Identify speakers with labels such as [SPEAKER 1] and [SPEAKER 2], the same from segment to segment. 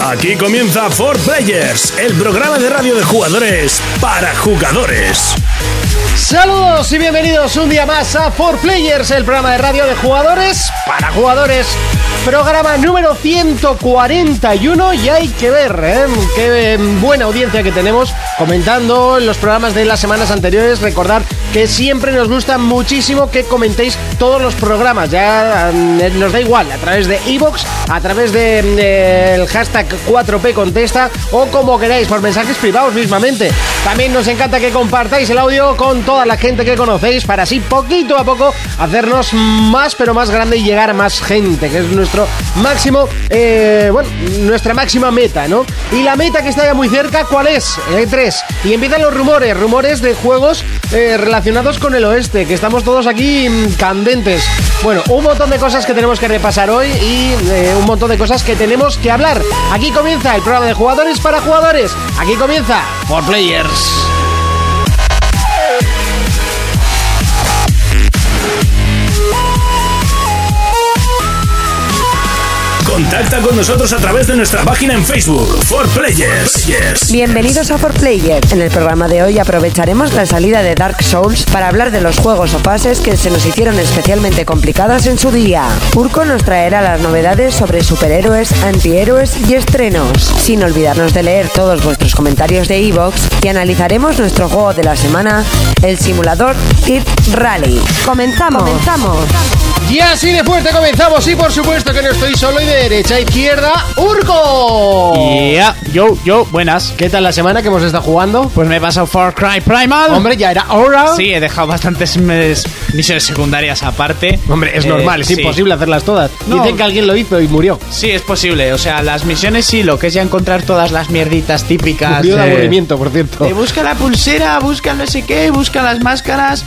[SPEAKER 1] Aquí comienza For Players, el programa de radio de jugadores para jugadores.
[SPEAKER 2] Saludos y bienvenidos un día más a For Players, el programa de radio de jugadores para jugadores. Programa número 141 y hay que ver ¿eh? qué eh, buena audiencia que tenemos comentando en los programas de las semanas anteriores. Recordad que siempre nos gusta muchísimo que comentéis todos los programas. Ya eh, nos da igual, a través de iVoox, a través del de, em, el hashtag 4P Contesta o como queráis, por mensajes privados mismamente. También nos encanta que compartáis el audio con toda la gente que conocéis para así poquito a poco hacernos más pero más grande y llegar a más gente, que es nuestro máximo, eh, bueno, nuestra máxima meta, ¿no? Y la meta que está ya muy cerca, ¿cuál es? El E3. Y empiezan los rumores, rumores de juegos eh, relacionados con el oeste, que estamos todos aquí mmm, candentes. Bueno, un montón de cosas que tenemos que repasar hoy y eh, un montón de cosas que tenemos que hablar. Aquí comienza el programa de jugadores para jugadores. Aquí comienza For Players.
[SPEAKER 1] Contacta con nosotros a través de nuestra página en Facebook, For Players.
[SPEAKER 3] Bienvenidos a 4Player. En el programa de hoy aprovecharemos la salida de Dark Souls para hablar de los juegos o fases que se nos hicieron especialmente complicadas en su día. Urco nos traerá las novedades sobre superhéroes, antihéroes y estrenos. Sin olvidarnos de leer todos vuestros comentarios de Evox y analizaremos nuestro juego de la semana, el simulador Kid Rally. ¡Comenzamos! ¡Comenzamos!
[SPEAKER 2] Y así de fuerte comenzamos y por supuesto que no estoy solo y de derecha a izquierda, Urco.
[SPEAKER 4] Yeah, yo, yo, buenas.
[SPEAKER 2] ¿Qué tal la semana que hemos estado jugando?
[SPEAKER 4] Pues me he pasado Far Cry Primal.
[SPEAKER 2] Hombre, ya era hora.
[SPEAKER 4] Sí, he dejado bastantes mes- misiones secundarias aparte.
[SPEAKER 2] Hombre, es
[SPEAKER 4] Eh,
[SPEAKER 2] normal, es
[SPEAKER 4] sí.
[SPEAKER 2] imposible hacerlas todas.
[SPEAKER 4] No.
[SPEAKER 2] Dicen que alguien lo hizo y murió.
[SPEAKER 4] Sí, es posible. O sea, las misiones sí, lo que es ya encontrar todas las mierditas típicas.
[SPEAKER 2] Murió de
[SPEAKER 4] eh,
[SPEAKER 2] aburrimiento, por cierto.
[SPEAKER 4] de busca la pulsera, busca no sé qué, busca las máscaras.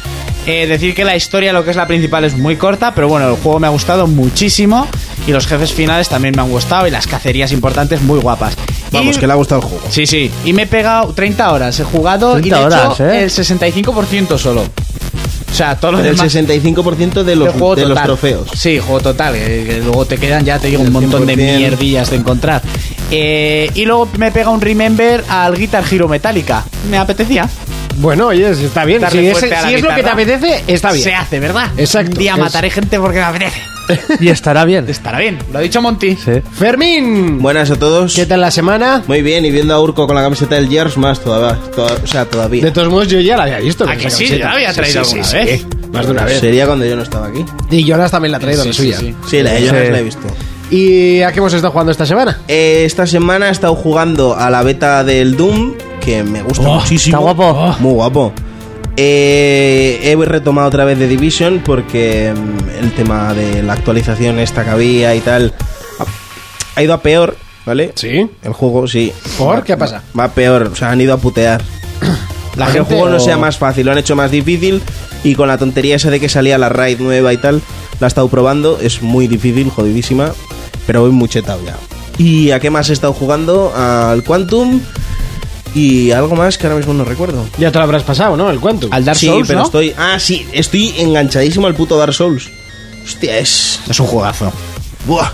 [SPEAKER 4] Eh, decir que la historia, lo que es la principal, es muy corta, pero bueno, el juego me ha gustado muchísimo. Y los jefes finales también me han gustado. Y las cacerías importantes muy guapas.
[SPEAKER 5] Vamos,
[SPEAKER 4] Y-
[SPEAKER 5] que le ha gustado el juego.
[SPEAKER 4] Sí, sí. Y me he pegado 30 horas. He jugado
[SPEAKER 6] 30
[SPEAKER 4] y le he
[SPEAKER 6] horas,
[SPEAKER 4] hecho
[SPEAKER 6] ¿eh?
[SPEAKER 4] el 65% solo. O sea, todo lo
[SPEAKER 5] El
[SPEAKER 4] demás.
[SPEAKER 5] 65% de
[SPEAKER 4] del
[SPEAKER 5] los,
[SPEAKER 4] juego
[SPEAKER 5] de los
[SPEAKER 4] total.
[SPEAKER 5] trofeos.
[SPEAKER 4] Sí, juego total. Que, que luego te quedan, ya te digo, un
[SPEAKER 5] El
[SPEAKER 4] montón de
[SPEAKER 5] 100%.
[SPEAKER 4] mierdillas de encontrar. Eh, y luego me pega un remember al Guitar Hero Metallica. Me apetecía.
[SPEAKER 2] Bueno, oye, si está bien.
[SPEAKER 4] Darle
[SPEAKER 2] Si es,
[SPEAKER 4] fuerte a la
[SPEAKER 2] si es lo que te
[SPEAKER 4] guitarra.
[SPEAKER 2] apetece, está bien.
[SPEAKER 4] Se hace, ¿verdad?
[SPEAKER 2] Exacto,
[SPEAKER 4] Un día
[SPEAKER 2] es-
[SPEAKER 4] mataré gente porque me apetece.
[SPEAKER 6] Y estará bien.
[SPEAKER 4] Estará bien. Lo ha dicho Monty.
[SPEAKER 6] Sí.
[SPEAKER 2] Fermín,
[SPEAKER 5] Buenas a todos.
[SPEAKER 2] ¿qué tal la semana?
[SPEAKER 5] Muy bien, y viendo a Urco con la camiseta del Gears más todavía. toda- o sea,
[SPEAKER 2] De
[SPEAKER 5] todavía.
[SPEAKER 2] todos modos, yo ya la había visto.
[SPEAKER 4] ¿A
[SPEAKER 2] con
[SPEAKER 4] Ah, que
[SPEAKER 2] esa
[SPEAKER 4] sí?
[SPEAKER 2] camiseta.
[SPEAKER 4] Yo la había traído alguna vez.
[SPEAKER 2] Más de una vez.
[SPEAKER 5] Sería cuando yo no estaba aquí.
[SPEAKER 2] Y Jonas también la ha traído,
[SPEAKER 4] Sí,
[SPEAKER 2] la
[SPEAKER 4] sí,
[SPEAKER 2] suya.
[SPEAKER 4] sí.
[SPEAKER 5] Sí, la de Jonas
[SPEAKER 6] Sí.
[SPEAKER 5] la he visto.
[SPEAKER 2] ¿Y a qué hemos estado jugando esta semana?
[SPEAKER 5] Eh, esta semana he estado jugando a la beta del Doom, que me gusta
[SPEAKER 2] Oh.
[SPEAKER 5] muchísimo.
[SPEAKER 6] Oh, está guapo.
[SPEAKER 5] Muy guapo. Eh, he retomado otra vez The Division porque mm, el tema de la actualización esta que había y tal ha- ha ido a peor, ¿vale?
[SPEAKER 2] Sí.
[SPEAKER 5] El juego, sí.
[SPEAKER 2] ¿Por?
[SPEAKER 5] Va-
[SPEAKER 2] ¿Qué pasa?
[SPEAKER 5] Va peor, o sea, han ido a putear.
[SPEAKER 2] La
[SPEAKER 5] Para que el
[SPEAKER 2] gente
[SPEAKER 5] juego
[SPEAKER 2] o-
[SPEAKER 5] no sea más fácil, lo han hecho más difícil y con la tontería esa de que salía la raid nueva y tal, la he estado probando, es muy difícil, jodidísima, pero voy muy chetado ya. ¿Y a qué más he estado jugando? Al Quantum y algo más que ahora mismo no recuerdo.
[SPEAKER 2] Ya te lo habrás pasado, ¿no? El cuento.
[SPEAKER 4] Al Dark
[SPEAKER 5] sí,
[SPEAKER 4] Souls,
[SPEAKER 5] pero
[SPEAKER 4] ¿no?
[SPEAKER 5] estoy... Ah, sí, estoy enganchadísimo al puto Dark Souls. Hostia, es...
[SPEAKER 4] Es un juegazo.
[SPEAKER 5] Buah.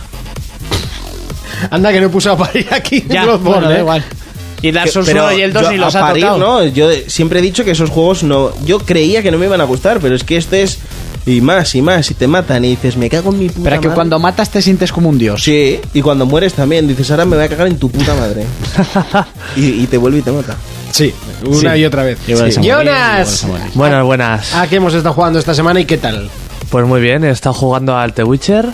[SPEAKER 2] Anda, que no puso a parir aquí.
[SPEAKER 4] Ya,
[SPEAKER 2] Bloodborne,
[SPEAKER 4] bueno, da
[SPEAKER 2] ¿eh?
[SPEAKER 4] igual. Y Dark
[SPEAKER 5] Que-
[SPEAKER 4] Souls
[SPEAKER 5] pero
[SPEAKER 4] 1 y el 2
[SPEAKER 5] yo
[SPEAKER 4] ni los
[SPEAKER 5] a
[SPEAKER 4] ha
[SPEAKER 5] parir,
[SPEAKER 4] tocado.
[SPEAKER 5] ¿no? Yo siempre he dicho que esos juegos no. Yo creía que no me iban a gustar, pero es que este es. Y más, y más, y te matan, y dices, me cago en mi puta
[SPEAKER 4] Pero que
[SPEAKER 5] madre.
[SPEAKER 4] cuando matas te sientes como un dios.
[SPEAKER 5] Sí, y cuando mueres también, dices, ahora me voy a cagar en tu puta madre. y, y te vuelve y te mata.
[SPEAKER 2] Sí, una
[SPEAKER 4] Sí.
[SPEAKER 2] y otra vez.
[SPEAKER 4] Igual
[SPEAKER 2] Sí.
[SPEAKER 4] es a morir,
[SPEAKER 2] Jonas,
[SPEAKER 4] igual es a morir.
[SPEAKER 6] Buenas, buenas.
[SPEAKER 2] ¿a qué hemos estado jugando esta semana y qué tal?
[SPEAKER 6] Pues muy bien, he estado jugando al The Witcher,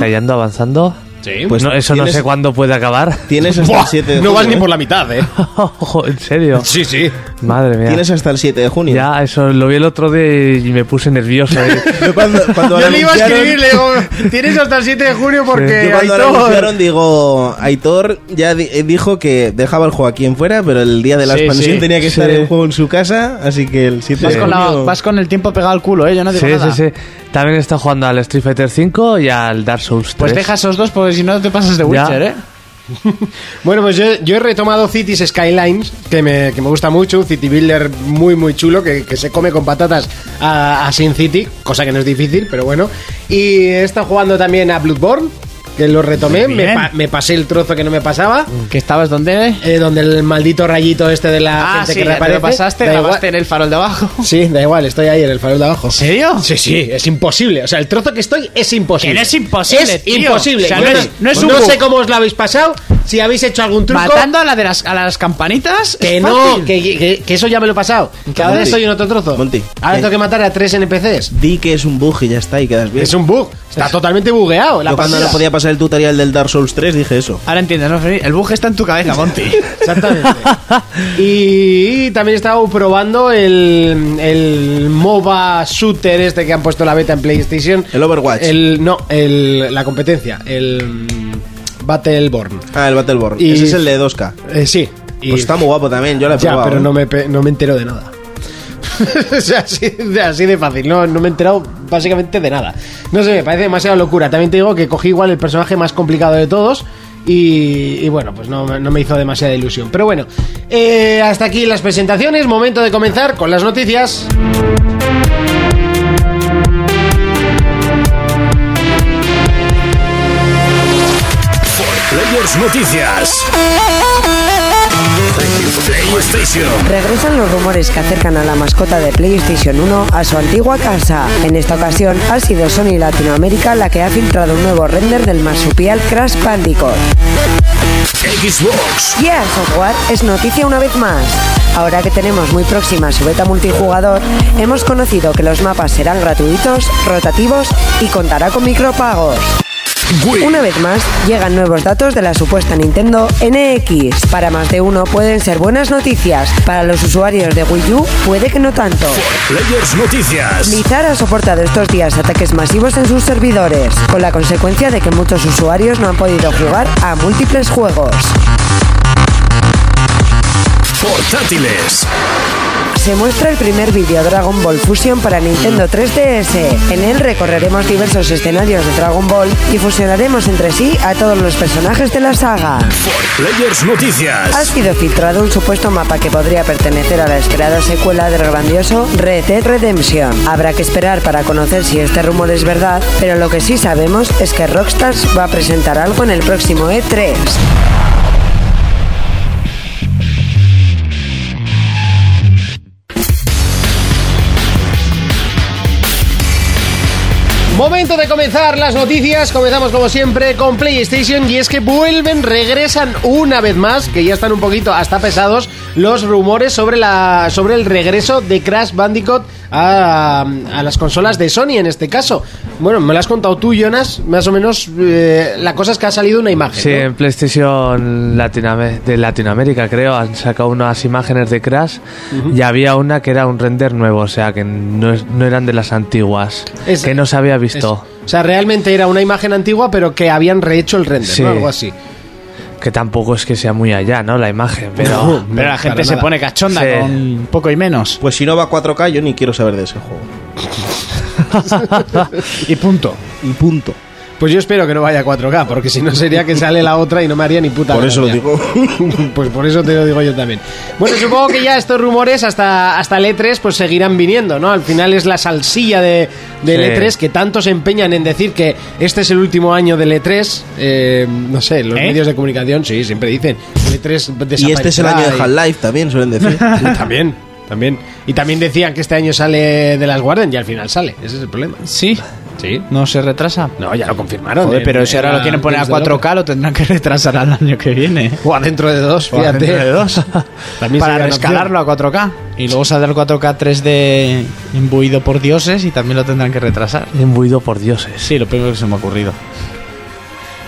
[SPEAKER 6] callando, avanzando.
[SPEAKER 2] Sí.
[SPEAKER 5] Pues
[SPEAKER 6] no, eso
[SPEAKER 5] tienes-
[SPEAKER 6] no sé cuándo puede acabar.
[SPEAKER 5] Tienes hasta el 7 de
[SPEAKER 2] no
[SPEAKER 5] junio.
[SPEAKER 2] vas ni
[SPEAKER 5] ¿eh?
[SPEAKER 2] por la mitad, ¿eh?
[SPEAKER 6] Ojo, en serio.
[SPEAKER 2] Sí, sí.
[SPEAKER 6] Madre mía.
[SPEAKER 5] Tienes hasta el 7 de junio.
[SPEAKER 6] Ya, eso lo vi el otro día y me puse nervioso. eh.
[SPEAKER 5] Yo cuando, cuando
[SPEAKER 2] Yo
[SPEAKER 5] lo
[SPEAKER 2] le iba a
[SPEAKER 5] anunciaron-
[SPEAKER 2] escribir, le digo, tienes hasta el 7 de junio porque
[SPEAKER 5] Yo cuando lo
[SPEAKER 2] Aitor-
[SPEAKER 5] anunciaron, digo, Aitor ya di- eh, dijo que dejaba el juego aquí en fuera, pero el día de la
[SPEAKER 4] Sí,
[SPEAKER 5] expansión
[SPEAKER 4] sí,
[SPEAKER 5] tenía que
[SPEAKER 6] sí.
[SPEAKER 5] estar el juego en su casa, así que el 7
[SPEAKER 4] Vas,
[SPEAKER 5] de
[SPEAKER 4] con la-
[SPEAKER 5] junio-
[SPEAKER 4] vas con el tiempo pegado al culo, ¿eh? Yo no digo
[SPEAKER 6] sí,
[SPEAKER 4] nada.
[SPEAKER 6] sí, sí. También he estado jugando al Street Fighter 5 y al Dark Souls 3.
[SPEAKER 4] Pues deja esos dos porque si no te pasas de
[SPEAKER 6] Ya.
[SPEAKER 4] Witcher, ¿eh?
[SPEAKER 2] Bueno, pues yo, yo he retomado Cities Skylines, que me, que me gusta mucho, un City Builder muy, muy chulo, que, que se come con patatas a, a Sin City, cosa que no es difícil, pero bueno. Y he estado jugando también a Bloodborne, que lo retomé,
[SPEAKER 4] Muy
[SPEAKER 2] me,
[SPEAKER 4] bien.
[SPEAKER 2] pa- me pasé el trozo que no me pasaba.
[SPEAKER 4] ¿Que estabas donde?
[SPEAKER 2] eh, donde el maldito rayito este de la
[SPEAKER 4] Ah,
[SPEAKER 2] gente
[SPEAKER 4] sí,
[SPEAKER 2] que
[SPEAKER 4] ya te
[SPEAKER 2] reaparece.
[SPEAKER 4] lo pasaste,
[SPEAKER 2] da igual.
[SPEAKER 4] grabaste en el farol de abajo.
[SPEAKER 2] Sí, da igual, estoy ahí en el farol de abajo.
[SPEAKER 4] ¿En serio?
[SPEAKER 2] Sí, sí, es imposible. O sea, el trozo que estoy es imposible.
[SPEAKER 4] Que no es imposible,
[SPEAKER 2] Es
[SPEAKER 4] tío.
[SPEAKER 2] imposible.
[SPEAKER 4] O sea,
[SPEAKER 2] Yo
[SPEAKER 4] no
[SPEAKER 2] no,
[SPEAKER 4] es- no es un
[SPEAKER 2] no
[SPEAKER 4] bug.
[SPEAKER 2] sé cómo os lo habéis pasado, si habéis hecho algún truco.
[SPEAKER 4] ¿Matando a, la de las, a las campanitas?
[SPEAKER 2] Que
[SPEAKER 4] Es
[SPEAKER 2] no,
[SPEAKER 4] fácil.
[SPEAKER 2] que, que- que eso ya me lo he pasado. Que ahora
[SPEAKER 5] Monty,
[SPEAKER 2] estoy en otro trozo.
[SPEAKER 5] Monty,
[SPEAKER 2] ahora
[SPEAKER 5] ¿qué?
[SPEAKER 2] tengo que matar a tres NPCs.
[SPEAKER 5] Di que es un bug y ya está, y quedas bien.
[SPEAKER 2] Es un bug. Está totalmente bugueado. La
[SPEAKER 5] Yo cuando
[SPEAKER 2] partida.
[SPEAKER 5] no podía pasar el tutorial del Dark Souls 3 dije eso.
[SPEAKER 4] Ahora entiendes, ¿no, Fermín? El bug está en tu cabeza, Monty.
[SPEAKER 2] Exactamente. y, también he estado probando el, el MOBA shooter este que han puesto la beta en PlayStation.
[SPEAKER 5] El Overwatch.
[SPEAKER 2] El, no, el, la competencia. El mm, Battleborn.
[SPEAKER 5] Ah, el Battleborn.
[SPEAKER 2] Y-
[SPEAKER 5] Ese es el de 2K.
[SPEAKER 2] Eh, sí. Y-
[SPEAKER 5] Pues está muy guapo también, yo lo he
[SPEAKER 2] ya,
[SPEAKER 5] probado.
[SPEAKER 2] pero
[SPEAKER 5] ¿eh?
[SPEAKER 2] no me, pe- no me entero de nada. o sea, así, de- así de fácil. No, no me he enterado básicamente de nada. No sé, me parece demasiada locura. También te digo que cogí igual el personaje más complicado de todos. Y, y bueno, pues no, no me hizo demasiada ilusión. Pero bueno, eh, hasta aquí las presentaciones. Momento de comenzar con las noticias.
[SPEAKER 1] Players Noticias. PlayStation.
[SPEAKER 3] Regresan los rumores que acercan a la mascota de PlayStation 1 a su antigua casa. En esta ocasión ha sido Sony Latinoamérica la que ha filtrado un nuevo render del marsupial Crash Bandicoot.
[SPEAKER 1] Xbox.
[SPEAKER 3] Gears of War es noticia una vez más. Ahora que tenemos muy próxima su beta multijugador, hemos conocido que los mapas serán gratuitos, rotativos y contará con micropagos.
[SPEAKER 1] Wii.
[SPEAKER 3] Una vez más, llegan nuevos datos de la supuesta Nintendo NX. Para más de uno pueden ser buenas noticias, para los usuarios de Wii U puede que no tanto.
[SPEAKER 1] Players Noticias.
[SPEAKER 3] Blizzard ha soportado estos días ataques masivos en sus servidores, con la consecuencia de que muchos usuarios no han podido jugar a múltiples juegos.
[SPEAKER 1] Portátiles.
[SPEAKER 3] Se muestra el primer vídeo Dragon Ball Fusion para Nintendo 3DS. En él recorreremos diversos escenarios de Dragon Ball y fusionaremos entre sí a todos los personajes de la saga.
[SPEAKER 1] Players
[SPEAKER 3] Ha
[SPEAKER 1] Noticias.
[SPEAKER 3] sido filtrado un supuesto mapa que podría pertenecer a la esperada secuela del grandioso Red Dead Redemption. Habrá que esperar para conocer si este rumor es verdad, pero lo que sí sabemos es que Rockstar va a presentar algo en el próximo E E3.
[SPEAKER 2] Momento de comenzar las noticias. Comenzamos como siempre con PlayStation y es que vuelven, regresan una vez más, que ya están un poquito hasta pesados los rumores sobre la sobre el regreso de Crash Bandicoot a, a las consolas de Sony en este caso. Bueno, me lo has contado tú, Jonas, más o menos eh, la cosa es que ha salido una imagen.
[SPEAKER 6] Sí,
[SPEAKER 2] ¿no?
[SPEAKER 6] en PlayStation Latinoam- de Latinoamérica, creo, han sacado unas imágenes de Crash y había una que era un render nuevo, o sea, que no, es- no eran de las antiguas,
[SPEAKER 2] Es-
[SPEAKER 6] que no se había
[SPEAKER 2] Eso.
[SPEAKER 6] visto,
[SPEAKER 2] O sea, realmente era una imagen antigua, pero que habían rehecho el render,
[SPEAKER 6] Sí.
[SPEAKER 2] ¿no? algo así.
[SPEAKER 6] que tampoco es que sea muy allá, ¿no? La imagen, pero...
[SPEAKER 2] No.
[SPEAKER 4] Pero la
[SPEAKER 2] para
[SPEAKER 4] gente se
[SPEAKER 2] nada.
[SPEAKER 4] pone cachonda
[SPEAKER 6] Sí.
[SPEAKER 4] con poco y menos.
[SPEAKER 5] Pues si no va a 4K, yo ni quiero saber de ese juego.
[SPEAKER 4] Y punto.
[SPEAKER 5] Y punto.
[SPEAKER 2] Pues yo espero que no vaya a 4K, porque si no sería que sale la otra y no me haría ni puta
[SPEAKER 5] Por eso lo
[SPEAKER 2] gracia.
[SPEAKER 5] digo.
[SPEAKER 2] pues por eso te lo digo yo también. Bueno, supongo que ya estos rumores hasta, hasta el E3 pues seguirán viniendo, ¿no? Al final es la salsilla de, del
[SPEAKER 6] Sí.
[SPEAKER 2] E3 que tanto se empeñan en decir que este es el último año del E3. Eh, no sé, los
[SPEAKER 4] ¿Eh?
[SPEAKER 2] medios de comunicación, sí, siempre dicen. El E3
[SPEAKER 5] y este es el año
[SPEAKER 2] desaparecerá
[SPEAKER 5] de
[SPEAKER 2] y-
[SPEAKER 5] Half-Life también, suelen decir.
[SPEAKER 2] También, también. Y también decían que este año sale de las Guardian y al final sale. Ese es el problema.
[SPEAKER 4] Sí.
[SPEAKER 2] Sí.
[SPEAKER 4] No se retrasa.
[SPEAKER 2] No, Ah, ya lo confirmaron.
[SPEAKER 4] Joder,
[SPEAKER 2] En-
[SPEAKER 4] pero si
[SPEAKER 2] en
[SPEAKER 4] ahora
[SPEAKER 2] la
[SPEAKER 4] lo quieren poner a
[SPEAKER 2] Games Developer.
[SPEAKER 4] 4K, lo tendrán que retrasar al año que viene.
[SPEAKER 2] O adentro de dos,
[SPEAKER 4] O
[SPEAKER 2] fíjate.
[SPEAKER 4] dentro de dos.
[SPEAKER 2] También
[SPEAKER 4] Para
[SPEAKER 2] sería una
[SPEAKER 4] rescalarlo a 4K. Y luego saldrá el 4K 3D imbuido por dioses y también lo tendrán que retrasar.
[SPEAKER 6] Imbuido por dioses.
[SPEAKER 4] Sí, lo primero que se me ha ocurrido.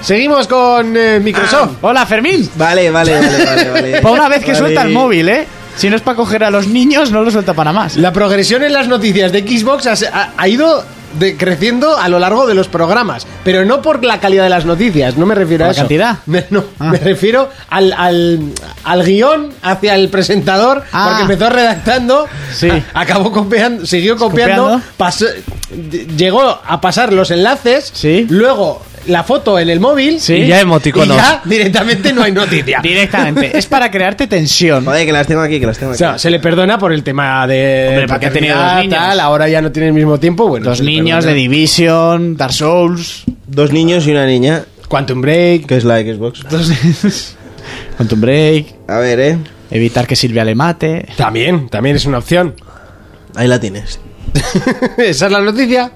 [SPEAKER 2] Seguimos con eh, Microsoft.
[SPEAKER 4] Hola, Fermín.
[SPEAKER 5] Vale, vale, vale, vale. vale.
[SPEAKER 4] Por una vez que
[SPEAKER 5] Vale.
[SPEAKER 4] suelta el móvil, ¿eh? Si no es para coger a los niños, no lo suelta para más.
[SPEAKER 2] La progresión en las noticias de Xbox ha, se- ha- ha ido de- creciendo a lo largo de los programas, pero no por la calidad de las noticias, no me refiero a
[SPEAKER 4] ¿Por la
[SPEAKER 2] eso.
[SPEAKER 4] cantidad?
[SPEAKER 2] Me, no,
[SPEAKER 4] Ah.
[SPEAKER 2] me refiero al, al, al guión hacia el presentador,
[SPEAKER 4] Ah.
[SPEAKER 2] porque empezó redactando,
[SPEAKER 4] Sí.
[SPEAKER 2] a- acabó copiando, siguió copiando,
[SPEAKER 4] Copiando.
[SPEAKER 2] pasó- d- llegó a pasar los enlaces,
[SPEAKER 4] Sí.
[SPEAKER 2] luego la foto en el móvil
[SPEAKER 4] Sí.
[SPEAKER 6] Y ya emoticonos.
[SPEAKER 2] y ya directamente no hay noticia.
[SPEAKER 4] Directamente. es para crearte tensión.
[SPEAKER 5] Joder, que las tengo aquí, que las tengo
[SPEAKER 2] O
[SPEAKER 5] aquí.
[SPEAKER 2] sea, se le perdona por el tema de.
[SPEAKER 4] Hombre, porque ha tenido dos
[SPEAKER 2] paternidad,
[SPEAKER 4] niños.
[SPEAKER 2] tal, ahora ya no tiene el mismo tiempo. Bueno,
[SPEAKER 4] Los
[SPEAKER 2] se le
[SPEAKER 4] niños de
[SPEAKER 2] perdona.
[SPEAKER 4] Division, Dark Souls.
[SPEAKER 5] Dos niños y una niña.
[SPEAKER 4] Quantum Break.
[SPEAKER 5] que es la Xbox.
[SPEAKER 4] Entonces, Quantum Break.
[SPEAKER 5] A ver, ¿eh?
[SPEAKER 4] Evitar que Silvia le mate.
[SPEAKER 2] También, también es una opción.
[SPEAKER 5] Ahí la tienes.
[SPEAKER 2] Esa es la noticia.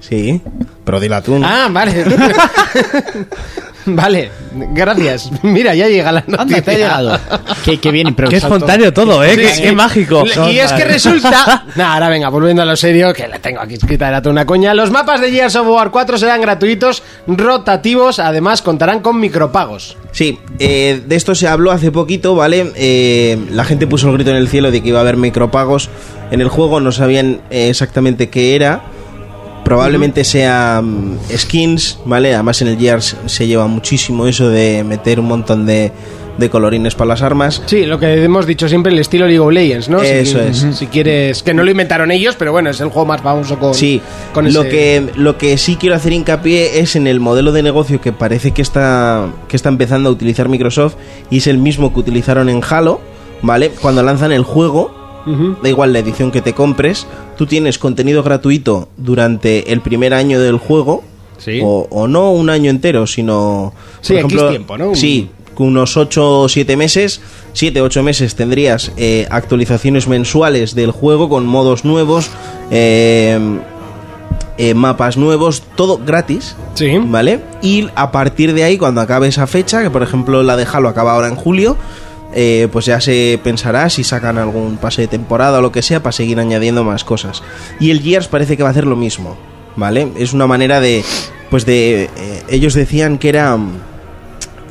[SPEAKER 5] Sí. Pero dila tú. ¿no?
[SPEAKER 2] Ah, vale. vale, gracias. Mira, ya llega la noticia.
[SPEAKER 4] Anda, te ha llegado. qué, qué bien
[SPEAKER 6] Qué
[SPEAKER 4] improvisado.
[SPEAKER 6] espontáneo todo, ¿eh?
[SPEAKER 2] Sí,
[SPEAKER 6] qué,
[SPEAKER 2] sí.
[SPEAKER 6] qué mágico.
[SPEAKER 2] Le- Y es que resulta. Nah, ahora venga, volviendo a lo serio, que la tengo aquí escrita, era toda una coña. Los mapas de Gears of War 4 serán gratuitos, rotativos, además contarán con micropagos.
[SPEAKER 5] Sí, eh, de esto se habló hace poquito, ¿vale? Eh, la gente puso el grito en el cielo de que iba a haber micropagos en el juego, no sabían eh, exactamente qué era. Probablemente sea mm, skins, ¿vale? Además en el Gears se lleva muchísimo eso de meter un montón de, de colorines para las armas.
[SPEAKER 2] Sí, lo que hemos dicho siempre, el estilo League of Legends, ¿no? Si-
[SPEAKER 5] Eso es.
[SPEAKER 2] Si quieres. Que no lo inventaron ellos, pero bueno, es el juego más famoso con.
[SPEAKER 5] Sí,
[SPEAKER 2] con
[SPEAKER 5] lo,
[SPEAKER 2] ese-
[SPEAKER 5] que, lo que sí quiero hacer hincapié es en el modelo de negocio que parece que está, que está empezando a utilizar Microsoft y es el mismo que utilizaron en Halo, ¿vale? Cuando lanzan el juego, da igual la edición que te compres, tú tienes contenido gratuito durante el primer año del juego,
[SPEAKER 2] Sí.
[SPEAKER 5] o, o no un año entero, sino...
[SPEAKER 2] Sí, X tiempo, ¿no? Un-
[SPEAKER 5] Sí, unos 8 o 7 meses, 7 8 meses tendrías eh, actualizaciones mensuales del juego con modos nuevos, eh, eh, mapas nuevos, todo gratis.
[SPEAKER 2] Sí.
[SPEAKER 5] ¿Vale? Y a partir de ahí, cuando acabe esa fecha, que por ejemplo la de Halo acaba ahora en julio, eh, pues ya se pensará si sacan algún pase de temporada o lo que sea para seguir añadiendo más cosas. Y el Gears parece que va a hacer lo mismo, ¿vale? Es una manera de. Pues de. eh, ellos decían que era. mm,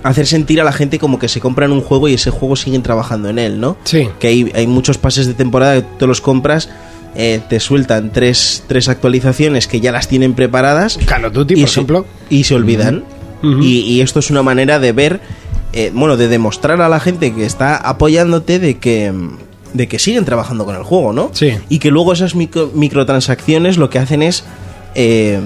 [SPEAKER 5] Hacer sentir a la gente como que se compran un juego y ese juego siguen trabajando en él, ¿no?
[SPEAKER 2] Sí.
[SPEAKER 5] que hay, hay muchos pases de temporada que tú te los compras, eh, te sueltan tres, tres actualizaciones que ya las tienen preparadas.
[SPEAKER 2] Call of Duty,
[SPEAKER 5] y
[SPEAKER 2] por
[SPEAKER 5] se-
[SPEAKER 2] ejemplo.
[SPEAKER 5] Y se olvidan.
[SPEAKER 2] Ujú.
[SPEAKER 5] y, y esto es una manera de ver, eh, bueno, de demostrar a la gente que está apoyándote de que mm, de que siguen trabajando con el juego, ¿no?
[SPEAKER 2] Sí.
[SPEAKER 5] Y que luego esas micro- microtransacciones lo que hacen es eh,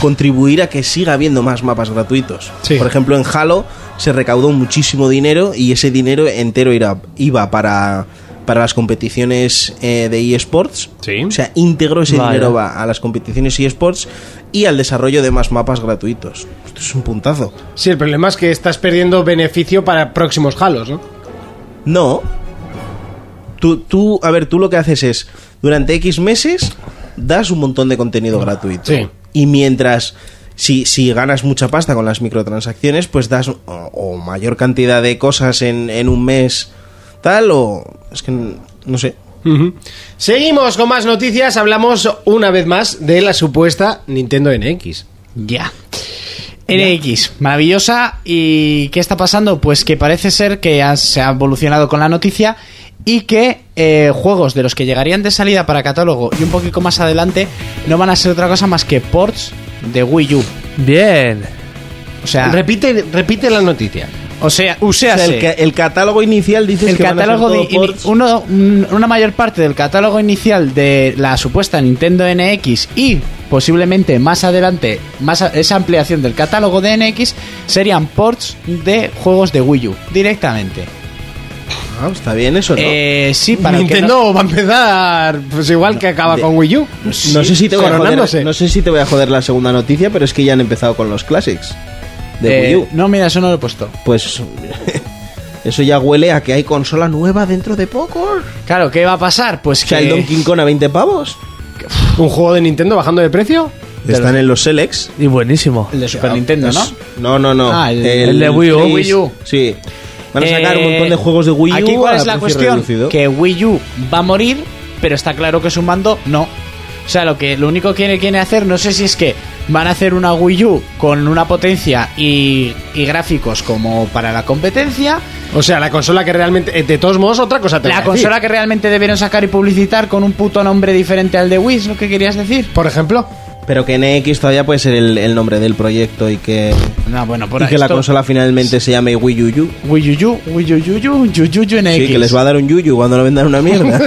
[SPEAKER 5] contribuir a que siga habiendo más mapas gratuitos.
[SPEAKER 2] Sí.
[SPEAKER 5] Por ejemplo, en Halo se recaudó muchísimo dinero y ese dinero entero irá- iba para, para las competiciones eh, de eSports.
[SPEAKER 2] Sí.
[SPEAKER 5] O sea, íntegro ese
[SPEAKER 6] Vaya.
[SPEAKER 5] dinero va a las competiciones eSports y al desarrollo de más mapas gratuitos. Esto es un puntazo.
[SPEAKER 2] Sí, el problema es que estás perdiendo beneficio para próximos halos, ¿no?
[SPEAKER 5] No. Tú, tú, a ver, tú lo que haces es, durante X meses, das un montón de contenido gratuito.
[SPEAKER 2] Sí.
[SPEAKER 5] Y mientras, si, si ganas mucha pasta con las microtransacciones, pues das o, o mayor cantidad de cosas en, en un mes, tal, o... Es que, n- no sé.
[SPEAKER 2] Ujú. Seguimos con más noticias. Hablamos una vez más de la supuesta Nintendo NX.
[SPEAKER 4] Ya. NX, maravillosa. ¿Y qué está pasando? Pues que parece ser que ha- se ha evolucionado con la noticia y que eh, juegos de los que llegarían de salida para catálogo y un poquito más adelante no van a ser otra cosa más que ports de Wii U.
[SPEAKER 6] Bien.
[SPEAKER 4] O
[SPEAKER 5] Ah.
[SPEAKER 4] sea,
[SPEAKER 2] Repite, repite la noticia.
[SPEAKER 4] o sea,
[SPEAKER 5] O sea,
[SPEAKER 4] uséase.
[SPEAKER 5] el, ca- el catálogo inicial dices
[SPEAKER 4] el
[SPEAKER 5] que van a ser
[SPEAKER 4] catálogo
[SPEAKER 5] todo
[SPEAKER 4] de, ini-
[SPEAKER 5] ports.
[SPEAKER 4] uno- un- una mayor parte del catálogo inicial de la supuesta Nintendo NX y posiblemente más adelante más a- esa ampliación del catálogo de NX serían ports de juegos de Wii U directamente.
[SPEAKER 5] Ah, está bien eso, ¿no?
[SPEAKER 4] Eh, sí, para el que
[SPEAKER 2] Nintendo va a empezar pues igual que acaba
[SPEAKER 5] de-
[SPEAKER 2] con Wii U.
[SPEAKER 5] no, sé si te voy a
[SPEAKER 2] coronándose.
[SPEAKER 5] joder, no sé si te voy a joder la segunda noticia, pero es que ya han empezado con los classics
[SPEAKER 4] no-
[SPEAKER 5] de
[SPEAKER 4] eh,
[SPEAKER 5] Wii U.
[SPEAKER 4] No, mira, eso no lo he puesto.
[SPEAKER 5] Pues eso ya huele a que hay consola nueva dentro de poco.
[SPEAKER 4] Claro, ¿qué va a pasar? Pues
[SPEAKER 5] O sea, el
[SPEAKER 4] que
[SPEAKER 5] Donkey Kong a 20 pavos.
[SPEAKER 2] ¿Un juego de Nintendo bajando de precio?
[SPEAKER 5] Están en los Selects.
[SPEAKER 6] Y buenísimo.
[SPEAKER 4] el de Super Nintendo,
[SPEAKER 5] pues,
[SPEAKER 4] ¿no?
[SPEAKER 5] No, no, no.
[SPEAKER 4] Ah, el-
[SPEAKER 6] el de Wii U.
[SPEAKER 5] Play-
[SPEAKER 4] Wii U.
[SPEAKER 5] Sí. Van a sacar un
[SPEAKER 4] Eh,
[SPEAKER 5] montón de juegos de Wii U.
[SPEAKER 4] Aquí cuál
[SPEAKER 5] a
[SPEAKER 4] es la
[SPEAKER 5] precio
[SPEAKER 4] cuestión,
[SPEAKER 5] reducido.
[SPEAKER 4] que Wii U va a morir, pero está claro que su mando no. O sea, lo que lo único que quiere- quieren hacer, no sé si es que van a hacer una Wii U con una potencia y, y gráficos como para la competencia,
[SPEAKER 2] O sea, la consola que realmente. eh, De todos modos, otra cosa te voy
[SPEAKER 4] la
[SPEAKER 2] a decir.
[SPEAKER 4] consola que realmente debieron sacar y publicitar con un puto nombre diferente al de Wii, es lo que querías decir.
[SPEAKER 2] Por ejemplo.
[SPEAKER 5] Pero que NX todavía puede ser el, el nombre del proyecto y que,
[SPEAKER 4] No, bueno, por
[SPEAKER 5] y que la
[SPEAKER 4] esto-
[SPEAKER 5] consola finalmente se llame Wii U. U.
[SPEAKER 4] Wii U, Wii U, Wii U, Wii U, Wii U NX.
[SPEAKER 5] Sí, que les va a dar un yuyu cuando lo vendan una mierda.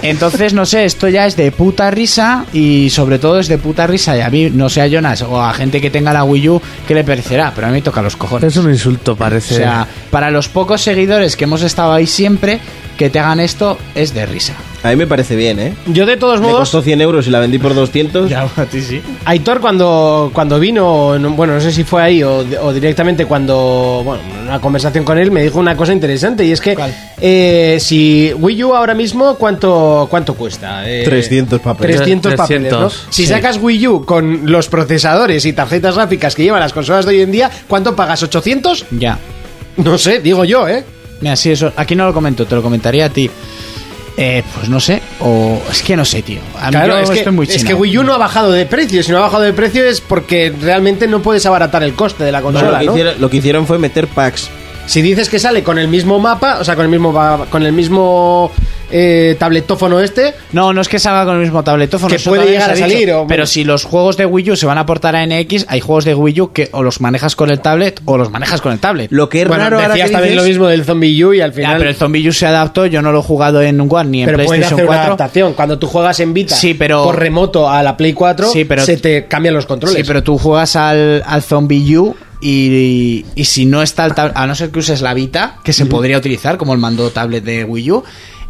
[SPEAKER 4] Entonces, no sé, esto ya es de puta risa y sobre todo es de puta risa. Y a mí, no sé a Jonas o a gente que tenga la Wii U, que le parecerá, pero a mí me toca los cojones.
[SPEAKER 6] Es un insulto,
[SPEAKER 4] O
[SPEAKER 6] parece.
[SPEAKER 4] sea, para los pocos seguidores que hemos estado ahí siempre, que te hagan esto es de risa.
[SPEAKER 5] A mí me parece bien, ¿eh?
[SPEAKER 2] Yo de todos
[SPEAKER 5] Me
[SPEAKER 2] modos...
[SPEAKER 5] costó 100 euros y la vendí por 200.
[SPEAKER 4] a ti sí.
[SPEAKER 2] Aitor cuando, cuando vino, no- bueno, no sé si fue ahí o, o directamente cuando, bueno, en una conversación con él me dijo una cosa interesante y es que
[SPEAKER 4] ¿Cuál?
[SPEAKER 2] eh, si Wii U ahora mismo, ¿cuánto, cuánto cuesta? Eh,
[SPEAKER 5] 300 papeles.
[SPEAKER 2] 300 papeles, ¿no?
[SPEAKER 6] 300,
[SPEAKER 2] Si
[SPEAKER 6] sí.
[SPEAKER 2] sacas Wii U con los procesadores y tarjetas gráficas que llevan las consolas de hoy en día, ¿cuánto pagas? ¿800?
[SPEAKER 4] Ya.
[SPEAKER 2] No sé, digo yo, ¿eh?
[SPEAKER 4] Mira, sí, eso. Aquí no lo comento, te lo comentaría a ti. Eh, pues no sé. O es que no sé, tío. A mí yo
[SPEAKER 2] es, que,
[SPEAKER 4] estoy muy
[SPEAKER 2] es
[SPEAKER 4] chino.
[SPEAKER 2] que Wii U no ha bajado de precio. Si no ha bajado de precio es porque realmente no puedes abaratar el coste de la
[SPEAKER 5] No,
[SPEAKER 2] consola,
[SPEAKER 5] lo, que
[SPEAKER 2] ¿no?
[SPEAKER 5] hicieron, lo que hicieron fue meter packs.
[SPEAKER 2] Si dices que sale con el mismo mapa, o sea, con el mismo va- con el mismo eh, tabletófono este,
[SPEAKER 4] No, no es que salga con el mismo tabletófono.
[SPEAKER 2] Que
[SPEAKER 4] eso
[SPEAKER 2] puede
[SPEAKER 4] también
[SPEAKER 2] llegar
[SPEAKER 4] se
[SPEAKER 2] a
[SPEAKER 4] ha dicho.
[SPEAKER 2] salir, o-
[SPEAKER 4] Pero si los juegos de Wii U se van a aportar a NX, hay juegos de Wii U que o los manejas con el tablet o los manejas con el tablet.
[SPEAKER 5] Lo que es
[SPEAKER 2] bueno,
[SPEAKER 5] raro ahora que
[SPEAKER 2] decías también
[SPEAKER 5] dices-
[SPEAKER 2] lo mismo del Zombie U y al
[SPEAKER 4] Ah,
[SPEAKER 2] final
[SPEAKER 4] pero el Zombie U se adaptó, yo no lo he jugado en One ni en
[SPEAKER 2] pero puedes
[SPEAKER 4] PlayStation
[SPEAKER 2] hacer una
[SPEAKER 4] 4.
[SPEAKER 2] adaptación cuando tú juegas en Vita
[SPEAKER 4] Sí, pero-
[SPEAKER 2] por remoto a la Play 4,
[SPEAKER 4] Sí, pero-
[SPEAKER 2] se te cambian los controles.
[SPEAKER 4] Sí, pero tú juegas al, al Zombie U y, y si no está el tablet, a no ser que uses la Vita, que se podría utilizar como el mando tablet de Wii U,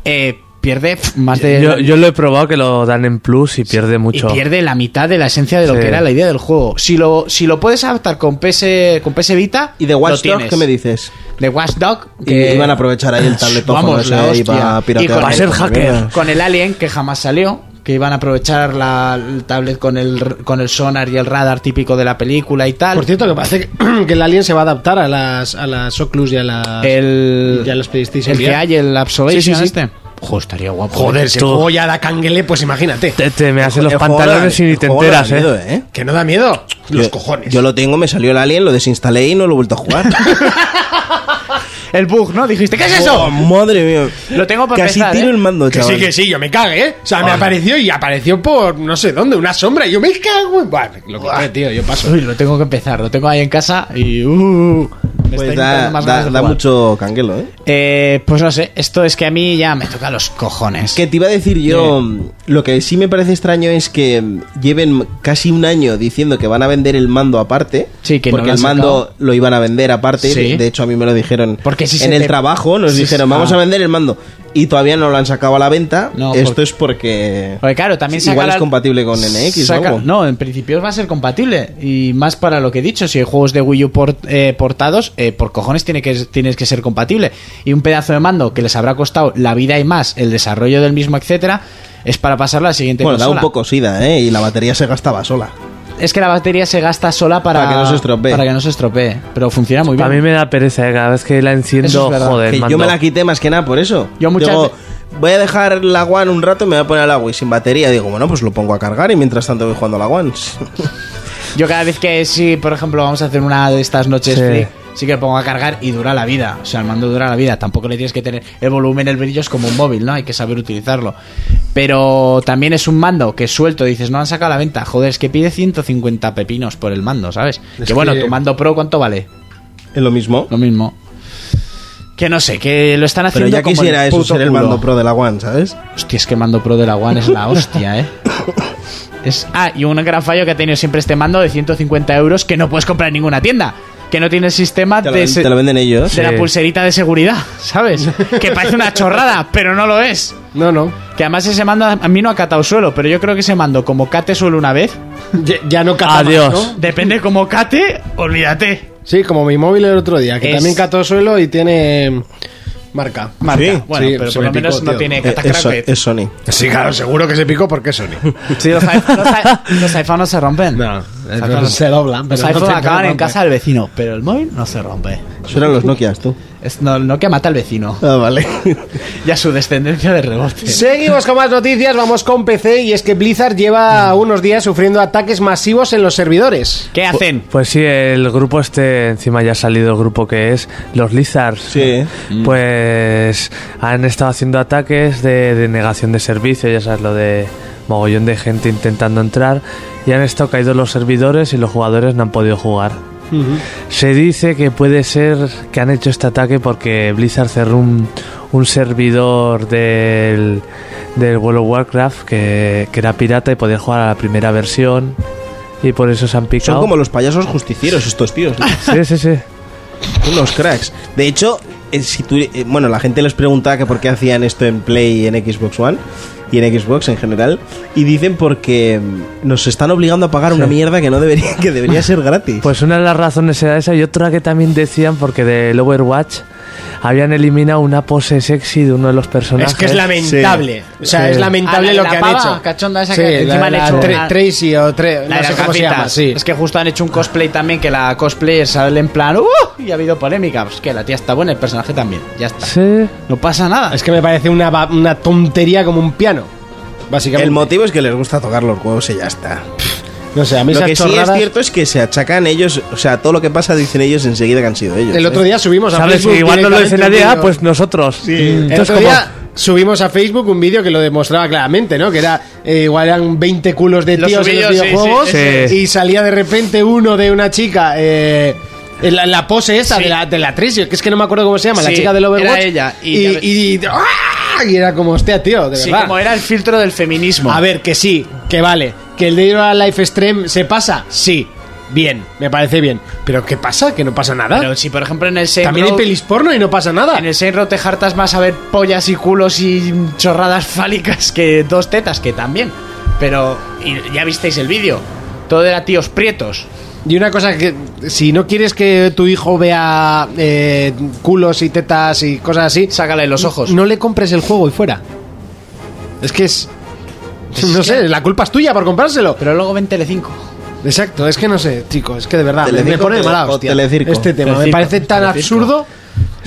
[SPEAKER 4] eh, pierde pf, más de...
[SPEAKER 6] Yo, yo lo he probado que lo dan en plus este y pierde mucho.
[SPEAKER 4] Y pierde la mitad de la esencia de lo
[SPEAKER 6] Sí.
[SPEAKER 4] que era la idea del juego. Si lo, si lo puedes adaptar con PS, con PS Vita.
[SPEAKER 5] ¿Y de
[SPEAKER 4] lo
[SPEAKER 5] Watch Dogs
[SPEAKER 4] tienes.
[SPEAKER 5] qué me dices?
[SPEAKER 4] De Watchdog.
[SPEAKER 5] Y iban a aprovechar ahí el tabletófono
[SPEAKER 4] Vamos,
[SPEAKER 5] ese
[SPEAKER 4] la
[SPEAKER 5] ahí
[SPEAKER 4] hostia.
[SPEAKER 5] para
[SPEAKER 4] Y
[SPEAKER 5] piratear. pues,
[SPEAKER 4] con
[SPEAKER 6] Para
[SPEAKER 4] el-
[SPEAKER 6] ser hacker.
[SPEAKER 4] Con el Alien, que jamás salió. Que iban a aprovechar la, el tablet con el, con el sonar y el radar típico de la película y tal.
[SPEAKER 2] por cierto, que parece que, que el Alien se va a adaptar a las a las Oculus y a las
[SPEAKER 4] el,
[SPEAKER 2] ya los PlayStation
[SPEAKER 4] el que
[SPEAKER 2] VR.
[SPEAKER 4] hay, el Absolation
[SPEAKER 2] Sí, sí, sí.
[SPEAKER 4] este. Joder, estaría guapo.
[SPEAKER 2] joder, si el
[SPEAKER 6] Todo.
[SPEAKER 2] juego ya da canguele, pues imagínate.
[SPEAKER 6] Te, te me hacen los
[SPEAKER 5] El juego
[SPEAKER 6] pantalones
[SPEAKER 5] da-
[SPEAKER 6] y ni
[SPEAKER 5] el
[SPEAKER 6] te
[SPEAKER 5] juego da
[SPEAKER 6] enteras,
[SPEAKER 5] miedo,
[SPEAKER 6] ¿eh?
[SPEAKER 2] Que no da miedo, los
[SPEAKER 5] Yo-
[SPEAKER 2] cojones.
[SPEAKER 5] Yo lo tengo, me salió el alien, lo desinstalé y no lo he vuelto a jugar.
[SPEAKER 4] El bug, ¿no? Dijiste, ¿qué es
[SPEAKER 5] Oh,
[SPEAKER 4] eso?
[SPEAKER 5] madre mía.
[SPEAKER 4] Lo tengo para
[SPEAKER 5] Casi
[SPEAKER 4] empezar,
[SPEAKER 5] tiro
[SPEAKER 4] ¿eh?
[SPEAKER 5] el mando,
[SPEAKER 2] Que
[SPEAKER 5] chaval.
[SPEAKER 2] sí, que sí, yo me cagué, ¿eh? O sea, me apareció y apareció por no sé dónde, una sombra. Y yo me cago. en- Buah, lo que fue, tío, yo paso.
[SPEAKER 4] Uy, lo tengo que empezar. Lo tengo ahí en casa y. Uh, me
[SPEAKER 5] Pues
[SPEAKER 4] está
[SPEAKER 5] da,
[SPEAKER 4] quitando más
[SPEAKER 5] da-
[SPEAKER 4] ganas de
[SPEAKER 5] da
[SPEAKER 4] jugar.
[SPEAKER 5] mucho canguelo, ¿eh?
[SPEAKER 4] Eh, pues no sé, esto es que a mí ya me toca los cojones.
[SPEAKER 5] Que te iba a decir yo, lo que sí me parece extraño es que lleven casi un año diciendo que van a vender el mando aparte.
[SPEAKER 4] Sí, que no
[SPEAKER 5] Porque
[SPEAKER 4] lo han
[SPEAKER 5] el mando
[SPEAKER 4] sacado.
[SPEAKER 5] lo iban a vender aparte.
[SPEAKER 4] Sí.
[SPEAKER 5] De hecho, a mí me lo dijeron
[SPEAKER 4] Porque si se
[SPEAKER 5] en el
[SPEAKER 4] te-
[SPEAKER 5] trabajo. Nos
[SPEAKER 4] si-
[SPEAKER 5] dijeron,
[SPEAKER 4] ah.
[SPEAKER 5] vamos a vender el mando. Y todavía no lo han sacado a la venta.
[SPEAKER 4] No,
[SPEAKER 5] Esto
[SPEAKER 4] porque-
[SPEAKER 5] es porque...
[SPEAKER 4] Porque claro, también saca
[SPEAKER 5] Igual
[SPEAKER 4] la-
[SPEAKER 5] es compatible con NX
[SPEAKER 4] saca-
[SPEAKER 5] o algo.
[SPEAKER 4] No, en principio va a ser compatible. Y más para lo que he dicho, si hay juegos de Wii U port- eh, portados, eh, por cojones tiene que, tienes que ser compatible. Y un pedazo de mando que les habrá costado la vida y más, el desarrollo del mismo, etcétera, es para pasarlo a la siguiente
[SPEAKER 5] Bueno, da un
[SPEAKER 4] consola.
[SPEAKER 5] poco sida, ¿eh? Y la batería se gastaba sola.
[SPEAKER 4] Es que la batería se gasta sola para,
[SPEAKER 5] Para que no se estropee.
[SPEAKER 4] para que no se estropee. Pero funciona muy bien.
[SPEAKER 6] A mí me da pereza, ¿eh? Cada vez que la
[SPEAKER 4] Eso
[SPEAKER 6] enciendo,
[SPEAKER 4] es verdad.
[SPEAKER 6] joder,
[SPEAKER 5] Que
[SPEAKER 6] mando.
[SPEAKER 5] yo me la quité más que nada por eso.
[SPEAKER 4] Yo muchas
[SPEAKER 5] Digo,
[SPEAKER 4] veces-
[SPEAKER 5] voy a dejar la One un rato y me voy a poner la Wii sin batería. Digo, bueno, pues lo pongo a cargar y mientras tanto voy jugando a la One.
[SPEAKER 4] Yo cada vez que sí, por ejemplo, vamos a hacer una de estas noches
[SPEAKER 6] Sí.
[SPEAKER 4] free, sí que lo pongo a cargar y dura la vida. O sea, el mando dura la vida. Tampoco le tienes que tener el volumen, el brillo es como un móvil, ¿no? Hay que saber utilizarlo. Pero también es un mando que suelto, dices, no han sacado a la venta. Joder, es que pide 150 pepinos por el mando, ¿sabes? que bueno,
[SPEAKER 2] que-
[SPEAKER 4] tu mando pro, ¿cuánto vale?
[SPEAKER 5] Es lo mismo.
[SPEAKER 4] Lo mismo. Que no sé, que lo están
[SPEAKER 5] Pero
[SPEAKER 4] haciendo
[SPEAKER 5] ya
[SPEAKER 4] como el
[SPEAKER 5] quisiera eso
[SPEAKER 4] puto
[SPEAKER 5] ser el
[SPEAKER 4] culo.
[SPEAKER 5] mando pro de la One, ¿sabes?
[SPEAKER 4] Hostia, es que el mando pro de la One es la hostia, ¿eh? Es, ah, y un gran fallo que ha tenido siempre este mando de 150 euros que no puedes comprar en ninguna tienda. Que no tiene el sistema
[SPEAKER 5] Te lo,
[SPEAKER 4] de,
[SPEAKER 5] ven-
[SPEAKER 4] se-
[SPEAKER 5] te lo venden ellos.
[SPEAKER 4] de la
[SPEAKER 6] Sí.
[SPEAKER 4] pulserita de seguridad, ¿sabes? Que parece una chorrada, pero no lo es.
[SPEAKER 2] No, no.
[SPEAKER 4] Que además ese mando a a mí no ha catado suelo, pero yo creo que ese mando, como cate suelo una vez,
[SPEAKER 2] Ya, ya no cata más,
[SPEAKER 6] Adiós.
[SPEAKER 2] ¿no?
[SPEAKER 4] depende como cate, olvídate.
[SPEAKER 2] Sí, como mi móvil el otro día, que
[SPEAKER 4] Es-
[SPEAKER 2] también cató suelo y tiene marca.
[SPEAKER 4] Marca.
[SPEAKER 5] Sí,
[SPEAKER 4] bueno,
[SPEAKER 2] sí,
[SPEAKER 4] pero
[SPEAKER 2] se
[SPEAKER 4] por
[SPEAKER 2] me
[SPEAKER 4] lo menos
[SPEAKER 2] picó,
[SPEAKER 4] no
[SPEAKER 2] tío.
[SPEAKER 4] tiene
[SPEAKER 5] Eh, es, so-
[SPEAKER 4] catacracket.
[SPEAKER 5] es Sony.
[SPEAKER 2] Sí, claro, seguro que se picó porque es Sony.
[SPEAKER 4] Sí, los, iPhone- los i- los iPhone no se rompen.
[SPEAKER 5] Ah.
[SPEAKER 2] no se doblan, pero
[SPEAKER 4] Los
[SPEAKER 2] no
[SPEAKER 4] iPhone
[SPEAKER 2] se
[SPEAKER 4] acaban
[SPEAKER 2] rompen.
[SPEAKER 4] en casa del vecino, pero el móvil no se rompe.
[SPEAKER 5] Eso eran los Nokias, tú.
[SPEAKER 4] Es, no, no que mata al vecino.
[SPEAKER 5] Ah, vale.
[SPEAKER 4] Y a su descendencia de rebote.
[SPEAKER 2] Seguimos con más noticias, vamos con PC y es que Blizzard lleva
[SPEAKER 4] Mm.
[SPEAKER 2] unos días sufriendo ataques masivos en los servidores.
[SPEAKER 4] ¿Qué hacen?
[SPEAKER 6] Pues sí, el grupo este, encima ya ha salido el grupo que es, los Lizards.
[SPEAKER 5] Sí.
[SPEAKER 6] Pues han estado haciendo ataques de, de negación de servicio, ya sabes, lo de mogollón de gente intentando entrar. Y han estado caídos los servidores y los jugadores no han podido jugar. Se dice que puede ser que han hecho este ataque porque Blizzard cerró un, un servidor del, del World of Warcraft que, que era pirata y podía jugar a la primera versión. Y por eso se han picado.
[SPEAKER 5] Son como los payasos justicieros estos tíos. ¿no?
[SPEAKER 6] Sí, sí, sí.
[SPEAKER 5] Unos cracks. De hecho, eh, si tú- eh, bueno, la gente les preguntaba que por qué hacían esto en Play y en Xbox One y en Xbox en general y dicen porque mm, nos están obligando a pagar una mierda que no debería que debería ser gratis.
[SPEAKER 6] Pues una de las razones era esa y otra que también decían porque del Overwatch habían eliminado una pose sexy de uno de los personajes.
[SPEAKER 2] Es que es lamentable. O sea,
[SPEAKER 6] Sí.
[SPEAKER 2] es lamentable
[SPEAKER 4] Ah, la-
[SPEAKER 2] lo
[SPEAKER 4] la
[SPEAKER 2] que han
[SPEAKER 4] pava
[SPEAKER 2] hecho.
[SPEAKER 4] cachonda esa
[SPEAKER 2] Sí,
[SPEAKER 4] que-
[SPEAKER 2] encima
[SPEAKER 4] la-
[SPEAKER 2] han hecho
[SPEAKER 4] la-
[SPEAKER 2] tre-
[SPEAKER 4] la-
[SPEAKER 2] Tracy o tre-
[SPEAKER 4] La
[SPEAKER 2] no
[SPEAKER 4] de
[SPEAKER 2] sé
[SPEAKER 4] las
[SPEAKER 2] cómo se llama.
[SPEAKER 4] gafitas.
[SPEAKER 2] Sí.
[SPEAKER 4] Es que justo han hecho un cosplay también que la cosplayer sale en plan ¡Uh! Y ha habido polémica. Pues que la tía está buena, el personaje también. Ya está.
[SPEAKER 6] Sí.
[SPEAKER 4] No pasa nada.
[SPEAKER 2] Es que me parece una, ba- una tontería como un piano. Básicamente.
[SPEAKER 5] el motivo es que les gusta tocar los huevos y ya está.
[SPEAKER 2] No sé, a mí
[SPEAKER 5] Lo
[SPEAKER 2] esas
[SPEAKER 5] que sí es
[SPEAKER 2] chorradas-
[SPEAKER 5] cierto es que se achacan ellos, o sea, todo lo que pasa dicen ellos enseguida que han sido ellos.
[SPEAKER 2] El
[SPEAKER 5] ¿eh?
[SPEAKER 2] otro día subimos a
[SPEAKER 6] ¿Sabes?
[SPEAKER 2] Facebook.
[SPEAKER 6] Que igual no lo dice
[SPEAKER 2] directamente
[SPEAKER 6] nadie,
[SPEAKER 2] un
[SPEAKER 6] ah,
[SPEAKER 2] vídeo.
[SPEAKER 6] pues nosotros.
[SPEAKER 2] El
[SPEAKER 6] Entonces,
[SPEAKER 2] otro
[SPEAKER 6] como,
[SPEAKER 2] día subimos a Facebook un vídeo que lo demostraba claramente, ¿no? Que era eh, igual eran 20 culos de
[SPEAKER 4] Lo
[SPEAKER 2] tíos
[SPEAKER 4] subí
[SPEAKER 2] en los
[SPEAKER 4] yo, sí,
[SPEAKER 2] videojuegos
[SPEAKER 6] sí, sí, sí.
[SPEAKER 2] y salía de repente uno de una chica. Eh, en la, la pose esa de la, de la actriz, que es que no me acuerdo cómo se llama, la
[SPEAKER 4] Sí,
[SPEAKER 2] chica del
[SPEAKER 4] era
[SPEAKER 2] Overwatch.
[SPEAKER 4] ella, y
[SPEAKER 2] Y,
[SPEAKER 4] ya ve-
[SPEAKER 2] y- ¡ah! y era como, hostia, tío, de
[SPEAKER 4] Sí,
[SPEAKER 2] verdad.
[SPEAKER 4] como era el filtro del feminismo.
[SPEAKER 2] A ver, que sí, que vale. ¿Que el de ir a Life Stream se pasa? Sí. Bien, me parece bien. ¿Pero qué pasa? ¿Que no pasa nada?
[SPEAKER 4] Pero si por ejemplo en el Saints
[SPEAKER 2] También hay
[SPEAKER 4] Row-
[SPEAKER 2] pelis porno y no pasa nada.
[SPEAKER 4] En el Saints Row te jartas más a ver pollas y culos y chorradas fálicas que dos tetas, que también. Pero y ya visteis el vídeo. Todo era tíos prietos.
[SPEAKER 2] Y una cosa que, si no quieres que tu hijo vea eh, culos y tetas y cosas así,
[SPEAKER 4] Sácale los ojos.
[SPEAKER 2] no le compres el juego y fuera. Es que es... no sé, la culpa es tuya por comprárselo.
[SPEAKER 4] Pero luego ven Telecinco.
[SPEAKER 2] Exacto, es que no sé, chicos, es que de verdad me- me
[SPEAKER 5] Telecinco,
[SPEAKER 2] pone de mala
[SPEAKER 5] tele- o
[SPEAKER 2] hostia
[SPEAKER 5] Telecirco.
[SPEAKER 2] este tema. me
[SPEAKER 4] Telecirco,
[SPEAKER 2] parece tan
[SPEAKER 4] Telecirco.
[SPEAKER 2] absurdo.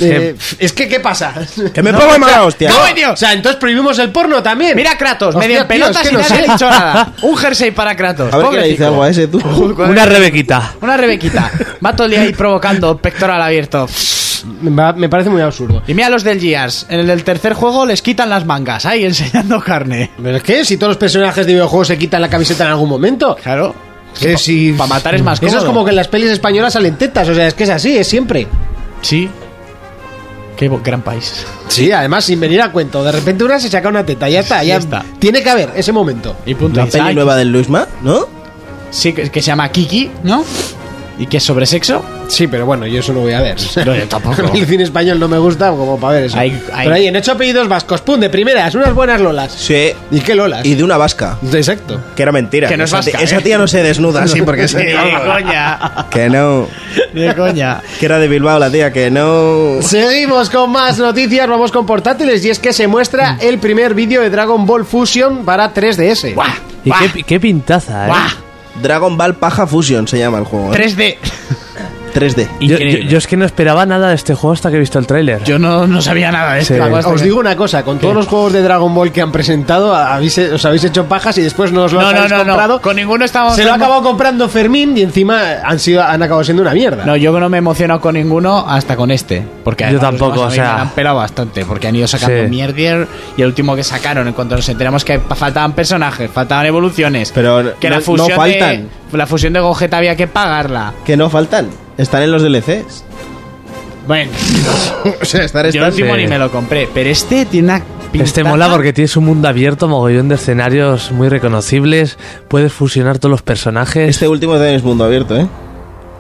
[SPEAKER 2] eh, es que, ¿qué pasa?
[SPEAKER 5] Que me pongo de mala hostia.
[SPEAKER 2] No, o sea, entonces prohibimos el porno también.
[SPEAKER 4] Mira a Kratos,
[SPEAKER 2] Hostia,
[SPEAKER 4] medio
[SPEAKER 2] tío,
[SPEAKER 4] en pelotas
[SPEAKER 2] es que
[SPEAKER 4] y
[SPEAKER 2] no
[SPEAKER 4] nadie
[SPEAKER 2] sé.
[SPEAKER 4] ha dicho nada. Un jersey para Kratos.
[SPEAKER 5] A ver qué le
[SPEAKER 4] pobrecico.
[SPEAKER 5] dice algo a ese tú.
[SPEAKER 6] una rebequita.
[SPEAKER 4] Una rebequita. Va todo el día ahí provocando, pectoral abierto.
[SPEAKER 2] Me va- me parece muy absurdo.
[SPEAKER 4] Y mira los del Gears. En el del tercer juego les quitan las mangas. Ahí enseñando carne.
[SPEAKER 2] Pero es que si todos los personajes de videojuegos se quitan la camiseta en algún momento.
[SPEAKER 4] Claro.
[SPEAKER 2] Que si-
[SPEAKER 4] Para matar es más
[SPEAKER 2] Eso es
[SPEAKER 4] cómodo.
[SPEAKER 2] como que en las pelis españolas salen tetas, o sea, es que es así, es siempre.
[SPEAKER 4] Sí. Qué bo- gran país.
[SPEAKER 2] Sí, además sin venir a cuento, de repente una se saca una teta, ya está, ya,
[SPEAKER 4] Ya está.
[SPEAKER 2] tiene que haber ese momento.
[SPEAKER 4] Y punto.
[SPEAKER 5] La
[SPEAKER 4] Y- Ay,
[SPEAKER 5] peli nueva del Luisma, ¿no?
[SPEAKER 4] Sí, que, que se llama Kiki, ¿no? ¿Y que es sobre sexo?
[SPEAKER 2] Sí, pero bueno, yo eso no voy a ver.
[SPEAKER 4] No, yo tampoco.
[SPEAKER 2] El cine español no me gusta como para ver eso.
[SPEAKER 4] Hay- hay-
[SPEAKER 2] Pero ahí en ocho apellidos vascos, pum, de primeras, unas buenas lolas.
[SPEAKER 5] Sí.
[SPEAKER 2] ¿Y qué lolas?
[SPEAKER 5] Y de una vasca.
[SPEAKER 2] Exacto.
[SPEAKER 5] Que era mentira.
[SPEAKER 4] Que no es
[SPEAKER 5] Esa
[SPEAKER 4] vasca,
[SPEAKER 5] ti- Esa
[SPEAKER 4] ¿eh?
[SPEAKER 5] tía no se desnuda así porque sí.
[SPEAKER 4] De coña.
[SPEAKER 5] Que no.
[SPEAKER 4] De coña.
[SPEAKER 5] Que era de Bilbao la tía, que no.
[SPEAKER 2] Seguimos con más noticias, vamos con portátiles y es que se muestra el primer vídeo de Dragon Ball Fusion para 3DS.
[SPEAKER 4] Buah,
[SPEAKER 6] Y
[SPEAKER 4] buah,
[SPEAKER 6] qué, qué pintaza, ¿eh?
[SPEAKER 4] buah.
[SPEAKER 5] Dragon Ball Paja Fusion se llama el juego. ¿eh?
[SPEAKER 4] 3D.
[SPEAKER 5] 3D.
[SPEAKER 6] Yo, yo- yo es que no esperaba nada de este juego hasta que he visto el tráiler.
[SPEAKER 4] Yo no, no sabía nada de esto.
[SPEAKER 6] Sí.
[SPEAKER 4] Hasta
[SPEAKER 2] Os
[SPEAKER 4] que-
[SPEAKER 2] digo una cosa, con todos los juegos de Dragon Ball que han presentado, a- habéis, os habéis hecho pajas y después no os lo
[SPEAKER 4] No, no,
[SPEAKER 2] habéis
[SPEAKER 4] no,
[SPEAKER 2] comprado.
[SPEAKER 4] no. Con ninguno estábamos.
[SPEAKER 2] Se lo ha acabado comprando Fermín y encima han, sido, han acabado siendo una mierda.
[SPEAKER 4] No, yo no me he emocionado con ninguno hasta con este. Porque
[SPEAKER 6] Yo
[SPEAKER 4] además los
[SPEAKER 6] tampoco,
[SPEAKER 4] demás a mí
[SPEAKER 6] o sea-
[SPEAKER 4] Me han pelado bastante. Porque han ido sacando
[SPEAKER 6] Sí.
[SPEAKER 4] mierdier. Y el último que sacaron, en cuanto nos enteramos que pa- faltaban personajes, faltaban evoluciones.
[SPEAKER 5] Pero
[SPEAKER 4] que
[SPEAKER 5] no-
[SPEAKER 4] la
[SPEAKER 5] no
[SPEAKER 4] fusión
[SPEAKER 5] faltan.
[SPEAKER 4] De, la fusión de Gogeta había que pagarla.
[SPEAKER 5] Que no faltan. Están en los DLCs.
[SPEAKER 4] Bueno,
[SPEAKER 5] O sea, estar
[SPEAKER 4] yo el
[SPEAKER 5] están.
[SPEAKER 4] último
[SPEAKER 6] sí.
[SPEAKER 4] ni me lo compré. Pero este tiene una. pintaza.
[SPEAKER 6] Este mola porque tienes un mundo abierto, mogollón de escenarios muy reconocibles, puedes fusionar todos los personajes.
[SPEAKER 5] Este último también es mundo abierto, ¿eh?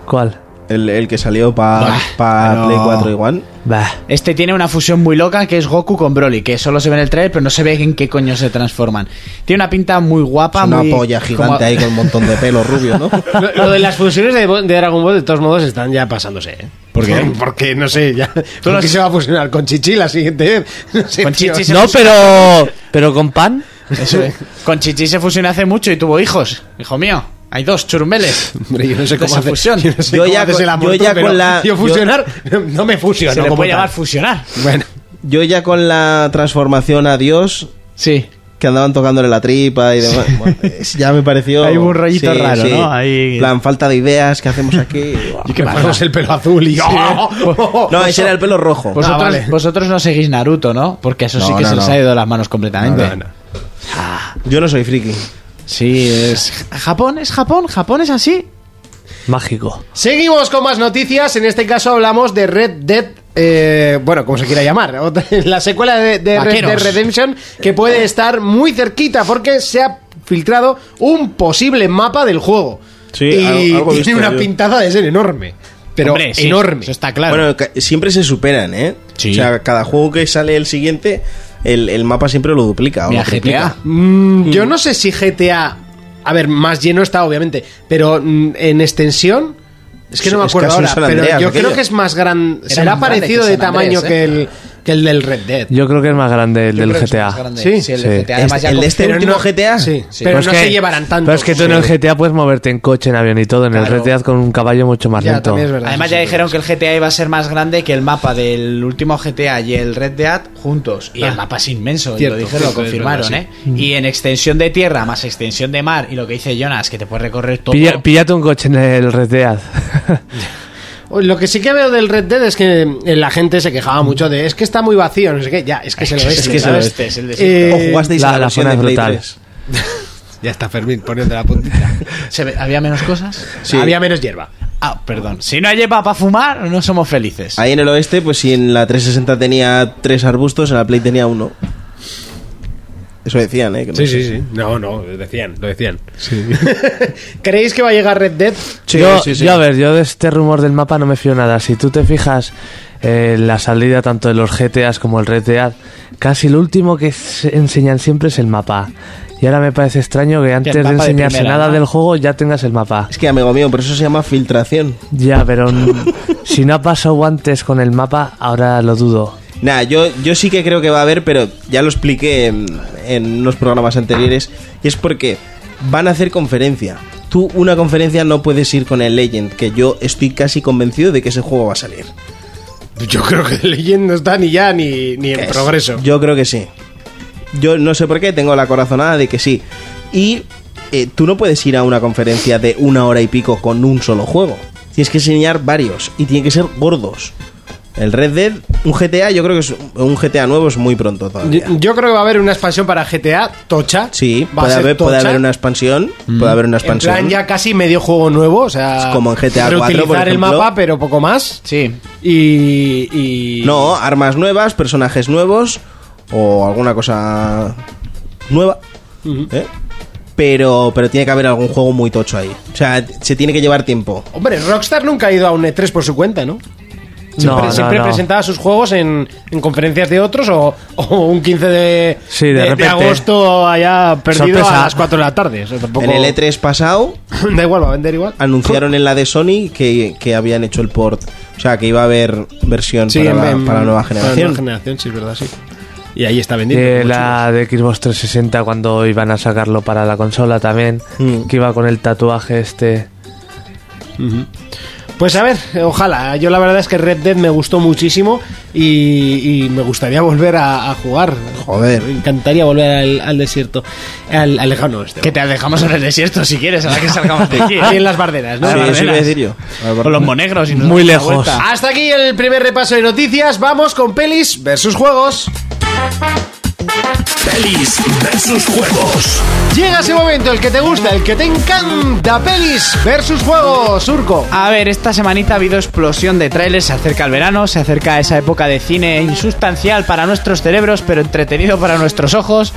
[SPEAKER 6] ¿Cuál?
[SPEAKER 5] El, el que salió para
[SPEAKER 4] Bah, no.
[SPEAKER 5] Play 4 y One.
[SPEAKER 6] Bah.
[SPEAKER 4] Este tiene una fusión muy loca que es Goku con Broly, que solo se ve en el trailer, pero no se ve en qué coño se transforman. Tiene una pinta muy guapa,
[SPEAKER 5] Es una
[SPEAKER 4] Ah, muy-
[SPEAKER 5] polla gigante
[SPEAKER 4] como-
[SPEAKER 5] ahí con un montón de pelo rubio, ¿no?
[SPEAKER 2] Lo, lo de las funciones de, de Dragon Ball, de todos modos, están ya pasándose. ¿eh? ¿Por qué? Porque, no sé, ya. ¿Por
[SPEAKER 4] lo
[SPEAKER 2] qué
[SPEAKER 4] has-
[SPEAKER 2] se va a fusionar con Chichi la siguiente vez? No sé,
[SPEAKER 4] Con
[SPEAKER 2] tío.
[SPEAKER 4] Chichi se
[SPEAKER 6] No, pero. ¿Pero con pan?
[SPEAKER 4] Eso es. Con Chichi se fusionó hace mucho y tuvo hijos. Hijo mío, hay dos churumbeles.
[SPEAKER 2] Hombre, yo no sé
[SPEAKER 4] De
[SPEAKER 2] cómo
[SPEAKER 4] esa
[SPEAKER 2] hacer-
[SPEAKER 4] fusión.
[SPEAKER 2] yo no sé
[SPEAKER 5] Yo
[SPEAKER 2] cómo
[SPEAKER 5] ya
[SPEAKER 2] haces
[SPEAKER 5] con-
[SPEAKER 2] el amor
[SPEAKER 5] yo
[SPEAKER 2] tú,
[SPEAKER 5] ya
[SPEAKER 2] pero
[SPEAKER 5] con la-
[SPEAKER 2] Yo fusionar, no me fusiono.
[SPEAKER 4] se le
[SPEAKER 2] como
[SPEAKER 4] puede
[SPEAKER 2] tal.
[SPEAKER 4] llamar fusionar.
[SPEAKER 2] Bueno,
[SPEAKER 5] Yo ya con la transformación a Dios,
[SPEAKER 4] Sí.
[SPEAKER 5] que andaban tocándole la tripa y demás. Bueno, es- ya me pareció.
[SPEAKER 4] Hay un rollito raro, ¿no? Ahí-
[SPEAKER 5] plan, falta de ideas, ¿qué hacemos aquí?
[SPEAKER 2] que ponemos el pelo azul y.
[SPEAKER 5] no, ese era el pelo rojo.
[SPEAKER 4] Vosotros,
[SPEAKER 2] Ah, vale.
[SPEAKER 4] vosotros no seguís Naruto, ¿no? Porque eso sí
[SPEAKER 5] No,
[SPEAKER 4] que
[SPEAKER 5] no,
[SPEAKER 4] se
[SPEAKER 5] no.
[SPEAKER 4] les ha ido de las manos completamente.
[SPEAKER 5] Yo no soy friki.
[SPEAKER 4] Sí, es. Japón es Japón, Japón es así.
[SPEAKER 6] Mágico.
[SPEAKER 2] Seguimos con más noticias. En este caso hablamos de Red Dead. eh, bueno, como se quiera llamar, Otra- la secuela de, de Red
[SPEAKER 4] Vaqueros.
[SPEAKER 2] Dead Redemption que puede estar muy cerquita porque se ha filtrado un posible mapa del juego.
[SPEAKER 5] Sí,
[SPEAKER 2] y
[SPEAKER 5] algo- algo he
[SPEAKER 2] tiene
[SPEAKER 5] visto
[SPEAKER 2] una
[SPEAKER 5] yo.
[SPEAKER 2] pintada de ser enorme, pero
[SPEAKER 4] Hombre, sí,
[SPEAKER 2] enorme.
[SPEAKER 4] Eso está claro.
[SPEAKER 5] Bueno, ca- siempre se superan, ¿eh?
[SPEAKER 4] Sí.
[SPEAKER 5] O sea, cada juego que sale el siguiente, el, el mapa siempre lo duplica. o
[SPEAKER 4] Mira,
[SPEAKER 5] lo triplica.
[SPEAKER 4] GTA.
[SPEAKER 2] Mm, Yo no sé si GTA. A ver, más lleno está, obviamente. Pero mm, en extensión. Es que no me
[SPEAKER 5] Es
[SPEAKER 2] acuerdo
[SPEAKER 5] casi un
[SPEAKER 2] ahora.
[SPEAKER 5] San
[SPEAKER 2] Pero
[SPEAKER 5] Andreas,
[SPEAKER 2] yo
[SPEAKER 5] aquello.
[SPEAKER 2] creo que es más gran. Será
[SPEAKER 7] más grande
[SPEAKER 2] parecido
[SPEAKER 7] que
[SPEAKER 2] de
[SPEAKER 7] San
[SPEAKER 2] tamaño
[SPEAKER 7] Andrés,
[SPEAKER 2] que,
[SPEAKER 7] ¿eh?
[SPEAKER 2] el, que el del Red Dead.
[SPEAKER 6] Yo creo que es más grande el
[SPEAKER 7] Yo
[SPEAKER 6] del
[SPEAKER 7] creo que es más
[SPEAKER 6] GTA.
[SPEAKER 7] grande.
[SPEAKER 2] Sí.
[SPEAKER 7] Sí, el
[SPEAKER 6] Sí.
[SPEAKER 7] GTA. Además,
[SPEAKER 5] Este-
[SPEAKER 7] ya
[SPEAKER 5] el
[SPEAKER 7] con-
[SPEAKER 5] de este
[SPEAKER 2] pero
[SPEAKER 5] último
[SPEAKER 2] no-
[SPEAKER 5] GTA.
[SPEAKER 2] Sí,
[SPEAKER 6] Pero
[SPEAKER 2] pero
[SPEAKER 6] es
[SPEAKER 2] no
[SPEAKER 6] Pues que-
[SPEAKER 2] se llevarán tanto.
[SPEAKER 6] Pero es que tú en el GTA puedes moverte en coche, en avión y todo. En el Red Dead con un caballo mucho más
[SPEAKER 2] Ya,
[SPEAKER 6] lento.
[SPEAKER 2] también es verdad.
[SPEAKER 4] Además ya dijeron que el GTA iba a ser más grande que el mapa del último GTA y el Red Dead juntos. Y el mapa es inmenso, y
[SPEAKER 2] Ah. Cierto,
[SPEAKER 4] lo dijeron, lo
[SPEAKER 2] cierto, es verdad,
[SPEAKER 4] confirmaron, ¿eh? Y en extensión de tierra más extensión de mar, y lo que dice Jonas, que te puedes pues recorrer todo.
[SPEAKER 6] Pilla- píllate un coche en el Red Dead.
[SPEAKER 2] Lo que sí que veo del Red Dead es que eh, la gente se quejaba mucho de es que está muy vacío, no sé qué. Ya, es que se lo
[SPEAKER 4] es que es el
[SPEAKER 2] ¿sabes?
[SPEAKER 4] oeste, es el
[SPEAKER 2] Eh,
[SPEAKER 4] desierto.
[SPEAKER 5] O jugasteis
[SPEAKER 6] la-
[SPEAKER 5] a la,
[SPEAKER 6] la
[SPEAKER 5] versión
[SPEAKER 6] zona
[SPEAKER 5] de Play
[SPEAKER 6] brutal.
[SPEAKER 5] 3.
[SPEAKER 2] Ya está Fermín poniendo la puntita.
[SPEAKER 4] Se ve- ¿Había menos cosas?
[SPEAKER 5] Sí.
[SPEAKER 2] Había menos hierba.
[SPEAKER 4] Ah, perdón. Si no hay hierba para fumar, no somos felices.
[SPEAKER 5] Ahí en el oeste, pues si en la 360 tenía tres arbustos, en la Play tenía uno. Eso decían, ¿eh? Que no sé.
[SPEAKER 2] sí. No, no, lo decían, lo decían. ¿Creéis que va a llegar Ah, Red Dead?
[SPEAKER 6] yo, yo, a ver, yo de este rumor del mapa no me fío nada. Si tú te fijas eh, en la salida tanto de los GTAs como el Red Dead, casi lo último que se enseñan siempre es el mapa. Y ahora me parece extraño que antes de
[SPEAKER 4] mapa de
[SPEAKER 6] enseñarse
[SPEAKER 4] primera,
[SPEAKER 6] nada
[SPEAKER 4] ¿no?
[SPEAKER 6] del juego ya tengas el mapa.
[SPEAKER 5] Es que, amigo mío, por eso se llama filtración.
[SPEAKER 6] Ya, pero n- si no ha pasado antes con el mapa, ahora lo dudo.
[SPEAKER 5] Nah, yo, yo sí que creo que va a haber, pero ya lo expliqué en, en unos programas anteriores. Y es porque van a hacer conferencia. Tú, una conferencia, no puedes ir con el Legend, que yo estoy casi convencido de que ese juego va a salir.
[SPEAKER 2] Yo creo que Legend no está ni ya ni, ni en
[SPEAKER 5] Es-
[SPEAKER 2] progreso.
[SPEAKER 5] Yo creo que sí. Yo no sé por qué, tengo la corazonada de que sí. Y eh, tú no puedes ir a una conferencia de una hora y pico con un solo juego. Tienes que enseñar varios y tienen que ser gordos. El Red Dead, un GTA, yo creo que es un GTA nuevo es muy pronto todavía.
[SPEAKER 2] Yo, yo creo que va a haber una expansión para GTA tocha.
[SPEAKER 5] Sí,
[SPEAKER 2] va
[SPEAKER 5] puede
[SPEAKER 2] a ser
[SPEAKER 5] haber, puede
[SPEAKER 2] tocha.
[SPEAKER 5] haber una expansión. Puede haber una
[SPEAKER 2] En
[SPEAKER 5] expansión.
[SPEAKER 2] plan ya casi medio juego nuevo, o sea,
[SPEAKER 5] Es como en GTA IV, por
[SPEAKER 2] reutilizar el
[SPEAKER 5] ejemplo.
[SPEAKER 2] mapa, pero poco más.
[SPEAKER 4] Sí.
[SPEAKER 2] Y, y-
[SPEAKER 5] No, armas nuevas, personajes nuevos o alguna cosa nueva. ¿eh? Pero, pero tiene que haber algún juego muy tocho ahí. O sea, se tiene que llevar tiempo.
[SPEAKER 2] Hombre, Rockstar nunca ha ido a un E3 por su cuenta, ¿no? Siempre,
[SPEAKER 6] no, no,
[SPEAKER 2] siempre
[SPEAKER 6] no.
[SPEAKER 2] presentaba sus juegos en, en conferencias de otros o, o un 15 de,
[SPEAKER 6] Sí, de repente.
[SPEAKER 2] agosto allá perdido
[SPEAKER 6] Sorpresa.
[SPEAKER 2] a las 4 de la tarde. O sea, tampoco-
[SPEAKER 5] En el E E3 pasado
[SPEAKER 2] da igual, va a vender igual.
[SPEAKER 5] anunciaron en la de Sony que, que habían hecho el port. O sea, que iba a haber versión
[SPEAKER 2] Sí,
[SPEAKER 5] para,
[SPEAKER 2] en-
[SPEAKER 5] la,
[SPEAKER 2] en-
[SPEAKER 5] para la nueva
[SPEAKER 2] Para la nueva
[SPEAKER 5] generación.
[SPEAKER 2] generación, sí, es verdad, sí. Y ahí está vendido.
[SPEAKER 6] Eh,
[SPEAKER 2] como
[SPEAKER 6] la de Xbox 360 cuando iban a sacarlo para la consola también,
[SPEAKER 5] Mm.
[SPEAKER 6] que iba con el tatuaje este.
[SPEAKER 2] chulo. Pues a ver, ojalá. Yo la verdad es que Red Dead me gustó muchísimo y, y me gustaría volver a, a jugar.
[SPEAKER 5] Joder.
[SPEAKER 2] Me encantaría volver al, al desierto, al, al lejano oeste.
[SPEAKER 4] Que te dejamos en el desierto si quieres, ahora que salgamos de aquí. ¿eh?
[SPEAKER 2] Ahí en las bardenas, ¿no?
[SPEAKER 5] Sí,
[SPEAKER 4] Las
[SPEAKER 5] eso iba a
[SPEAKER 4] barreras.
[SPEAKER 5] decir yo.
[SPEAKER 4] Con los monegros y nos damos
[SPEAKER 6] Muy
[SPEAKER 4] la
[SPEAKER 6] lejos.
[SPEAKER 4] vuelta.
[SPEAKER 2] Hasta aquí el primer repaso de noticias. Vamos con pelis versus juegos.
[SPEAKER 1] Pelis versus juegos.
[SPEAKER 2] Llega ese momento, el que te gusta, el que te encanta. Pelis versus juegos, Surco.
[SPEAKER 4] A ver, esta semanita ha habido explosión de trailers, se acerca el verano, se acerca esa época de cine insustancial para nuestros cerebros, pero entretenido para nuestros ojos,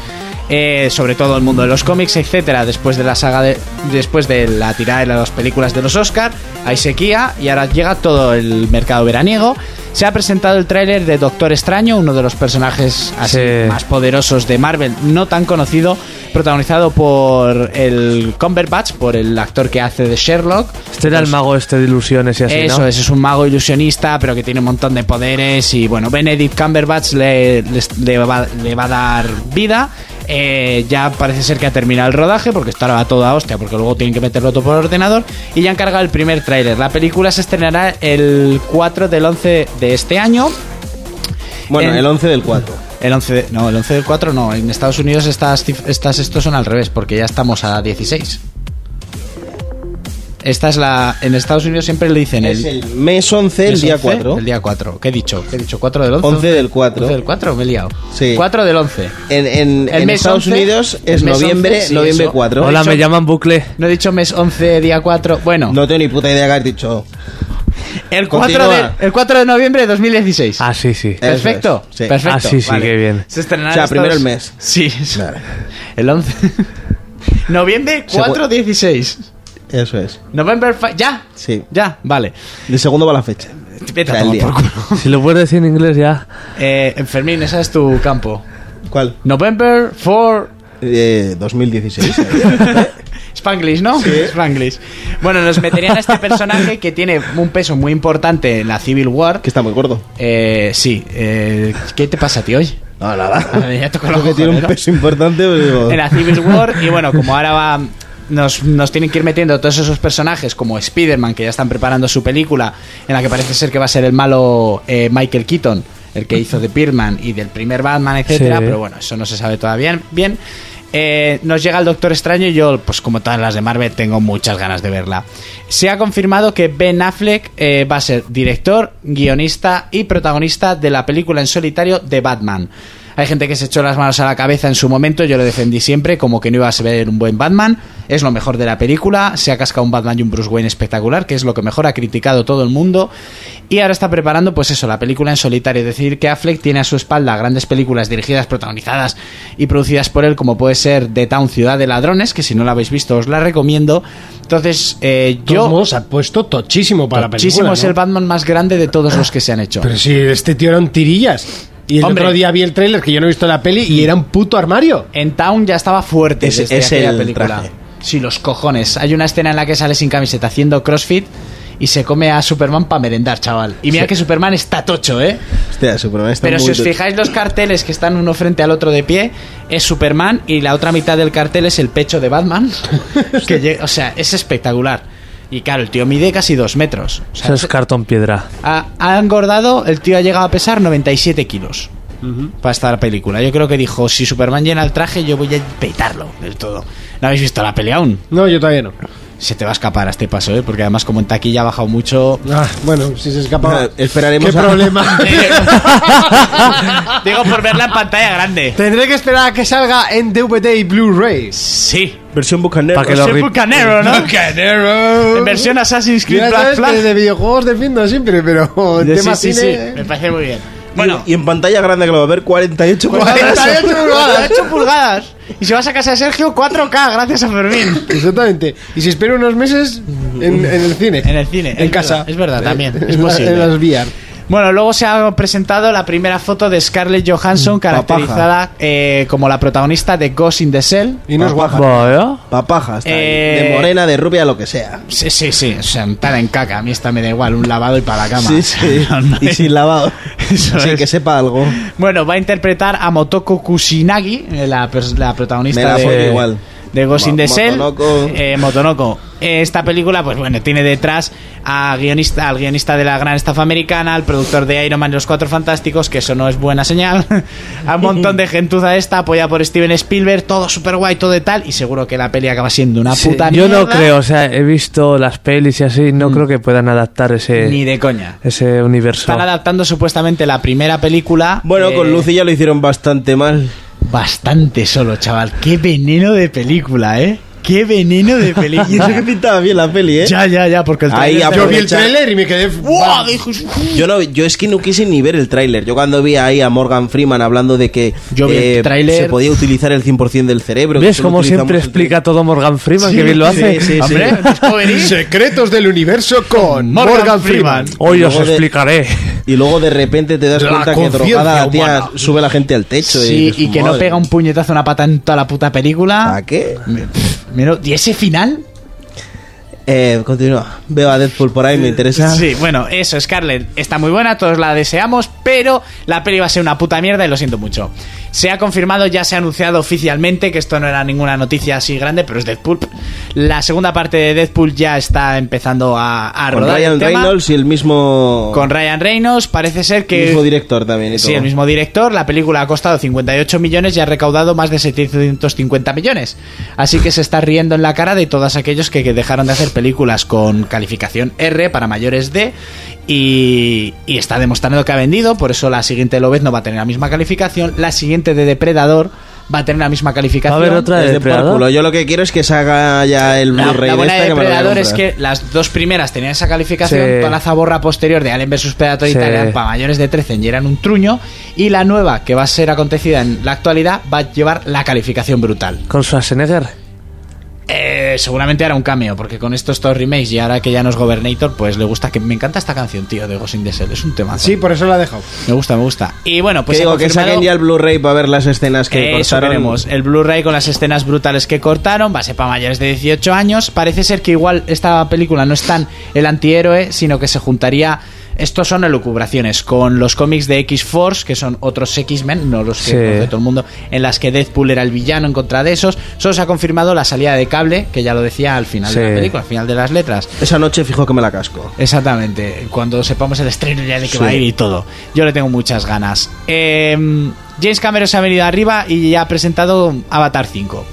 [SPEAKER 4] eh, sobre todo el mundo de los cómics, etcétera. Después de la saga de, después de la tirada de las películas de los Oscar, hay sequía y ahora llega todo el mercado veraniego. Se ha presentado el tráiler de Doctor Extraño, uno de los personajes así
[SPEAKER 6] Sí.
[SPEAKER 4] más poderosos de Marvel, no tan conocido, protagonizado por el Cumberbatch, por el actor que hace de Sherlock.
[SPEAKER 6] Este era el mago este de ilusiones y así,
[SPEAKER 4] Eso
[SPEAKER 6] ¿no?
[SPEAKER 4] es, es un mago ilusionista, pero que tiene un montón de poderes. Y bueno, Benedict Cumberbatch le, les- le va, le va a dar vida. Eh, ya parece ser que ha terminado el rodaje, porque esto ahora va todo a hostia, porque luego tienen que meterlo todo por ordenador. Y ya han cargado el primer tráiler. La película se estrenará el 4 del 11 de este año.
[SPEAKER 5] Bueno,
[SPEAKER 4] En-
[SPEAKER 5] el 11 del 4.
[SPEAKER 4] El 11 de- no, el 11 del 4 no. En Estados Unidos estas, cif- estas estos son al revés, porque ya estamos a 16. Esta es la. En Estados Unidos siempre le dicen
[SPEAKER 5] Es el mes 11, el
[SPEAKER 4] ¿Es
[SPEAKER 5] día
[SPEAKER 4] 11?
[SPEAKER 5] 4.
[SPEAKER 4] El día 4. ¿Qué he dicho? ¿Qué he dicho? ¿4 del 11?
[SPEAKER 5] 11 del 4.
[SPEAKER 4] 11 del 4, me he liado.
[SPEAKER 5] Sí.
[SPEAKER 4] 4 del 11.
[SPEAKER 5] En, en-
[SPEAKER 4] El
[SPEAKER 5] en
[SPEAKER 4] mes
[SPEAKER 5] Estados
[SPEAKER 4] 11,
[SPEAKER 5] Unidos
[SPEAKER 4] el
[SPEAKER 5] es
[SPEAKER 4] mes
[SPEAKER 5] noviembre,
[SPEAKER 4] 11, sí,
[SPEAKER 5] noviembre
[SPEAKER 4] eso.
[SPEAKER 5] 4.
[SPEAKER 6] Hola,
[SPEAKER 4] Dicho-
[SPEAKER 6] me llaman bucle.
[SPEAKER 4] No he dicho mes 11, día 4. Bueno,
[SPEAKER 5] No tengo ni puta idea que has dicho.
[SPEAKER 4] el, 4 de,
[SPEAKER 5] continúa.
[SPEAKER 4] el 4 de noviembre de 2016.
[SPEAKER 6] Ah, sí, sí.
[SPEAKER 5] Eh,
[SPEAKER 4] perfecto.
[SPEAKER 5] eso es, sí.
[SPEAKER 4] perfecto.
[SPEAKER 6] Ah, sí, sí, qué bien.
[SPEAKER 4] Se estrenará
[SPEAKER 5] O sea,
[SPEAKER 4] en
[SPEAKER 5] primero
[SPEAKER 4] Estados-
[SPEAKER 5] el mes.
[SPEAKER 4] Sí, eso. El 11. noviembre
[SPEAKER 5] Segu-
[SPEAKER 4] 4, 16.
[SPEAKER 5] Eso es.
[SPEAKER 4] November fi- Ya.
[SPEAKER 5] Sí.
[SPEAKER 4] Ya, vale.
[SPEAKER 5] De segundo va la fecha.
[SPEAKER 4] Vete a
[SPEAKER 5] O sea, el
[SPEAKER 4] tomar
[SPEAKER 5] día.
[SPEAKER 4] por culo.
[SPEAKER 6] Si lo puedes decir en inglés ya.
[SPEAKER 4] Eh, Fermín, ese es tu campo.
[SPEAKER 5] ¿Cuál?
[SPEAKER 4] November for
[SPEAKER 5] Eh, 2016.
[SPEAKER 4] Spanglish, ¿no? Spanglish. Bueno, nos meterían a este personaje que tiene un peso muy importante en la Civil War.
[SPEAKER 5] que está muy gordo.
[SPEAKER 4] Eh, sí. eh, ¿Qué te pasa a ti hoy?
[SPEAKER 5] No, nada.
[SPEAKER 4] Ya toco los ¿eh?
[SPEAKER 5] Creo que tiene un
[SPEAKER 4] cojones, ¿no?
[SPEAKER 5] peso importante, pero digo,
[SPEAKER 4] en la Civil War y bueno, como ahora va nos, nos tienen que ir metiendo todos esos personajes como Spider-Man que ya están preparando su película en la que parece ser que va a ser el malo eh, Michael Keaton, el que hizo de Birdman y del primer Batman, etcétera,
[SPEAKER 6] Sí.
[SPEAKER 4] pero bueno, eso no se sabe todavía bien. Eh, nos llega el Doctor Extraño y yo, pues como todas las de Marvel, tengo muchas ganas de verla. Se ha confirmado que Ben Affleck eh, va a ser director, guionista y protagonista de la película en solitario de Batman. Hay gente que se echó las manos a la cabeza en su momento, yo lo defendí siempre, como que no iba a ser un buen Batman, es lo mejor de la película, se ha cascado un Batman y un Bruce Wayne espectacular, que es lo que mejor ha criticado todo el mundo, y ahora está preparando pues eso, la película en solitario, es decir, que Affleck tiene a su espalda grandes películas dirigidas, protagonizadas y producidas por él, como puede ser The Town, Ciudad de Ladrones, que si no la habéis visto os la recomiendo, entonces eh,
[SPEAKER 7] Yo
[SPEAKER 4] yo...
[SPEAKER 7] modos, ha puesto tochísimo para
[SPEAKER 4] Muchísimo
[SPEAKER 7] la película.
[SPEAKER 4] es
[SPEAKER 7] ¿no?
[SPEAKER 4] el Batman más grande de todos los que se han hecho.
[SPEAKER 7] Pero si este tío era un tirillas. Y el
[SPEAKER 4] Hombre.
[SPEAKER 7] otro día vi el tráiler que yo no he visto la peli y era un puto armario.
[SPEAKER 4] En Town ya estaba fuerte
[SPEAKER 5] Es-
[SPEAKER 4] desde
[SPEAKER 5] es
[SPEAKER 4] aquella
[SPEAKER 5] el
[SPEAKER 4] película.
[SPEAKER 5] traje.
[SPEAKER 4] Sí, los cojones. Hay una escena en la que sale sin camiseta haciendo crossfit y se come a Superman para merendar, chaval. Y mira que Superman está tocho, ¿eh?
[SPEAKER 5] hostia, Superman está
[SPEAKER 4] Pero
[SPEAKER 5] muy
[SPEAKER 4] si os
[SPEAKER 5] tocho.
[SPEAKER 4] fijáis los carteles que están uno frente al otro de pie, es Superman y la otra mitad del cartel es el pecho de Batman. que lle- o sea, es espectacular. Y claro, el tío mide casi dos metros. O sea,
[SPEAKER 6] Eso es cartón piedra.
[SPEAKER 4] ha, ha engordado, el tío ha llegado a pesar 97 kilos para esta película. Yo creo que dijo, si Superman llena el traje, yo voy a petarlo del todo. ¿No habéis visto la pelea aún?
[SPEAKER 7] No, yo todavía no.
[SPEAKER 4] Se te va a escapar a este paso, ¿eh? porque además como en taquilla ha bajado mucho...
[SPEAKER 7] Ah, bueno, si se escapaba.
[SPEAKER 5] Ah, esperaremos
[SPEAKER 7] ¿Qué
[SPEAKER 5] a-
[SPEAKER 7] problema?
[SPEAKER 4] Digo, por verla en pantalla grande.
[SPEAKER 7] Tendré que esperar a que salga en DVD y Blu-ray.
[SPEAKER 4] Sí.
[SPEAKER 5] Versión bucanera.
[SPEAKER 6] Pa' que lo-
[SPEAKER 4] Soy
[SPEAKER 6] rip-
[SPEAKER 4] bucanero, ¿no? En versión Assassin's Creed
[SPEAKER 7] Ya
[SPEAKER 4] Black
[SPEAKER 7] sabes
[SPEAKER 4] Flag.
[SPEAKER 7] que de videojuegos defiendo siempre, pero en
[SPEAKER 4] Sí,
[SPEAKER 7] tema
[SPEAKER 4] sí, sí,
[SPEAKER 7] cine... eh.
[SPEAKER 4] me parece muy bien. Bueno,
[SPEAKER 5] Y en pantalla grande que lo va a ver 48
[SPEAKER 4] 48 pulgadas. 8 pulgadas. Y si vas a casa de Sergio, 4K, gracias a Fermín.
[SPEAKER 7] Exactamente. Y si espero unos meses, en, en el cine.
[SPEAKER 4] En el cine.
[SPEAKER 7] En
[SPEAKER 4] es
[SPEAKER 7] casa.
[SPEAKER 4] verdad, es verdad, también. Es
[SPEAKER 7] En la-
[SPEAKER 4] posible.
[SPEAKER 7] En las VR.
[SPEAKER 4] Bueno, luego se ha presentado la primera foto de Scarlett
[SPEAKER 7] Mm,
[SPEAKER 4] Johansson caracterizada eh, como la protagonista de Ghost in the Shell.
[SPEAKER 7] Y no es guapa.
[SPEAKER 6] Bueno,
[SPEAKER 5] Papaja, está ahí.
[SPEAKER 4] Eh,
[SPEAKER 5] De morena, de rubia, lo que sea.
[SPEAKER 4] Sí, sí, sí. O sea, tal en caca. A mí esta me da igual. Un lavado y para la cama.
[SPEAKER 5] Sí, sí. y sin lavado.
[SPEAKER 4] Eso
[SPEAKER 5] Así
[SPEAKER 4] es.
[SPEAKER 5] que sepa algo.
[SPEAKER 4] Bueno, va a interpretar a Motoko Kusinagi, eh, la, pers- la
[SPEAKER 5] Me
[SPEAKER 4] protagonista
[SPEAKER 5] la
[SPEAKER 4] de,
[SPEAKER 5] pone igual.
[SPEAKER 4] de Ghost in
[SPEAKER 5] Mo-
[SPEAKER 4] the Shell.
[SPEAKER 5] Motonoko.
[SPEAKER 4] eh, Motonoko. Eh, Esta película, pues bueno, tiene detrás a guionista, al guionista de la gran estafa americana, al productor de Iron Man y los Cuatro Fantásticos, que eso no es buena señal. a un montón de gentuza esta, apoyada por Steven Spielberg, todo super guay, todo de tal, y seguro que la peli acaba siendo una
[SPEAKER 6] sí,
[SPEAKER 4] puta
[SPEAKER 6] yo no
[SPEAKER 4] mierda,
[SPEAKER 6] creo, o sea, he visto las pelis y así, no creo que puedan adaptar ese,
[SPEAKER 4] Ni de coña.
[SPEAKER 6] ese universo.
[SPEAKER 4] Están adaptando supuestamente la primera película.
[SPEAKER 5] Bueno,
[SPEAKER 4] eh,
[SPEAKER 5] con Lucy ya lo hicieron bastante mal.
[SPEAKER 4] Bastante solo, chaval. Qué veneno de película, ¿eh? Qué veneno de
[SPEAKER 5] Y eso que
[SPEAKER 4] película.
[SPEAKER 5] pintaba bien la peli, ¿eh?
[SPEAKER 4] Ah. ya, ya, ya, porque el
[SPEAKER 5] Ahí
[SPEAKER 4] tráiler-
[SPEAKER 7] Yo vi el
[SPEAKER 5] Aprovecha.
[SPEAKER 7] trailer y me quedé...
[SPEAKER 4] ¡Buah! Dijo,
[SPEAKER 5] Yo, no, yo es que no quise ni ver el tráiler. Yo cuando vi ahí a Morgan Freeman hablando de que eh,
[SPEAKER 4] Yo vi el tráiler.
[SPEAKER 5] se podía utilizar el 100% del cerebro. que
[SPEAKER 6] ¿Ves
[SPEAKER 5] solo
[SPEAKER 6] cómo
[SPEAKER 5] utilizamos
[SPEAKER 6] siempre
[SPEAKER 5] el
[SPEAKER 6] explica todo Morgan Freeman? que bien lo
[SPEAKER 5] sí,
[SPEAKER 6] hace.
[SPEAKER 5] sí, sí.
[SPEAKER 4] Hombre, Discovery.
[SPEAKER 7] Secretos del universo con Morgan, Freeman.
[SPEAKER 6] Hoy os
[SPEAKER 5] Luego de-
[SPEAKER 6] explicaré.
[SPEAKER 5] 30%. Y luego de repente te das
[SPEAKER 7] La
[SPEAKER 5] cuenta que
[SPEAKER 7] conciencia
[SPEAKER 5] drogada la tía
[SPEAKER 7] humana.
[SPEAKER 5] sube la gente al techo.
[SPEAKER 4] Sí,
[SPEAKER 5] dices,
[SPEAKER 4] y que no
[SPEAKER 5] madre,
[SPEAKER 4] pega un puñetazo una pata en toda la puta película.
[SPEAKER 5] ¿Para qué?
[SPEAKER 4] Menos- ¿Y ese final?
[SPEAKER 5] Eh, continúa. Veo a Deadpool por ahí, me interesa.
[SPEAKER 4] Sí, bueno, eso, Scarlett está muy buena, todos la deseamos, pero la peli va a ser una puta mierda y lo siento mucho. Se ha confirmado, ya se ha anunciado oficialmente, que esto no era ninguna noticia así grande, pero es Deadpool. La segunda parte de Deadpool ya está empezando a, a
[SPEAKER 5] Con
[SPEAKER 4] rodar. el
[SPEAKER 5] Ryan
[SPEAKER 4] tema.
[SPEAKER 5] Reynolds y el mismo,
[SPEAKER 4] Con Ryan Reynolds, parece ser
[SPEAKER 5] el
[SPEAKER 4] que...
[SPEAKER 5] mismo director también. y
[SPEAKER 4] Sí,
[SPEAKER 5] todo.
[SPEAKER 4] el mismo director. La película ha costado 58 millones y ha recaudado más de 750 millones. Así que se está riendo en la cara de todos aquellos que, que dejaron de hacer películas con calificación R para mayores de Y, y está demostrando que ha vendido. Por eso la siguiente de Lobez no va a tener la misma calificación. La siguiente de Depredador va a tener la misma
[SPEAKER 6] Va a
[SPEAKER 4] calificación.
[SPEAKER 6] haber otra
[SPEAKER 5] Es
[SPEAKER 6] de
[SPEAKER 5] de por culo.
[SPEAKER 6] Depredador.
[SPEAKER 5] Yo lo que quiero es que salga ya el
[SPEAKER 4] La,
[SPEAKER 5] Blu-ray
[SPEAKER 4] la buena
[SPEAKER 5] de esta
[SPEAKER 4] de
[SPEAKER 5] que me lo voy a
[SPEAKER 4] Depredador es
[SPEAKER 5] comprar.
[SPEAKER 4] que las dos primeras tenían esa calificación,
[SPEAKER 6] Sí.
[SPEAKER 4] toda la zaborra posterior de Alien vs Predator y
[SPEAKER 6] Sí.
[SPEAKER 4] tal eran para mayores de 13 y eran un truño, y la nueva que va a ser acontecida en la actualidad va a llevar la calificación brutal.
[SPEAKER 6] Con Schwarzenegger.
[SPEAKER 4] Eh, eh, seguramente hará un cameo, porque con estos dos remakes y ahora que ya no es Governator, pues le gusta que me encanta esta canción, tío, de Ghost in the Shell, es un tema.
[SPEAKER 7] Sí, por eso la he dejado.
[SPEAKER 4] Me gusta, me gusta. Y bueno,
[SPEAKER 5] Que
[SPEAKER 4] pues se ha
[SPEAKER 5] digo, que
[SPEAKER 4] confirmado-
[SPEAKER 5] saquen ya el Blu-ray para ver las escenas que
[SPEAKER 4] Eh, eso
[SPEAKER 5] cortaron.
[SPEAKER 4] queremos. El Blu-ray con las escenas brutales que cortaron, va a ser para mayores de 18 años. Parece ser que igual esta película no es tan el antihéroe, sino que se juntaría. Estos son elucubraciones con los cómics de X-Force, que son otros X-Men, no los que
[SPEAKER 6] Sí.
[SPEAKER 4] conoce todo el mundo, en las que Deadpool era el villano en contra de esos. Solo se ha confirmado la salida de cable, que ya lo decía al final de
[SPEAKER 6] Sí.
[SPEAKER 4] la película, al final de las letras.
[SPEAKER 5] Esa noche fijo que me la casco.
[SPEAKER 4] Exactamente, cuando sepamos el estreno ya de que va a ir y todo. Yo le tengo muchas ganas. Eh, James Cameron se ha venido arriba y ya ha presentado Avatar 5.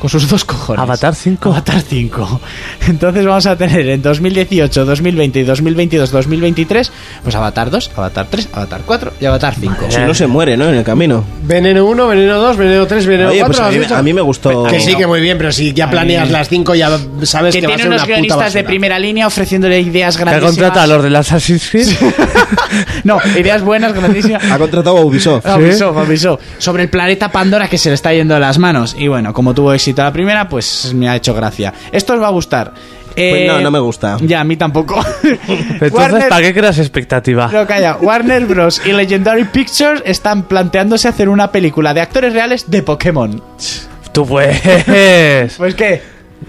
[SPEAKER 4] Con sus dos cojones.
[SPEAKER 6] Avatar 5.
[SPEAKER 4] Avatar 5. Entonces vamos a tener en 2018, 2020, 2022, 2023, pues Avatar 2, Avatar 3, Avatar 4 y Avatar 5.
[SPEAKER 5] Si no se muere, ¿no? En el camino.
[SPEAKER 7] Veneno 1, veneno 2, veneno 3, veneno
[SPEAKER 5] Oye,
[SPEAKER 7] 4.
[SPEAKER 5] pues a mí, a mí me gustó.
[SPEAKER 7] Que sí, que muy bien, pero si ya planeas las 5 ya sabes
[SPEAKER 4] Que
[SPEAKER 7] que, va a
[SPEAKER 4] tiene
[SPEAKER 7] ser una
[SPEAKER 4] unos
[SPEAKER 7] puta
[SPEAKER 4] guionistas de
[SPEAKER 7] basura.
[SPEAKER 4] primera línea ofreciéndole ideas
[SPEAKER 6] ¿Que ha
[SPEAKER 4] grandísimas.
[SPEAKER 6] contratado a los de las Assassin's Creed?
[SPEAKER 4] No, ideas buenas, grandísimas.
[SPEAKER 5] Ha contratado a Ubisoft.
[SPEAKER 4] Avisó, avisó. Sobre el planeta Pandora que se le está yendo de las manos. Y bueno, como tuvo éxito la primera, pues me ha hecho gracia. Esto os va a gustar. Eh,
[SPEAKER 5] Pues no, no me gusta.
[SPEAKER 4] Ya, a mí tampoco.
[SPEAKER 6] Entonces,
[SPEAKER 4] Warner-
[SPEAKER 6] ¿para qué creas expectativa?
[SPEAKER 4] No, calla. Warner Bros. y Legendary Pictures están planteándose hacer una película de actores reales de Pokémon.
[SPEAKER 6] Tú pues.
[SPEAKER 4] Pues qué.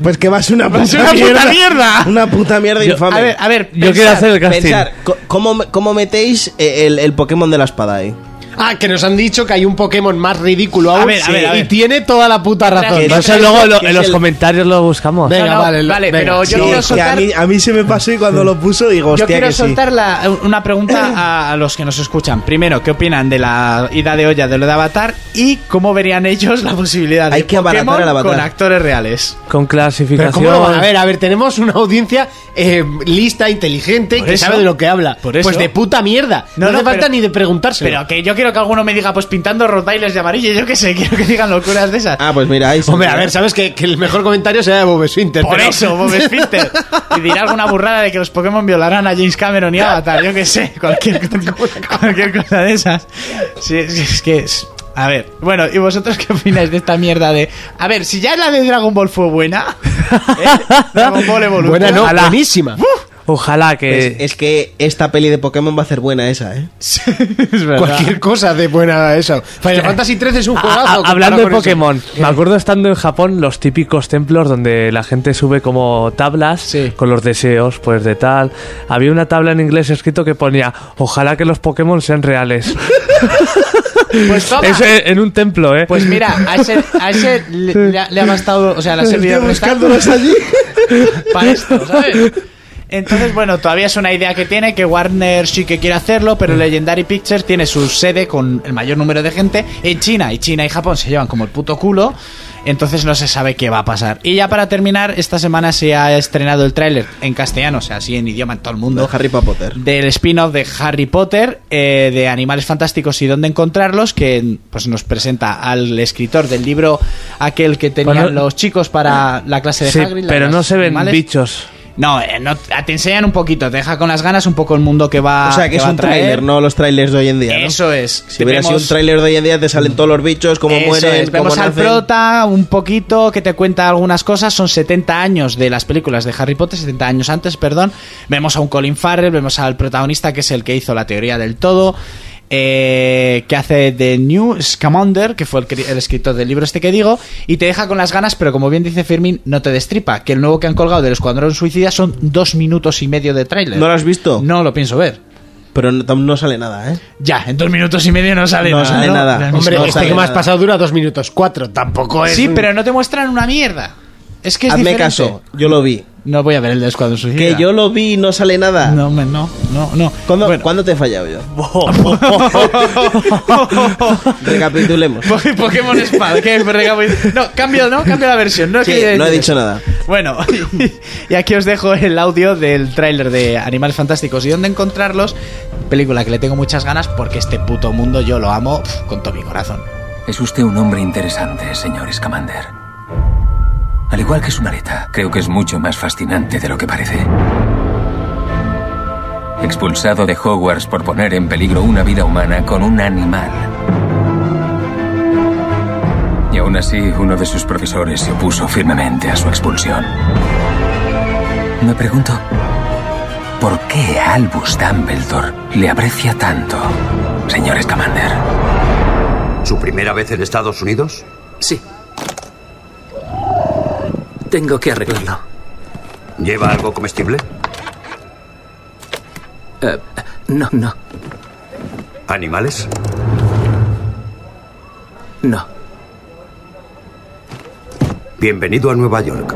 [SPEAKER 5] Pues que va a ser una puta
[SPEAKER 4] a ser una puta mierda.
[SPEAKER 5] Una puta mierda infame.
[SPEAKER 4] A ver, a ver.
[SPEAKER 6] Yo quiero hacer el casting.
[SPEAKER 5] Pensar, co- ¿cómo, cómo metéis eh, el, el Pokémon de la espada ahí?
[SPEAKER 7] Ah, que nos han dicho que hay un Pokémon más ridículo aún.
[SPEAKER 4] A ver, a ver, a
[SPEAKER 7] sí,
[SPEAKER 4] ver.
[SPEAKER 7] Y tiene toda la puta razón.
[SPEAKER 4] Que
[SPEAKER 6] No sé,
[SPEAKER 5] es-
[SPEAKER 6] luego lo-
[SPEAKER 5] que es
[SPEAKER 6] en los
[SPEAKER 5] el-
[SPEAKER 6] comentarios lo buscamos.
[SPEAKER 7] Venga,
[SPEAKER 4] No, no,
[SPEAKER 7] vale, lo-
[SPEAKER 4] vale,
[SPEAKER 7] venga.
[SPEAKER 4] pero yo
[SPEAKER 7] Sí.
[SPEAKER 4] quiero
[SPEAKER 5] Es que
[SPEAKER 4] soltar-
[SPEAKER 5] a, mí, a mí se me pasó y cuando lo puso digo,
[SPEAKER 4] Yo
[SPEAKER 5] hostia,
[SPEAKER 4] quiero
[SPEAKER 5] que sí.
[SPEAKER 4] soltar la- una pregunta a, a los que nos escuchan. Primero, ¿qué opinan de la ida de olla de lo de Avatar? ¿Y cómo verían ellos la posibilidad de
[SPEAKER 5] Hay que abaratar
[SPEAKER 4] Pokémon
[SPEAKER 5] al Avatar.
[SPEAKER 4] con actores reales?
[SPEAKER 6] Con
[SPEAKER 7] Pero
[SPEAKER 6] clasificación.
[SPEAKER 7] ¿cómo lo van a ver? A ver, tenemos una audiencia eh, lista, inteligente,
[SPEAKER 4] Por
[SPEAKER 7] que
[SPEAKER 4] eso.
[SPEAKER 7] sabe de lo que habla.
[SPEAKER 4] Por eso.
[SPEAKER 7] Pues de puta mierda.
[SPEAKER 4] No,
[SPEAKER 7] No,
[SPEAKER 4] no,
[SPEAKER 7] hace falta
[SPEAKER 4] pero-
[SPEAKER 7] ni de preguntárselo.
[SPEAKER 4] Pero que yo quiero que alguno me diga, pues pintando rotailes de amarillo, yo qué sé, quiero que digan locuras de esas.
[SPEAKER 5] Ah, pues mira, ahí sí.
[SPEAKER 7] Hombre, a ver, sabes que, que el mejor comentario será de Bob Swinter.
[SPEAKER 4] Por
[SPEAKER 7] pero-
[SPEAKER 4] eso, Bob Spinter. Y dirá alguna burrada de que los Pokémon violarán a James Cameron y Avatar, yo qué sé, cualquier, cualquier cosa de esas. Sí, es, es que es- A ver, bueno, ¿y vosotros qué opináis de esta mierda de... A ver, si ya la de Dragon Ball fue buena... ¿eh? Dragon Ball Evolution...
[SPEAKER 7] Buena no,
[SPEAKER 6] Ojalá.
[SPEAKER 7] buenísima.
[SPEAKER 6] Ojalá que.
[SPEAKER 4] eh,
[SPEAKER 5] Pues es que esta peli de Pokémon va a ser buena esa, ¿eh?
[SPEAKER 4] es verdad.
[SPEAKER 7] Cualquier cosa de buena eso. Final Fantasy 13
[SPEAKER 2] Ah,
[SPEAKER 7] es un
[SPEAKER 6] A- a-
[SPEAKER 7] juegazo. comparado
[SPEAKER 6] hablando de
[SPEAKER 7] con eso.
[SPEAKER 6] Pokémon, me acuerdo estando en Japón los típicos templos donde la gente sube como tablas
[SPEAKER 4] Sí.
[SPEAKER 6] con los deseos, pues de tal. Había una tabla en inglés escrito que ponía: Ojalá que los Pokémon sean reales.
[SPEAKER 4] Pues toma.
[SPEAKER 6] Eso e- en un templo, ¿eh?
[SPEAKER 4] Pues mira, a ese, a ese le, le ha- le ha bastado... O sea, la servidora
[SPEAKER 5] allí.
[SPEAKER 4] para esto, ¿sabes? Entonces, bueno, todavía es una idea que tiene, que Warner sí que quiere hacerlo, pero Legendary Pictures tiene su sede con el mayor número de gente en China, y China y Japón se llevan como el puto culo, entonces no se sabe qué va a pasar. Y ya para terminar, esta semana se ha estrenado el tráiler en castellano, o sea, así en idioma en todo el mundo,
[SPEAKER 5] Harry Potter.
[SPEAKER 4] del spin-off de Harry Potter, eh, de Animales Fantásticos y Dónde Encontrarlos, que pues, nos presenta al escritor del libro aquel que tenían
[SPEAKER 6] Bueno,
[SPEAKER 4] los chicos para la clase de
[SPEAKER 6] Sí,
[SPEAKER 4] Hagrid, la
[SPEAKER 6] pero
[SPEAKER 4] de
[SPEAKER 6] no
[SPEAKER 4] los
[SPEAKER 6] se ven
[SPEAKER 4] animales.
[SPEAKER 6] bichos.
[SPEAKER 4] No, eh, no, te enseñan un poquito, te deja con las ganas un poco el mundo Ah, que va
[SPEAKER 5] o sea, que es
[SPEAKER 4] va a
[SPEAKER 5] un
[SPEAKER 4] traer.
[SPEAKER 5] tráiler, no los trailers de hoy en día, ¿no?
[SPEAKER 4] Eso es.
[SPEAKER 5] Si hubiera sido
[SPEAKER 4] Vemos-
[SPEAKER 5] un tráiler de hoy en día te salen todos los bichos, cómo
[SPEAKER 4] Eso
[SPEAKER 5] mueren,
[SPEAKER 4] es,
[SPEAKER 5] cómo
[SPEAKER 4] Vemos al
[SPEAKER 5] nacen.
[SPEAKER 4] prota un poquito que te cuenta algunas cosas. Son 70 años de las películas de Harry Potter, 70 años antes, perdón. Vemos a un Colin Farrell, vemos al protagonista que es el que hizo la teoría del todo. eh, que hace The New Scamander, que fue el, cri- el escritor del libro este que digo, y te deja con las ganas, pero como bien dice Fermín, no te destripa. Que el nuevo que han colgado del Escuadrón Suicida son dos minutos y medio de tráiler.
[SPEAKER 5] ¿No lo has visto?
[SPEAKER 4] No lo pienso ver.
[SPEAKER 5] Pero no, tam- no sale nada, ¿eh?
[SPEAKER 4] Ya, en dos minutos y medio no sale
[SPEAKER 5] No
[SPEAKER 4] nada.
[SPEAKER 5] sale nada.
[SPEAKER 4] La
[SPEAKER 7] Hombre,
[SPEAKER 5] No
[SPEAKER 4] misma-
[SPEAKER 7] este
[SPEAKER 5] sale
[SPEAKER 7] que me has
[SPEAKER 5] nada.
[SPEAKER 7] pasado dura 2 minutos 4. Tampoco es.
[SPEAKER 4] sí,
[SPEAKER 7] un-
[SPEAKER 4] pero no te muestran una mierda. Es que es
[SPEAKER 5] Hazme
[SPEAKER 4] diferente.
[SPEAKER 5] caso, yo lo vi.
[SPEAKER 4] No voy a ver el de Escuadrón Suicida.
[SPEAKER 5] Que yo lo vi y no sale nada.
[SPEAKER 4] No, hombre, no, no, no.
[SPEAKER 5] ¿Cuándo,
[SPEAKER 4] Bueno.
[SPEAKER 5] cuándo te he fallado yo? Recapitulemos.
[SPEAKER 4] Po- Pokémon Espada. que regamos- No, cambio, ¿no? Cambio la versión. No, es
[SPEAKER 5] Sí,
[SPEAKER 4] que-
[SPEAKER 5] no he dicho nada.
[SPEAKER 4] Bueno, y aquí os dejo el audio del tráiler de Animales Fantásticos y dónde encontrarlos. Película que le tengo muchas ganas porque este puto mundo yo lo amo pf, con todo mi corazón.
[SPEAKER 8] Es usted un hombre interesante, señor Scamander. Al igual que su maleta, creo que es mucho más fascinante de lo que parece. Expulsado de Hogwarts por poner en peligro una vida humana con un animal. Y aún Aún así, uno de sus profesores se opuso firmemente a su expulsión. Me pregunto, ¿por qué Albus Dumbledore le aprecia tanto, señor Scamander?
[SPEAKER 9] ¿Su primera vez en Estados Unidos?
[SPEAKER 10] Sí. Tengo que arreglarlo.
[SPEAKER 9] ¿Lleva algo comestible?
[SPEAKER 10] Eh, no, no,
[SPEAKER 9] ¿Animales?
[SPEAKER 10] no.
[SPEAKER 9] Bienvenido a Nueva York.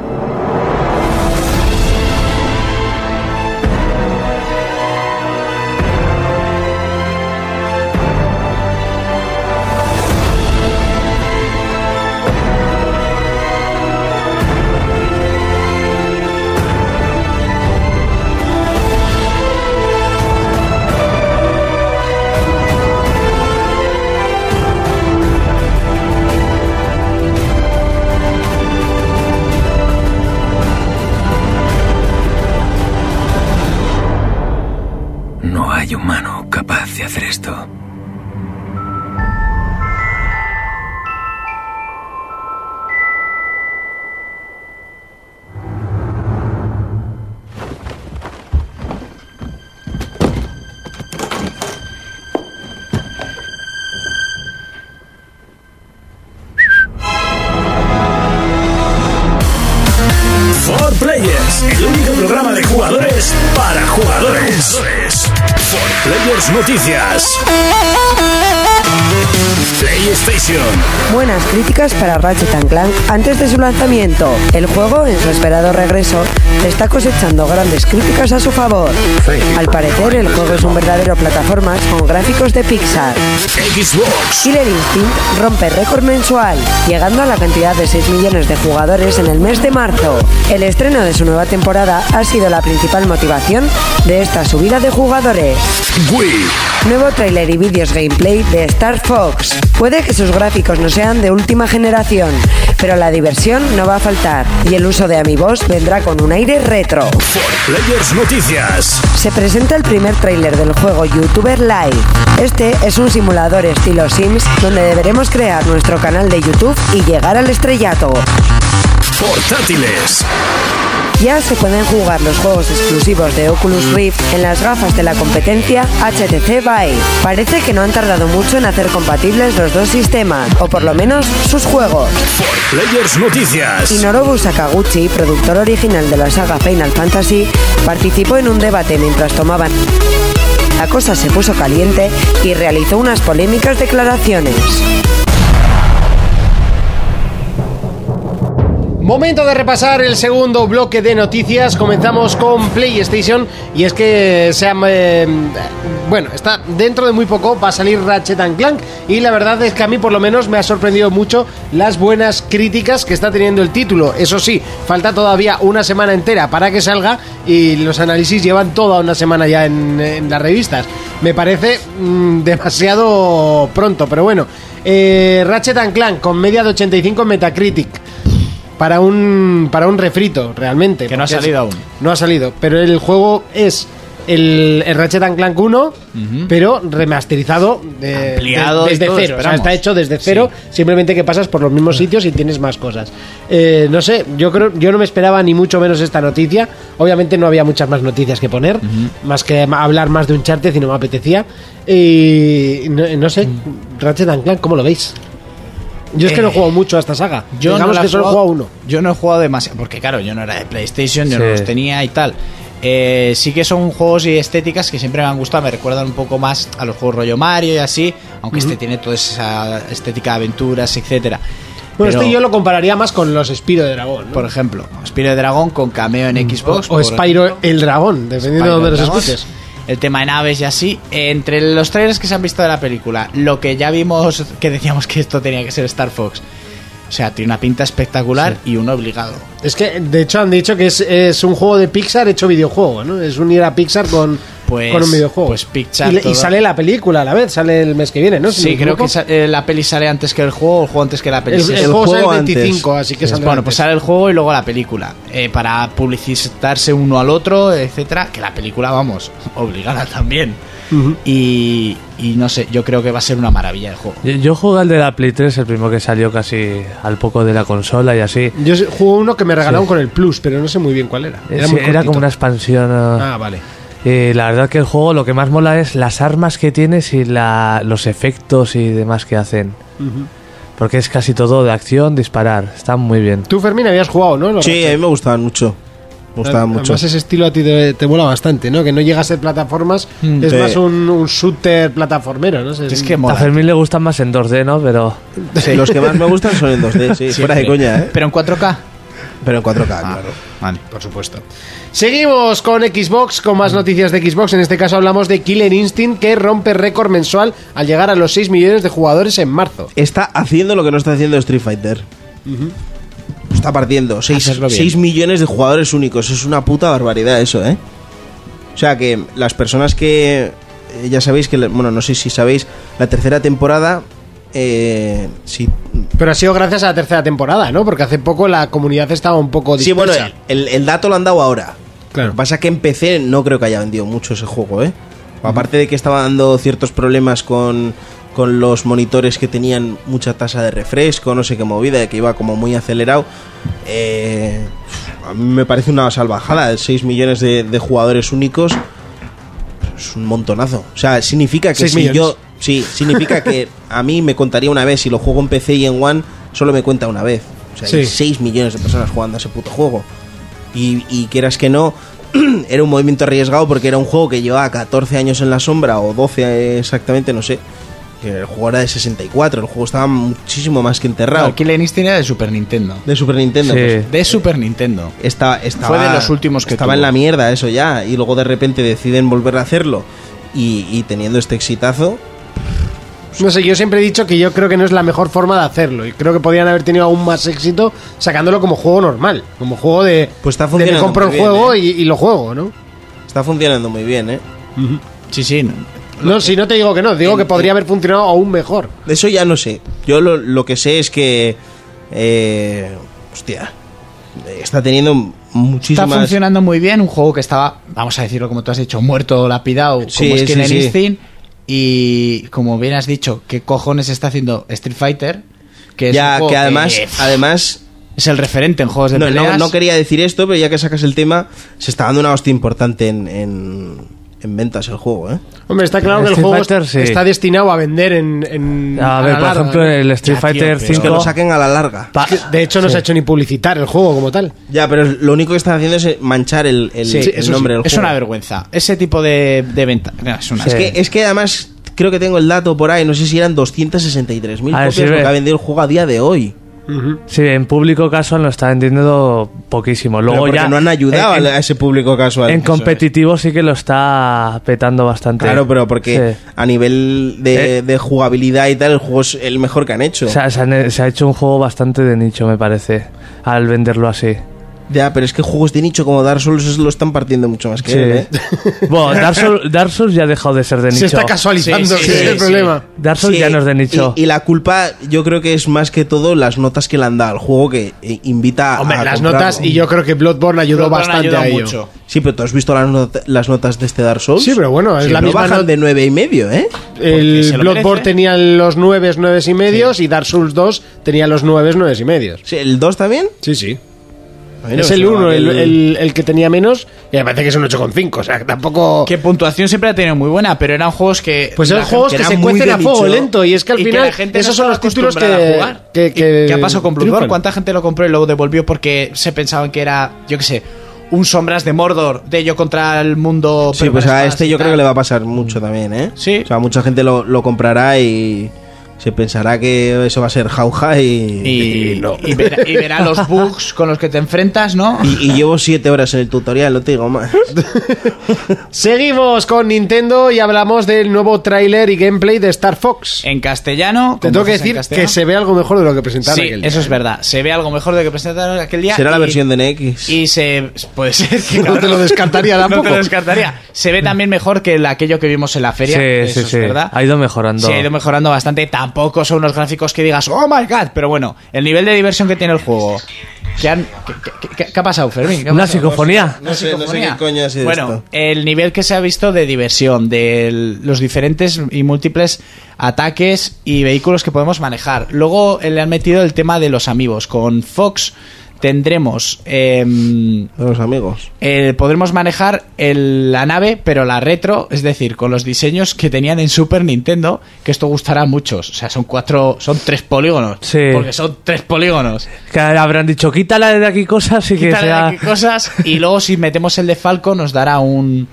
[SPEAKER 8] No hay humano capaz de hacer esto.
[SPEAKER 1] For Players, el único programa de jugadores para jugadores. For Players Noticias. PlayStation.
[SPEAKER 3] Buenas críticas para Ratchet Clank antes de su lanzamiento. El juego, en su esperado regreso, está cosechando grandes críticas a su favor. Al parecer, el juego es un verdadero plataformas con gráficos de Pixar.
[SPEAKER 1] Xbox.
[SPEAKER 3] Killer Instinct rompe récord mensual, llegando a la cantidad de 6 millones de jugadores en el mes de marzo. El estreno de su nueva temporada ha sido la principal motivación de esta subida de jugadores.
[SPEAKER 1] Wii.
[SPEAKER 3] Nuevo tráiler y vídeos gameplay de Star Fox. Puede que sus gráficos no sean de última generación, pero la diversión no va a faltar y el uso de Amiibos vendrá con un aire retro.
[SPEAKER 1] Players Noticias.
[SPEAKER 3] Se presenta el primer tráiler del juego YouTuber Live. Este es un simulador estilo Sims donde deberemos crear nuestro canal de YouTube y llegar al estrellato.
[SPEAKER 1] Portátiles.
[SPEAKER 3] Ya se pueden jugar los juegos exclusivos de Oculus Rift en las gafas de la competencia HTC Vive. Parece que no han tardado mucho en hacer compatibles los dos sistemas, o por lo menos sus juegos.
[SPEAKER 1] Players Noticias.
[SPEAKER 3] Y Norobu Sakaguchi, productor original de la saga Final Fantasy, participó en un debate mientras tomaban. La cosa se puso caliente y realizó unas polémicas declaraciones.
[SPEAKER 2] Momento de repasar el segundo bloque de noticias. Comenzamos con PlayStation. Y es que se ha, eh, bueno, está dentro de muy poco va a salir Ratchet and Clank. Y la verdad es que a mí, por lo menos, me ha sorprendido mucho las buenas críticas que está teniendo el título. Eso sí, falta todavía una semana entera para que salga. Y los análisis llevan toda una semana ya en, en las revistas. Me parece mm, demasiado pronto, pero bueno. Eh, Ratchet and Clank con media de 85 en Metacritic para un para un refrito realmente
[SPEAKER 4] Que no ha
[SPEAKER 2] porque es-
[SPEAKER 4] salido aún.
[SPEAKER 2] no ha salido pero el juego es el, el Ratchet and Clank 1 pero remasterizado de-
[SPEAKER 4] Ampliado
[SPEAKER 2] de-
[SPEAKER 4] y
[SPEAKER 2] desde
[SPEAKER 4] todo,
[SPEAKER 2] cero O sea,
[SPEAKER 4] esperamos. Mm.
[SPEAKER 2] está hecho desde cero simplemente que pasas por los mismos sitios y tienes más cosas Eh, no sé yo creo yo no me esperaba ni mucho menos esta noticia obviamente no había muchas más noticias que poner más que ma- hablar más de un charte si no me apetecía y no, no sé Ratchet and Clank cómo lo veis yo es que no
[SPEAKER 4] Mm. Eh,
[SPEAKER 2] juego mucho a esta saga
[SPEAKER 4] Yo
[SPEAKER 2] digamos
[SPEAKER 4] no la
[SPEAKER 2] que
[SPEAKER 4] he
[SPEAKER 2] solo he
[SPEAKER 4] jugado-
[SPEAKER 2] jugado uno
[SPEAKER 4] Yo no he jugado demasiado, porque claro, yo no era de PlayStation, yo no
[SPEAKER 6] Sí.
[SPEAKER 4] los tenía y tal. Eh, sí que son juegos y estéticas que siempre me han gustado, me recuerdan un poco más a los juegos rollo Mario y así, aunque este tiene toda esa estética de aventuras, etcétera.
[SPEAKER 2] Bueno,
[SPEAKER 4] Pero,
[SPEAKER 2] este yo lo compararía más con los Spiro de Dragón. ¿no?
[SPEAKER 4] por ejemplo, Spyro de Dragón con cameo en Xbox
[SPEAKER 2] Mm, o
[SPEAKER 4] por
[SPEAKER 2] Spyro
[SPEAKER 4] ejemplo.
[SPEAKER 2] el Dragón, dependiendo de
[SPEAKER 4] Spyro
[SPEAKER 2] dónde los
[SPEAKER 4] Dragón,
[SPEAKER 2] escuches.
[SPEAKER 4] El tema de naves y así. Entre los trailers que se han visto de la película, lo que ya vimos que decíamos que esto tenía que ser Star Fox. O sea, tiene una pinta espectacular y un obligado.
[SPEAKER 2] Es que, de hecho, han dicho que es, es un juego de Pixar hecho videojuego, ¿no? Es unir a Pixar con,
[SPEAKER 4] Pues,
[SPEAKER 2] Con un videojuego.
[SPEAKER 4] Pues Pixar.
[SPEAKER 2] Y le- y,
[SPEAKER 4] todo-
[SPEAKER 2] sale la película a la vez, sale el mes que viene, ¿no? Si no
[SPEAKER 4] sí,
[SPEAKER 2] me
[SPEAKER 4] creo que
[SPEAKER 2] equivoco.
[SPEAKER 4] sa- eh, la peli sale antes que el juego, o el juego antes que la peli.
[SPEAKER 2] El-
[SPEAKER 4] Sí,
[SPEAKER 2] el
[SPEAKER 4] sí.
[SPEAKER 2] juego sale el Juego antes. 25, así que
[SPEAKER 4] Sí.
[SPEAKER 2] saldrá
[SPEAKER 4] Bueno, pues
[SPEAKER 2] antes.
[SPEAKER 4] sale el juego y luego la película. eh, para publicitarse uno al otro, etcétera. Que la película, vamos, obligada también. y, y no sé, yo creo que va a ser una maravilla el juego.
[SPEAKER 6] Yo, yo jugué al de la Play 3, el primero que salió casi al poco de la consola y así.
[SPEAKER 2] Yo sé- jugué uno que me regalaron
[SPEAKER 6] Sí.
[SPEAKER 2] con el Plus, pero no sé muy bien cuál era. Era,
[SPEAKER 6] Sí,
[SPEAKER 2] muy
[SPEAKER 6] era
[SPEAKER 2] cortito.
[SPEAKER 6] como una expansión. a-
[SPEAKER 2] Ah, vale.
[SPEAKER 6] Y la verdad que el juego lo que más mola es las armas que tienes y la, los efectos y demás que hacen. Porque es casi todo de acción, disparar. Está muy bien.
[SPEAKER 2] Tú, Fermín, habías jugado, ¿no? Lo-
[SPEAKER 5] Sí, a mí me gustaban mucho. Me gustaban
[SPEAKER 2] Además,
[SPEAKER 5] mucho.
[SPEAKER 2] ese estilo a ti te, te mola bastante, ¿no? Que no llega a ser plataformas,
[SPEAKER 5] Mm.
[SPEAKER 2] es
[SPEAKER 5] Sí.
[SPEAKER 2] más un, un shooter plataformero, ¿no? Es un-
[SPEAKER 6] A Fermín le gustan más en 2D, ¿no? Pero.
[SPEAKER 5] Los que más me gustan son en 2D, sí, fuera de coña, ¿eh?
[SPEAKER 4] Pero en 4K.
[SPEAKER 5] Pero en 4K, claro.
[SPEAKER 4] Vale.
[SPEAKER 2] Por supuesto. Seguimos con Xbox, con más noticias de Xbox. En este caso hablamos de Killer Instinct, que rompe récord mensual al llegar a los 6 millones de jugadores en marzo.
[SPEAKER 5] Está haciendo lo que no está haciendo Street Fighter. Está partiendo.
[SPEAKER 4] Hacerlo bien.
[SPEAKER 5] 6 millones de jugadores únicos. Es una puta barbaridad eso, ¿eh? O sea que las personas que... eh, Ya sabéis que... le- Bueno, no sé si sabéis. La tercera temporada... Eh, sí,
[SPEAKER 2] Pero ha sido gracias a la tercera temporada, ¿no? Porque hace poco la comunidad estaba un poco
[SPEAKER 5] sí, bueno,
[SPEAKER 2] dispersa.
[SPEAKER 5] el, el dato lo han dado ahora.
[SPEAKER 2] Claro.
[SPEAKER 5] Lo que pasa es que en PC no creo que haya vendido mucho ese juego, ¿eh? Aparte de que estaba dando ciertos problemas con, con los monitores que tenían mucha tasa de refresco, no sé qué movida, que iba como muy acelerado. eh, a mí me parece una salvajada. 6 millones de, de jugadores únicos pues, es un montonazo. O sea, significa que
[SPEAKER 2] Seis
[SPEAKER 5] si
[SPEAKER 2] millones.
[SPEAKER 5] yo. Sí, significa que a mí me contaría una vez. Si lo juego en PC y en One, solo me cuenta una vez. O sea, hay
[SPEAKER 2] Sí.
[SPEAKER 5] 6 millones de personas jugando a ese puto juego. Y, y quieras que no, era un movimiento arriesgado porque era un juego que llevaba 14 años en la sombra, o 12 exactamente, no sé. El juego era de 64, el juego estaba muchísimo más que enterrado.
[SPEAKER 4] No, Killer Instinct era de Super Nintendo.
[SPEAKER 5] De Super Nintendo.
[SPEAKER 6] Sí.
[SPEAKER 5] pues,
[SPEAKER 4] De Super Nintendo.
[SPEAKER 5] esta- estaba,
[SPEAKER 4] Fue de los últimos que
[SPEAKER 5] estaba en
[SPEAKER 4] tuvo.
[SPEAKER 5] la mierda eso ya y luego de repente deciden volver a hacerlo y, y teniendo este exitazo
[SPEAKER 2] No sé, yo siempre he dicho que yo creo que no es la mejor forma de hacerlo. Y creo que podrían haber tenido aún más éxito sacándolo como juego normal. Como juego de.
[SPEAKER 5] Pues está
[SPEAKER 2] de me
[SPEAKER 5] funcionando
[SPEAKER 2] compro
[SPEAKER 5] muy
[SPEAKER 2] el
[SPEAKER 5] bien,
[SPEAKER 2] juego
[SPEAKER 5] ¿eh?
[SPEAKER 2] y, y lo juego, ¿no?
[SPEAKER 5] está funcionando muy bien eh
[SPEAKER 4] Sí, sí. no.
[SPEAKER 2] No, si no te digo que no, digo que podría haber funcionado aún mejor.
[SPEAKER 5] de eso ya no sé yo lo, lo que sé es que eh, hostia eh, está teniendo
[SPEAKER 4] Está
[SPEAKER 5] muchísimas
[SPEAKER 4] funcionando muy bien, un juego que estaba, vamos a decirlo como tú has dicho, muerto o lapidado,
[SPEAKER 5] Sí,
[SPEAKER 4] como es
[SPEAKER 5] sí,
[SPEAKER 4] Killer
[SPEAKER 5] sí.
[SPEAKER 4] Instinct. Y como bien has dicho, ¿qué cojones está haciendo Street Fighter? Que es un
[SPEAKER 5] ya
[SPEAKER 4] juego
[SPEAKER 5] que además
[SPEAKER 4] eh,
[SPEAKER 5] además
[SPEAKER 4] es el referente en juegos de
[SPEAKER 5] no, no-
[SPEAKER 4] peleas.
[SPEAKER 5] no quería decir esto pero ya que sacas el tema se está dando una hostia importante en, en, en ventas el juego eh
[SPEAKER 2] Hombre, está claro
[SPEAKER 6] El
[SPEAKER 2] que el
[SPEAKER 6] Street
[SPEAKER 2] juego
[SPEAKER 6] Fighter, sí.
[SPEAKER 2] está destinado a vender en. en-
[SPEAKER 6] A ver,
[SPEAKER 2] la
[SPEAKER 6] por
[SPEAKER 2] larga,
[SPEAKER 6] ejemplo,
[SPEAKER 2] ¿no?
[SPEAKER 6] el Street
[SPEAKER 4] Ya, tío,
[SPEAKER 6] Fighter
[SPEAKER 4] pero-
[SPEAKER 5] que lo
[SPEAKER 6] 5.
[SPEAKER 5] saquen a la larga
[SPEAKER 6] pa-
[SPEAKER 2] De hecho, no
[SPEAKER 6] sí.
[SPEAKER 2] se ha hecho ni publicitar el juego como tal.
[SPEAKER 5] Ya, pero lo único que están haciendo es eh, manchar el, el-
[SPEAKER 4] Sí,
[SPEAKER 5] el
[SPEAKER 4] eso sí,
[SPEAKER 5] nombre del
[SPEAKER 4] es
[SPEAKER 5] juego.
[SPEAKER 4] una vergüenza. Ese tipo de, de venta. no, es una
[SPEAKER 6] Sí.
[SPEAKER 5] Es que, es que además creo que tengo el dato por ahí, no sé si eran 263.000
[SPEAKER 6] A ver,
[SPEAKER 5] copias lo
[SPEAKER 6] sirve.
[SPEAKER 5] que ha vendido el juego a día de hoy.
[SPEAKER 6] Sí, en público casual lo está vendiendo poquísimo.
[SPEAKER 5] Pero
[SPEAKER 6] Luego
[SPEAKER 5] porque
[SPEAKER 6] ya.
[SPEAKER 5] no han ayudado
[SPEAKER 6] en-
[SPEAKER 5] a ese público casual.
[SPEAKER 6] En
[SPEAKER 5] Eso es.
[SPEAKER 6] competitivo sí que lo está petando bastante.
[SPEAKER 5] Claro, pero porque
[SPEAKER 6] Sí.
[SPEAKER 5] a nivel de,
[SPEAKER 6] Eh.
[SPEAKER 5] de jugabilidad y tal, el juego es el mejor que han hecho.
[SPEAKER 6] O sea, se, han- se ha hecho un juego bastante de nicho, me parece, al venderlo así.
[SPEAKER 5] ya, pero es que juegos de nicho como Dark Souls eso lo están partiendo mucho más que
[SPEAKER 6] Sí.
[SPEAKER 5] él, ¿eh?
[SPEAKER 6] Bueno, Dark Souls, Dark Souls ya ha dejado de ser de nicho.
[SPEAKER 2] Se está casualizando,
[SPEAKER 4] Sí, sí,
[SPEAKER 2] ese es
[SPEAKER 4] sí,
[SPEAKER 2] el
[SPEAKER 4] sí.
[SPEAKER 2] problema.
[SPEAKER 6] Dark Souls
[SPEAKER 5] Sí,
[SPEAKER 6] ya no es de nicho.
[SPEAKER 5] Y, y la culpa yo creo que es más que todo las notas que le han dado al juego que eh, invita
[SPEAKER 2] Hombre,
[SPEAKER 5] a
[SPEAKER 2] las
[SPEAKER 5] comprarlo.
[SPEAKER 2] notas, y yo creo que Bloodborne ayudó
[SPEAKER 4] Ah, Bloodborne
[SPEAKER 2] bastante
[SPEAKER 4] ayuda
[SPEAKER 2] a ello.
[SPEAKER 4] mucho.
[SPEAKER 5] Sí, pero tú has visto las, not- las notas de este Dark Souls.
[SPEAKER 2] Sí, pero bueno, es
[SPEAKER 5] Sí,
[SPEAKER 2] la
[SPEAKER 5] no
[SPEAKER 2] misma
[SPEAKER 5] bajan
[SPEAKER 2] not-
[SPEAKER 5] de nueve y medio, ¿eh?
[SPEAKER 4] Porque
[SPEAKER 2] El
[SPEAKER 4] se lo
[SPEAKER 2] Bloodborne
[SPEAKER 4] merece.
[SPEAKER 2] tenía los 9, 9 y medios y Dark Souls 2 tenía los 9, 9 y medios.
[SPEAKER 5] Sí, el 2 también.
[SPEAKER 2] Sí, sí.
[SPEAKER 5] A mí no
[SPEAKER 2] es
[SPEAKER 5] me
[SPEAKER 2] el
[SPEAKER 5] sonaba
[SPEAKER 2] 1 el,
[SPEAKER 5] que
[SPEAKER 2] el- el que tenía menos y me parece que es un 8,5. O sea, que tampoco...
[SPEAKER 4] Que puntuación siempre ha tenido muy buena, pero eran juegos que.
[SPEAKER 2] Pues eran
[SPEAKER 4] la
[SPEAKER 2] juegos que
[SPEAKER 4] gente era
[SPEAKER 2] se
[SPEAKER 4] muy
[SPEAKER 2] cuecen
[SPEAKER 4] de
[SPEAKER 2] a fuego
[SPEAKER 4] nicho
[SPEAKER 2] lento y es que al
[SPEAKER 4] y
[SPEAKER 2] final
[SPEAKER 4] la gente no
[SPEAKER 2] esos son
[SPEAKER 4] estaba
[SPEAKER 2] los títulos que,
[SPEAKER 4] acostumbrada a jugar.
[SPEAKER 2] que,
[SPEAKER 4] ¿Y ¿Qué ha pasado con Bloodborne? ¿Cuánta gente lo compró y luego devolvió porque se pensaban que era, yo qué sé, un Sombras de Mordor de yo contra el mundo?
[SPEAKER 5] Sí,
[SPEAKER 4] pero
[SPEAKER 5] pues
[SPEAKER 4] con
[SPEAKER 5] a
[SPEAKER 4] espadas
[SPEAKER 5] este
[SPEAKER 4] y
[SPEAKER 5] yo creo
[SPEAKER 4] tal?
[SPEAKER 5] que le va a pasar mucho también, ¿eh?
[SPEAKER 4] Sí.
[SPEAKER 5] O sea, mucha gente lo, lo comprará y se pensará que eso va a ser jauja y,
[SPEAKER 4] Y,
[SPEAKER 5] no.
[SPEAKER 4] y verá, y verá los bugs con los que te enfrentas, ¿no?
[SPEAKER 5] Y, y llevo siete horas en el tutorial, no te digo más.
[SPEAKER 2] Seguimos con Nintendo y hablamos del nuevo tráiler y gameplay de Star Fox.
[SPEAKER 4] En castellano.
[SPEAKER 2] Te
[SPEAKER 4] como
[SPEAKER 2] tengo que
[SPEAKER 4] dices Eh, en
[SPEAKER 2] decir que
[SPEAKER 4] castellano.
[SPEAKER 2] se ve algo mejor de lo que presentaron
[SPEAKER 4] Sí,
[SPEAKER 2] aquel día. ¿eh?
[SPEAKER 4] eso es verdad. Se ve algo mejor de lo que presentaron aquel día.
[SPEAKER 5] Será la
[SPEAKER 4] y-
[SPEAKER 5] versión de NX.
[SPEAKER 4] Y se. Puede ser que.
[SPEAKER 2] No te lo descartaría
[SPEAKER 4] No
[SPEAKER 2] tampoco.
[SPEAKER 4] te lo descartaría. Se ve también mejor que el- aquello que vimos en la feria.
[SPEAKER 6] Sí,
[SPEAKER 4] eso
[SPEAKER 6] sí,
[SPEAKER 4] es
[SPEAKER 6] sí.
[SPEAKER 4] verdad.
[SPEAKER 6] Ha ido mejorando.
[SPEAKER 4] Se ha ido mejorando bastante. Tampoco son unos gráficos que digas, oh my god. Pero bueno, el nivel de diversión que tiene el juego. ¿Qué, han- qué- qué- qué- qué ha pasado, Fermín? ¿Qué ha
[SPEAKER 6] Una
[SPEAKER 4] pasado?
[SPEAKER 6] psicofonía.
[SPEAKER 5] No sé, no sé
[SPEAKER 4] Psicofonía.
[SPEAKER 5] qué coño ha sido
[SPEAKER 4] Bueno,
[SPEAKER 5] esto.
[SPEAKER 4] el nivel que se ha visto de diversión, de el- los diferentes y múltiples ataques y vehículos que podemos manejar. Luego eh, le han metido el tema de los amigos. Con Fox tendremos. em,
[SPEAKER 5] A Los amigos.
[SPEAKER 4] eh, podremos manejar el- la nave, pero la retro, es decir, con los diseños que tenían en Super Nintendo, que esto gustará a muchos. O sea, son cuatro, son tres polígonos.
[SPEAKER 6] Sí.
[SPEAKER 4] Porque son tres polígonos.
[SPEAKER 6] Que habrán dicho, quítala de aquí cosas y que
[SPEAKER 4] Quítale de
[SPEAKER 6] sea...
[SPEAKER 4] aquí cosas. Y luego, si metemos el de Falco, nos dará un,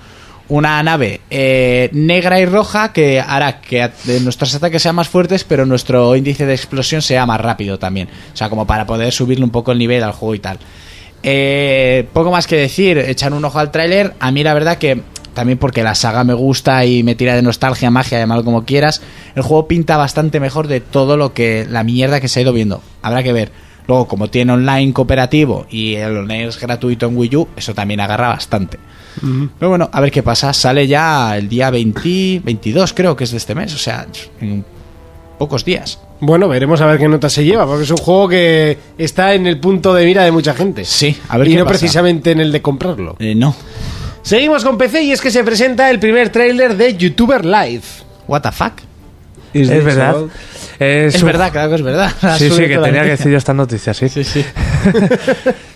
[SPEAKER 4] una nave eh, negra y roja que hará que a- de nuestros ataques sean más fuertes, pero nuestro índice de explosión sea más rápido también. O sea, como para poder subirle un poco el nivel al juego y tal. Eh, poco más que decir, echar un ojo al tráiler. A mí, la verdad, que también porque la saga me gusta y me tira de nostalgia, magia, llámalo como quieras. El juego pinta bastante mejor de todo lo que la mierda que se ha ido viendo. Habrá que ver. Luego, como tiene online cooperativo y el online es gratuito en Wii U, eso también agarra bastante. Pero bueno, a ver qué pasa. Sale ya el día 20, 22, creo que es de este mes, o sea, en pocos días.
[SPEAKER 2] Bueno, veremos a ver qué nota se lleva, porque es un juego que está en el punto de mira de mucha gente.
[SPEAKER 4] Sí, a ver
[SPEAKER 2] Y
[SPEAKER 4] qué
[SPEAKER 2] no
[SPEAKER 4] pasa.
[SPEAKER 2] precisamente en el de comprarlo.
[SPEAKER 4] Eh, no.
[SPEAKER 2] Seguimos con PC y es que se presenta el primer tráiler de YouTuber Live.
[SPEAKER 4] ¿What the fuck?
[SPEAKER 6] Es verdad.
[SPEAKER 4] Es,
[SPEAKER 6] un-
[SPEAKER 4] verdad, claro que es verdad.
[SPEAKER 6] Sí, sí,
[SPEAKER 4] Sube
[SPEAKER 6] que
[SPEAKER 4] toda la
[SPEAKER 6] tenía que
[SPEAKER 4] noticia.
[SPEAKER 6] decir yo esta noticia, sí.
[SPEAKER 4] Sí, sí.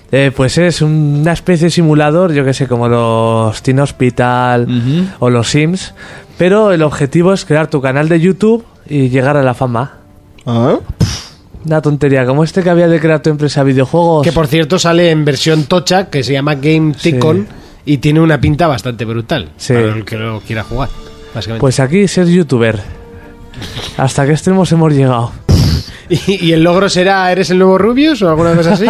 [SPEAKER 6] Eh, pues es una especie de simulador, yo que sé, como los Teen Hospital
[SPEAKER 4] Ujú.
[SPEAKER 6] o los Sims. Pero el objetivo es crear tu canal de YouTube y llegar a la fama.
[SPEAKER 5] Ah,
[SPEAKER 6] Una tontería, como este que había de crear tu empresa de videojuegos.
[SPEAKER 2] Que por cierto sale en versión tocha, que se llama Game Ticon, y tiene una pinta bastante brutal.
[SPEAKER 6] Sí.
[SPEAKER 2] Para el que lo quiera jugar, básicamente.
[SPEAKER 6] Pues aquí ser youtuber. ¿Hasta qué extremos hemos llegado?
[SPEAKER 2] ¿Y, y el logro será, ¿eres el nuevo Rubius o alguna cosa así?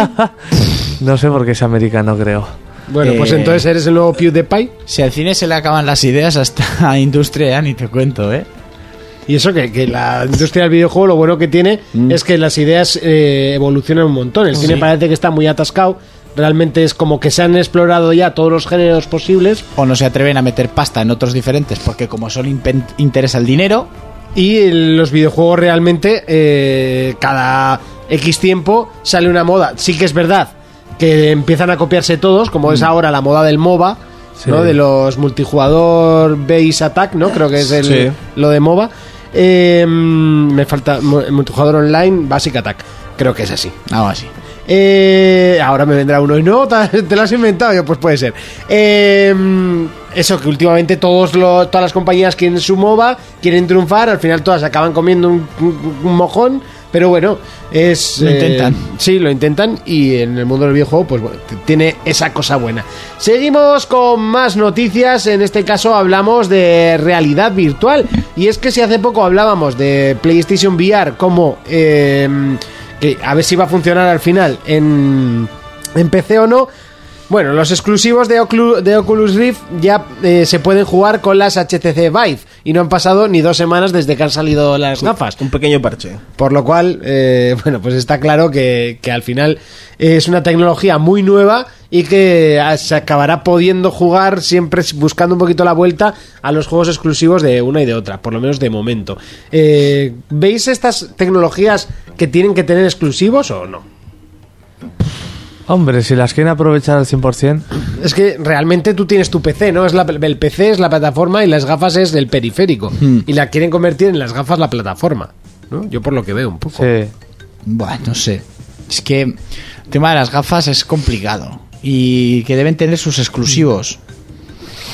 [SPEAKER 6] No sé por qué es americano, creo.
[SPEAKER 2] bueno, pues
[SPEAKER 4] Eh.
[SPEAKER 2] entonces eres el nuevo PewDiePie.
[SPEAKER 4] Si al cine se le acaban las ideas hasta a industria, ya ni te cuento, ¿eh?
[SPEAKER 2] Y eso que, que la industria del videojuego lo bueno que tiene es que las ideas eh, evolucionan un montón. El cine parece que está muy atascado. Realmente es como que se han explorado ya todos los géneros posibles
[SPEAKER 4] O no se atreven a meter pasta en otros diferentes porque como solo impen- interesa el dinero,
[SPEAKER 2] y el- los videojuegos realmente eh, cada X tiempo sale una moda. Sí que es verdad que empiezan a copiarse todos, como es ahora la moda del MOBA,
[SPEAKER 6] Sí.
[SPEAKER 2] ¿no? De los multijugador base attack, ¿no? Creo que es el,
[SPEAKER 5] Sí.
[SPEAKER 2] lo de MOBA. Eh, me falta mu- multijugador online, basic attack. Creo que es así.
[SPEAKER 4] algo así.
[SPEAKER 2] Eh, ahora me vendrá uno y no, te te lo has inventado. Yo, pues puede ser. Eh, eso, que últimamente todos lo- todas las compañías quieren su MOBA, quieren triunfar, al final todas acaban comiendo un, un- un mojón, pero bueno, es... eh,
[SPEAKER 4] Lo intentan.
[SPEAKER 2] Sí, lo intentan y en el mundo del videojuego, pues bueno, t- tiene esa cosa buena. Seguimos con más noticias, en este caso hablamos de realidad virtual. Y es que si hace poco hablábamos de PlayStation VR como... em, que a ver si va a funcionar al final en, en PC o no. Bueno, los exclusivos de Oclu- de Oculus, Rift ya eh, se pueden jugar con las HTC Vive y no han pasado ni dos semanas desde que han salido las gafas.
[SPEAKER 5] un pequeño parche.
[SPEAKER 2] Por lo cual, eh, bueno, pues está claro que, que al final es una tecnología muy nueva y que ah, se acabará pudiendo jugar siempre buscando un poquito la vuelta a los juegos exclusivos de una y de otra, por lo menos de momento. Eh, ¿Veis estas tecnologías que tienen que tener exclusivos o no?
[SPEAKER 6] Hombre, si las quieren aprovechar al 100%,
[SPEAKER 2] Es que realmente tú tienes tu PC, ¿no? Es la, el PC es la plataforma y las gafas es el periférico. Y la quieren convertir en las gafas la plataforma, ¿no? Yo por lo que veo un poco.
[SPEAKER 6] sí.
[SPEAKER 4] Buah, no sé. Es que el tema de las gafas es complicado. Y que deben tener sus exclusivos.
[SPEAKER 2] Mm.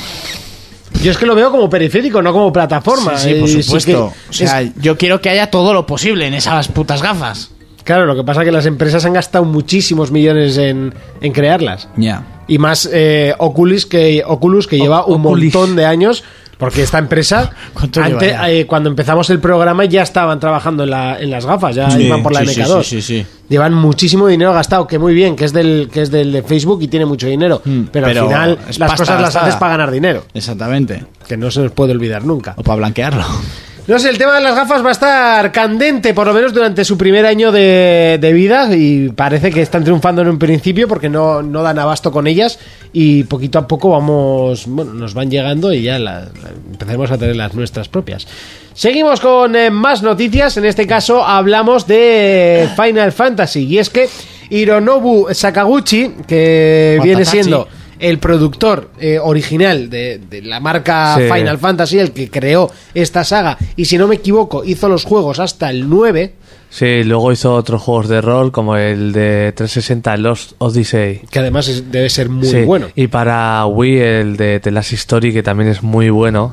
[SPEAKER 2] Yo es que lo veo como periférico, no como plataforma.
[SPEAKER 4] Sí, sí, por
[SPEAKER 2] Eh,
[SPEAKER 4] supuesto.
[SPEAKER 2] que-
[SPEAKER 4] o sea,
[SPEAKER 2] es-
[SPEAKER 4] yo quiero que haya todo lo posible en esas putas gafas.
[SPEAKER 2] claro, lo que pasa es que las empresas han gastado muchísimos millones en, en crearlas.
[SPEAKER 4] Ya.
[SPEAKER 2] Y más eh, Oculus que, Oculus, que lleva un
[SPEAKER 6] Oculus.
[SPEAKER 2] montón de años Porque esta empresa,
[SPEAKER 4] ¿Cuánto lleva
[SPEAKER 2] ante-
[SPEAKER 4] ya?
[SPEAKER 2] eh, cuando empezamos el programa, ya estaban trabajando en, la- en las gafas, ya
[SPEAKER 4] Sí,
[SPEAKER 2] iban por la
[SPEAKER 4] sí, sí,
[SPEAKER 2] MK2.
[SPEAKER 4] sí, sí, sí.
[SPEAKER 2] Llevan muchísimo dinero gastado, que muy bien, que es del que es del de Facebook y tiene mucho dinero. pero,
[SPEAKER 4] Mm, pero
[SPEAKER 2] al final
[SPEAKER 4] es
[SPEAKER 2] las
[SPEAKER 4] pasta
[SPEAKER 2] cosas las
[SPEAKER 4] gastada.
[SPEAKER 2] haces para ganar dinero,
[SPEAKER 4] Exactamente.
[SPEAKER 2] que no se nos puede olvidar nunca.
[SPEAKER 4] O para blanquearlo.
[SPEAKER 2] No sé, el tema de las gafas va a estar candente, por lo menos durante su primer año de, de vida, y parece que están triunfando en un principio porque no, no dan abasto con ellas, y poquito a poco vamos, bueno, nos van llegando y ya la- la- empezaremos a tener las nuestras propias. Seguimos con eh, más noticias, en este caso hablamos de Final Fantasy, y es que Hironobu Sakaguchi, que viene
[SPEAKER 4] Watanabe.
[SPEAKER 2] siendo el productor eh, original de, de la marca
[SPEAKER 6] Sí.
[SPEAKER 2] Final Fantasy, el que creó esta saga, y si no me equivoco, hizo los juegos hasta el 9,
[SPEAKER 6] Sí, luego hizo otros juegos de rol como el de 360 Lost Odyssey.
[SPEAKER 2] que además es- debe ser muy
[SPEAKER 6] Sí,
[SPEAKER 2] bueno.
[SPEAKER 6] Y para Wii el de The Last Story que también es muy bueno.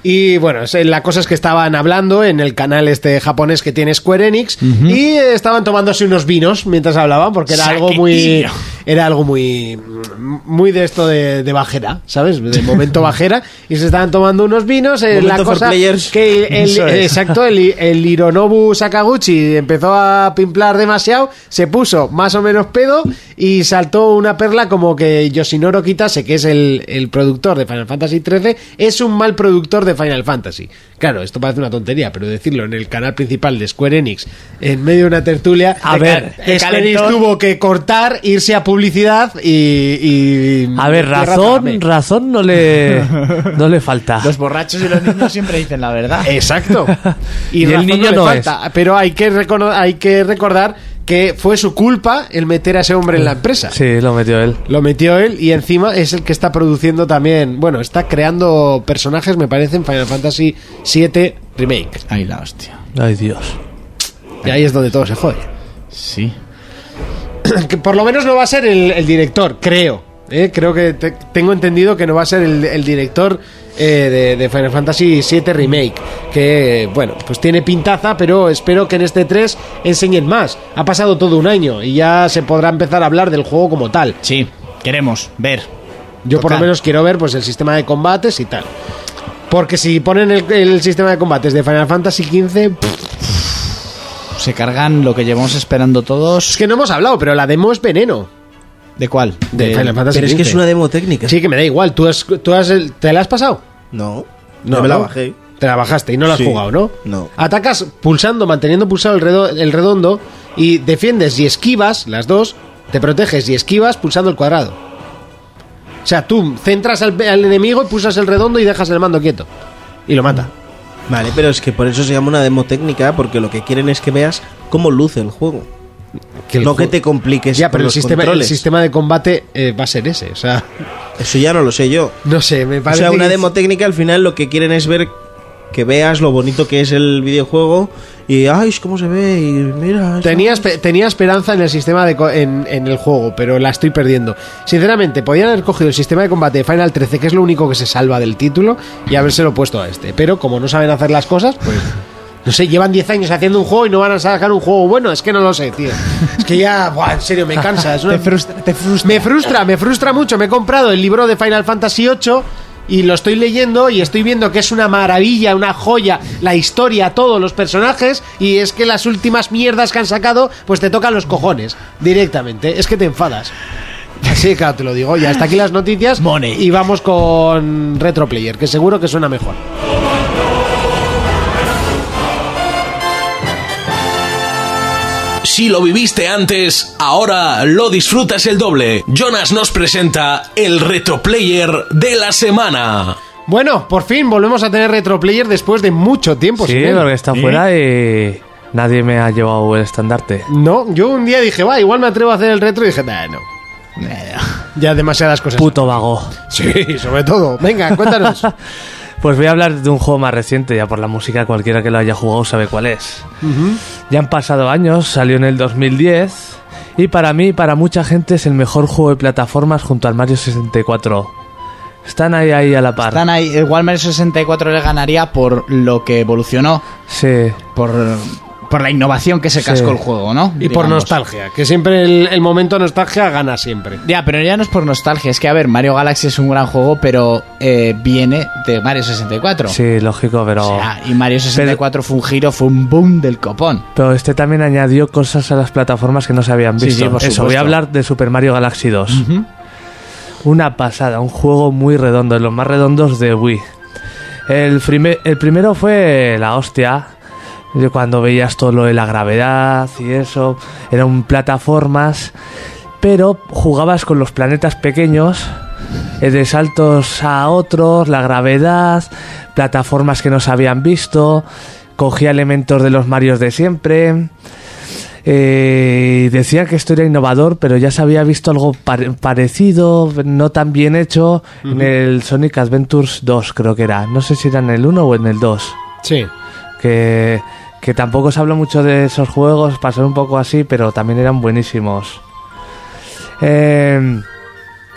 [SPEAKER 2] Y bueno, es- eh, la cosa es que estaban hablando en el canal este japonés que tiene Square Enix y eh, estaban tomándose unos vinos mientras hablaban porque era algo muy
[SPEAKER 4] Saquetillo.
[SPEAKER 2] era algo muy muy de esto de, de bajera, ¿sabes? De momento bajera y se estaban tomando unos vinos eh, la
[SPEAKER 5] Momento for
[SPEAKER 2] cosa
[SPEAKER 5] players.
[SPEAKER 2] que el,
[SPEAKER 4] Eso es.
[SPEAKER 2] exacto el, el Hironobu Sakaguchi empezó a pimplar demasiado, se puso más o menos pedo y saltó una perla como que Yoshinoro Kitase, que es el, el productor de Final Fantasy XIII, es un mal productor de Final Fantasy. Claro, esto parece una tontería, pero decirlo en el canal principal de Square Enix, en medio de una tertulia,
[SPEAKER 4] A
[SPEAKER 2] de
[SPEAKER 4] ver,
[SPEAKER 2] ca-
[SPEAKER 4] de
[SPEAKER 2] Square Enix
[SPEAKER 4] calentón.
[SPEAKER 2] tuvo que cortar, irse a publicidad y... y-
[SPEAKER 6] A ver,
[SPEAKER 2] tierra
[SPEAKER 6] razón,
[SPEAKER 2] trágame.
[SPEAKER 6] razón no le, no le falta.
[SPEAKER 4] Los borrachos y los niños siempre dicen la verdad.
[SPEAKER 2] Exacto.
[SPEAKER 6] Y el
[SPEAKER 2] razón
[SPEAKER 6] niño
[SPEAKER 2] le
[SPEAKER 6] no
[SPEAKER 2] falta, Pero hay que, recono- hay que recordar que fue su culpa el meter a ese hombre en la empresa.
[SPEAKER 6] Sí, lo metió él.
[SPEAKER 2] Lo metió él y encima es el que está produciendo también. Bueno, está creando personajes, me parece, en Final Fantasy VII Remake.
[SPEAKER 4] Ay, la hostia.
[SPEAKER 6] Ay, Dios.
[SPEAKER 2] Y ahí es donde todo se jode.
[SPEAKER 4] Sí.
[SPEAKER 2] Que por lo menos no va a ser el, el director, creo. ¿eh? Creo que te- tengo entendido que no va a ser el, el director eh, de, de Final Fantasy VII Remake. Que, bueno, pues tiene pintaza, pero espero que en este 3 enseñen más. Ha pasado todo un año y ya se podrá empezar a hablar del juego como tal.
[SPEAKER 4] Sí. Queremos ver.
[SPEAKER 2] Yo por lo
[SPEAKER 4] Tocar.
[SPEAKER 2] menos quiero ver pues el sistema de combates y tal. Porque si ponen el, el sistema de combates de Final Fantasy XV, pff,
[SPEAKER 4] Se cargan lo que llevamos esperando todos.
[SPEAKER 2] es que no hemos hablado, pero la demo es veneno.
[SPEAKER 4] ¿De cuál?
[SPEAKER 2] De Final Fantasy
[SPEAKER 5] Pero es que es
[SPEAKER 2] XV.
[SPEAKER 5] una demo técnica.
[SPEAKER 2] Sí, que me da igual. ¿Tú has, tú has, ¿Te la has pasado?
[SPEAKER 5] No, no me la bajé.
[SPEAKER 2] Te la bajaste y no la has
[SPEAKER 5] Sí.
[SPEAKER 2] jugado, ¿no?
[SPEAKER 5] No.
[SPEAKER 2] Atacas pulsando, manteniendo pulsado el, redo- el redondo y defiendes y esquivas, las dos, te proteges y esquivas pulsando el cuadrado. O sea, tú centras al, al enemigo y pulsas el redondo y dejas el mando quieto. Y lo mata.
[SPEAKER 5] Vale, pero es que por eso se llama una demo técnica, porque lo que quieren es que veas cómo luce el juego.
[SPEAKER 2] Que el
[SPEAKER 5] no
[SPEAKER 2] ju-
[SPEAKER 5] que te compliques
[SPEAKER 2] Ya,
[SPEAKER 5] con
[SPEAKER 2] pero el
[SPEAKER 5] los
[SPEAKER 2] sistema, el
[SPEAKER 5] controles.
[SPEAKER 2] sistema de combate eh, va a ser ese. O sea,
[SPEAKER 5] Eso ya no lo sé yo.
[SPEAKER 2] no sé, me
[SPEAKER 5] O
[SPEAKER 2] parece.
[SPEAKER 5] sea, una
[SPEAKER 2] que-
[SPEAKER 5] demo técnica al final lo que quieren es ver que veas lo bonito que es el videojuego y ay, es cómo se ve y mira. eso".
[SPEAKER 2] Tenía, espe- tenía esperanza en el sistema de co- en, en el juego, pero la estoy perdiendo. Sinceramente, podían haber cogido el sistema de combate de Final 13, que es lo único que se salva del título, y habérselo puesto a este. Pero como no saben hacer las cosas, pues. No sé, llevan 10 años haciendo un juego y no van a sacar un juego bueno. Es que no lo sé, tío. Es que ya, buah, en serio, me cansa. Es una-
[SPEAKER 4] Te frustra- te frustra.
[SPEAKER 2] Me frustra, me frustra mucho. Me he comprado el libro de Final Fantasy VIII y lo estoy leyendo y estoy viendo que es una maravilla, una joya, la historia, todos los personajes. Y es que las últimas mierdas que han sacado, pues te tocan los cojones directamente. Es que te enfadas. Así que claro, te lo digo. Ya hasta aquí las noticias.
[SPEAKER 4] Money.
[SPEAKER 2] Y vamos con Retro Player, que seguro que suena mejor.
[SPEAKER 11] Si lo viviste antes, ahora lo disfrutas el doble. Jonas nos presenta el retroplayer de la semana.
[SPEAKER 2] Bueno, por fin volvemos a tener Retro Player después de mucho tiempo.
[SPEAKER 6] sí,
[SPEAKER 2] sin él.
[SPEAKER 6] porque está fuera y nadie me ha llevado el estandarte.
[SPEAKER 2] No, yo un día dije, va, igual me atrevo a hacer el retro y dije, nah, no. Ya demasiadas cosas.
[SPEAKER 6] Puto vago.
[SPEAKER 2] Sí, sobre todo. Venga, cuéntanos.
[SPEAKER 6] Pues voy a hablar de un juego más reciente, ya por la música cualquiera que lo haya jugado sabe cuál es. Ya han pasado años, salió en el 2010 y para mí y para mucha gente es el mejor juego de plataformas junto al Mario 64. Están ahí, ahí a la par.
[SPEAKER 4] Están ahí. El Walmart 64 le ganaría por lo que evolucionó.
[SPEAKER 6] Sí.
[SPEAKER 4] Por por la innovación que se cascó el juego, ¿no?
[SPEAKER 7] Y por
[SPEAKER 4] Digamos.
[SPEAKER 7] nostalgia, que siempre el, el momento nostalgia gana siempre.
[SPEAKER 4] Ya, pero ya no es por nostalgia. Es que, a ver, Mario Galaxy es un gran juego, pero eh, viene de Mario 64.
[SPEAKER 6] Sí, lógico, pero.
[SPEAKER 4] O sea, y Mario 64 fue un giro, fue un boom del copón.
[SPEAKER 6] Pero este también añadió cosas a las plataformas que no se habían
[SPEAKER 4] Sí,
[SPEAKER 6] visto.
[SPEAKER 4] sí, por
[SPEAKER 6] Eso, voy
[SPEAKER 4] supuesto.
[SPEAKER 6] a hablar de Super Mario Galaxy 2.
[SPEAKER 4] Ujú.
[SPEAKER 6] Una pasada, un juego muy redondo, de los más redondos de Wii. El, prime- el primero fue la hostia. de Cuando veías todo lo de la gravedad y eso, eran plataformas, pero jugabas con los planetas pequeños, eh, de saltos a otros, la gravedad, plataformas que no se habían visto, cogía elementos de los Marios de siempre. Eh, decía que esto era innovador, pero ya se había visto algo pare- parecido, no tan bien hecho, en el Sonic Adventures 2 creo que era. No sé si era en el 1 o en el 2.
[SPEAKER 7] Sí.
[SPEAKER 6] Que, que tampoco se habla mucho de esos juegos, pasar un poco así, pero también eran buenísimos. Eh,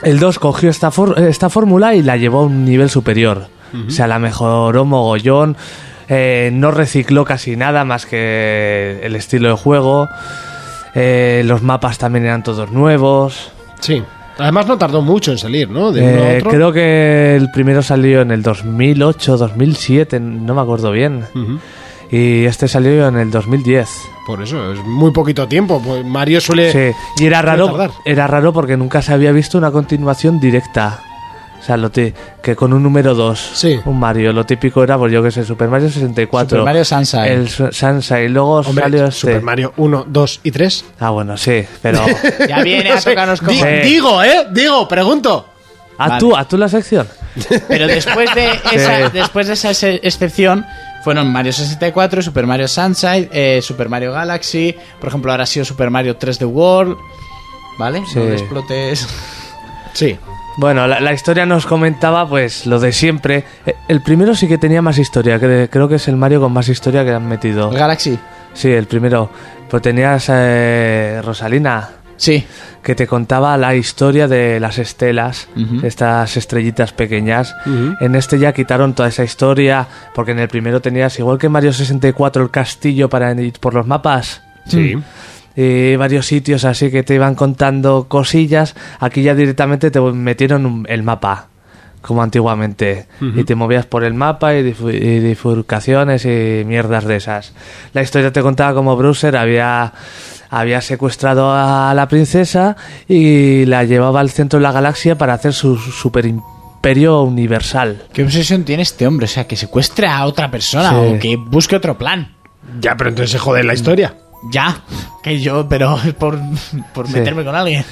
[SPEAKER 6] el 2 cogió esta, for- esta fórmula y la llevó a un nivel superior. O sea, la mejoró mogollón. eh, no recicló casi nada más que el estilo de juego. eh, los mapas también eran todos nuevos.
[SPEAKER 7] Sí. Además no tardó mucho en salir, ¿no? De uno a
[SPEAKER 6] Eh,
[SPEAKER 7] otro.
[SPEAKER 6] creo que el primero salió en el 2008, 2007, no me acuerdo bien. Y este salió en el 2010.
[SPEAKER 7] Por eso, es muy poquito tiempo. Pues Mario suele...
[SPEAKER 6] Sí, y era
[SPEAKER 7] suele
[SPEAKER 6] raro,
[SPEAKER 7] tardar.
[SPEAKER 6] era raro porque nunca se había visto una continuación directa. O sea, lo ti- que con un número 2, un Mario, lo típico era, pues yo que sé, Super Mario 64.
[SPEAKER 4] Super Mario Sunshine.
[SPEAKER 6] El Su- Sunshine, luego
[SPEAKER 7] Hombre,
[SPEAKER 6] salió este.
[SPEAKER 7] Super Mario 1, 2 y 3.
[SPEAKER 6] Ah, bueno, sí, pero...
[SPEAKER 4] Ya viene
[SPEAKER 7] No
[SPEAKER 4] a
[SPEAKER 7] sé,
[SPEAKER 4] tocarnos
[SPEAKER 7] di-
[SPEAKER 4] como.
[SPEAKER 7] Digo, ¿eh? Digo, pregunto.
[SPEAKER 6] ¿A tú, a tú la sección?
[SPEAKER 4] Pero después de
[SPEAKER 6] Sí.
[SPEAKER 4] esa, después de esa ex- excepción fueron Mario 64, Super Mario Sunshine, eh, Super Mario Galaxy, por ejemplo, ahora ha sido Super Mario 3D World, ¿vale?
[SPEAKER 6] Sí.
[SPEAKER 4] No me explotes.
[SPEAKER 7] Sí.
[SPEAKER 6] Bueno, la, la historia nos comentaba pues lo de siempre. Eh, El primero sí que tenía más historia, cre- creo que es el Mario con más historia que han metido.
[SPEAKER 4] Galaxy.
[SPEAKER 6] Sí, el primero. Pues tenías eh, Rosalina.
[SPEAKER 4] Sí.
[SPEAKER 6] Que te contaba la historia de las estelas,
[SPEAKER 4] Ujú.
[SPEAKER 6] estas estrellitas pequeñas.
[SPEAKER 4] Ujú.
[SPEAKER 6] En este ya quitaron toda esa historia, porque en el primero tenías, igual que en Mario 64, el castillo para ir por los mapas.
[SPEAKER 7] Sí.
[SPEAKER 6] Y varios sitios así que te iban contando cosillas. Aquí ya directamente te metieron un- el mapa, como antiguamente. Y te movías por el mapa y, difu- y bifurcaciones y mierdas de esas. La historia te contaba como Bruiser había, había secuestrado a la princesa y la llevaba al centro de la galaxia para hacer su super imperio universal.
[SPEAKER 4] ¿Qué obsesión tiene este hombre? O sea, que secuestre a otra persona
[SPEAKER 6] Sí.
[SPEAKER 4] o que busque otro plan.
[SPEAKER 7] Ya, pero entonces se jode la historia.
[SPEAKER 4] Ya, que yo, pero es por, por
[SPEAKER 6] Sí.
[SPEAKER 4] meterme con alguien.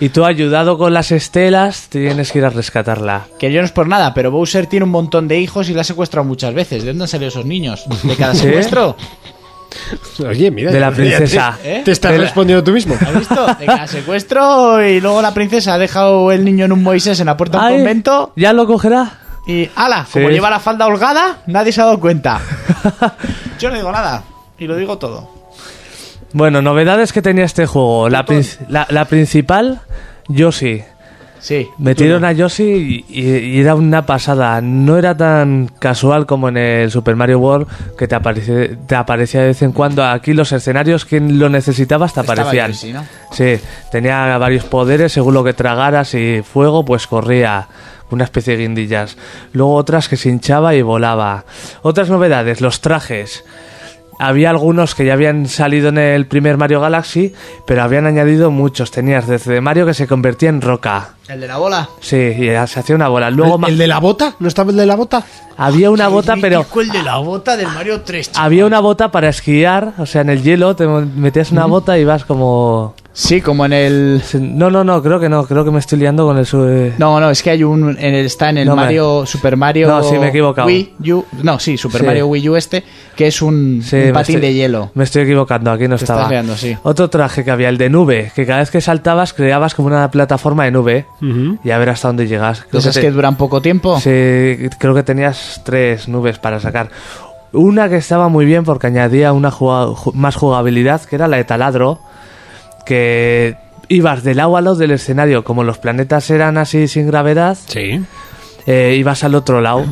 [SPEAKER 6] Y tú ayudado con las estelas, tienes que ir a rescatarla.
[SPEAKER 4] Que yo no es por nada, pero Bowser tiene un montón de hijos y la ha secuestrado muchas veces. ¿De dónde han salido esos niños? ¿De cada
[SPEAKER 6] ¿Sí?
[SPEAKER 4] secuestro?
[SPEAKER 7] Oye, mira.
[SPEAKER 6] De la
[SPEAKER 7] ya-
[SPEAKER 6] princesa.
[SPEAKER 7] Te,
[SPEAKER 4] ¿Eh?
[SPEAKER 7] te estás
[SPEAKER 6] De la-
[SPEAKER 7] respondiendo tú mismo.
[SPEAKER 4] ¿Has visto? De cada secuestro y luego la princesa ha dejado el niño en un Moisés en la puerta de un
[SPEAKER 6] Ay,
[SPEAKER 4] convento
[SPEAKER 6] ¿Ya lo cogerá?
[SPEAKER 4] y ala, como
[SPEAKER 6] Sí.
[SPEAKER 4] lleva la falda holgada, nadie se ha dado cuenta. Yo no digo nada y lo digo todo.
[SPEAKER 6] Bueno, novedades que tenía este juego. La, prin- la, la principal, Yoshi.
[SPEAKER 4] Sí.
[SPEAKER 6] Metieron a Yoshi y, y- y era una pasada. No era tan casual como en el Super Mario World, que te, aparece- te aparecía de vez en cuando. Aquí los escenarios, quien lo necesitaba, hasta
[SPEAKER 4] Estaba
[SPEAKER 6] aparecían.
[SPEAKER 4] Yoshi, ¿no?
[SPEAKER 6] Sí, tenía varios poderes, según lo que tragaras y fuego, pues corría una especie de guindillas. Luego otras que se hinchaba y volaba. Otras novedades, los trajes. Había algunos que ya habían salido en el primer Mario Galaxy, pero habían añadido muchos. Tenías desde Mario que se convertía en roca.
[SPEAKER 4] ¿El de la bola?
[SPEAKER 6] Sí, y se hacía una bola. Luego
[SPEAKER 7] ¿El,
[SPEAKER 6] ma-
[SPEAKER 7] el de la bota? ¿No estaba el de la bota?
[SPEAKER 6] había una bota, pero Ah.
[SPEAKER 4] El de la bota del Mario 3.
[SPEAKER 6] había una bota para esquiar, o sea, en el hielo te metías una bota y vas como
[SPEAKER 4] Sí, como en el...
[SPEAKER 6] No, no, no, creo que no, creo que me estoy liando con el su- eh,
[SPEAKER 4] No, no, es que hay un... En el, está en el
[SPEAKER 6] No, me-
[SPEAKER 4] Mario... Super Mario...
[SPEAKER 6] No, sí, me he equivocado.
[SPEAKER 4] Wii U... No, sí, Super
[SPEAKER 6] Sí.
[SPEAKER 4] Mario Wii U este, que es un,
[SPEAKER 6] Sí,
[SPEAKER 4] un
[SPEAKER 6] me
[SPEAKER 4] patín
[SPEAKER 6] estoy-
[SPEAKER 4] de hielo.
[SPEAKER 6] Me estoy equivocando, aquí no
[SPEAKER 4] Te
[SPEAKER 6] estaba.
[SPEAKER 4] estás liando, sí.
[SPEAKER 6] Otro traje que había, el de nube, que cada vez que saltabas creabas como una plataforma de nube y a ver hasta dónde llegas. Creo
[SPEAKER 4] De esas
[SPEAKER 6] que
[SPEAKER 4] que
[SPEAKER 6] te-
[SPEAKER 4] duran poco
[SPEAKER 2] Oh.
[SPEAKER 4] tiempo.
[SPEAKER 6] Sí, creo que tenías tres nubes para sacar. Una que estaba muy bien porque añadía una juga- ju- más jugabilidad, que era la de taladro, que ibas del agua al lado del escenario, como los planetas eran así sin gravedad,
[SPEAKER 7] Sí.
[SPEAKER 6] eh, ibas al otro lado.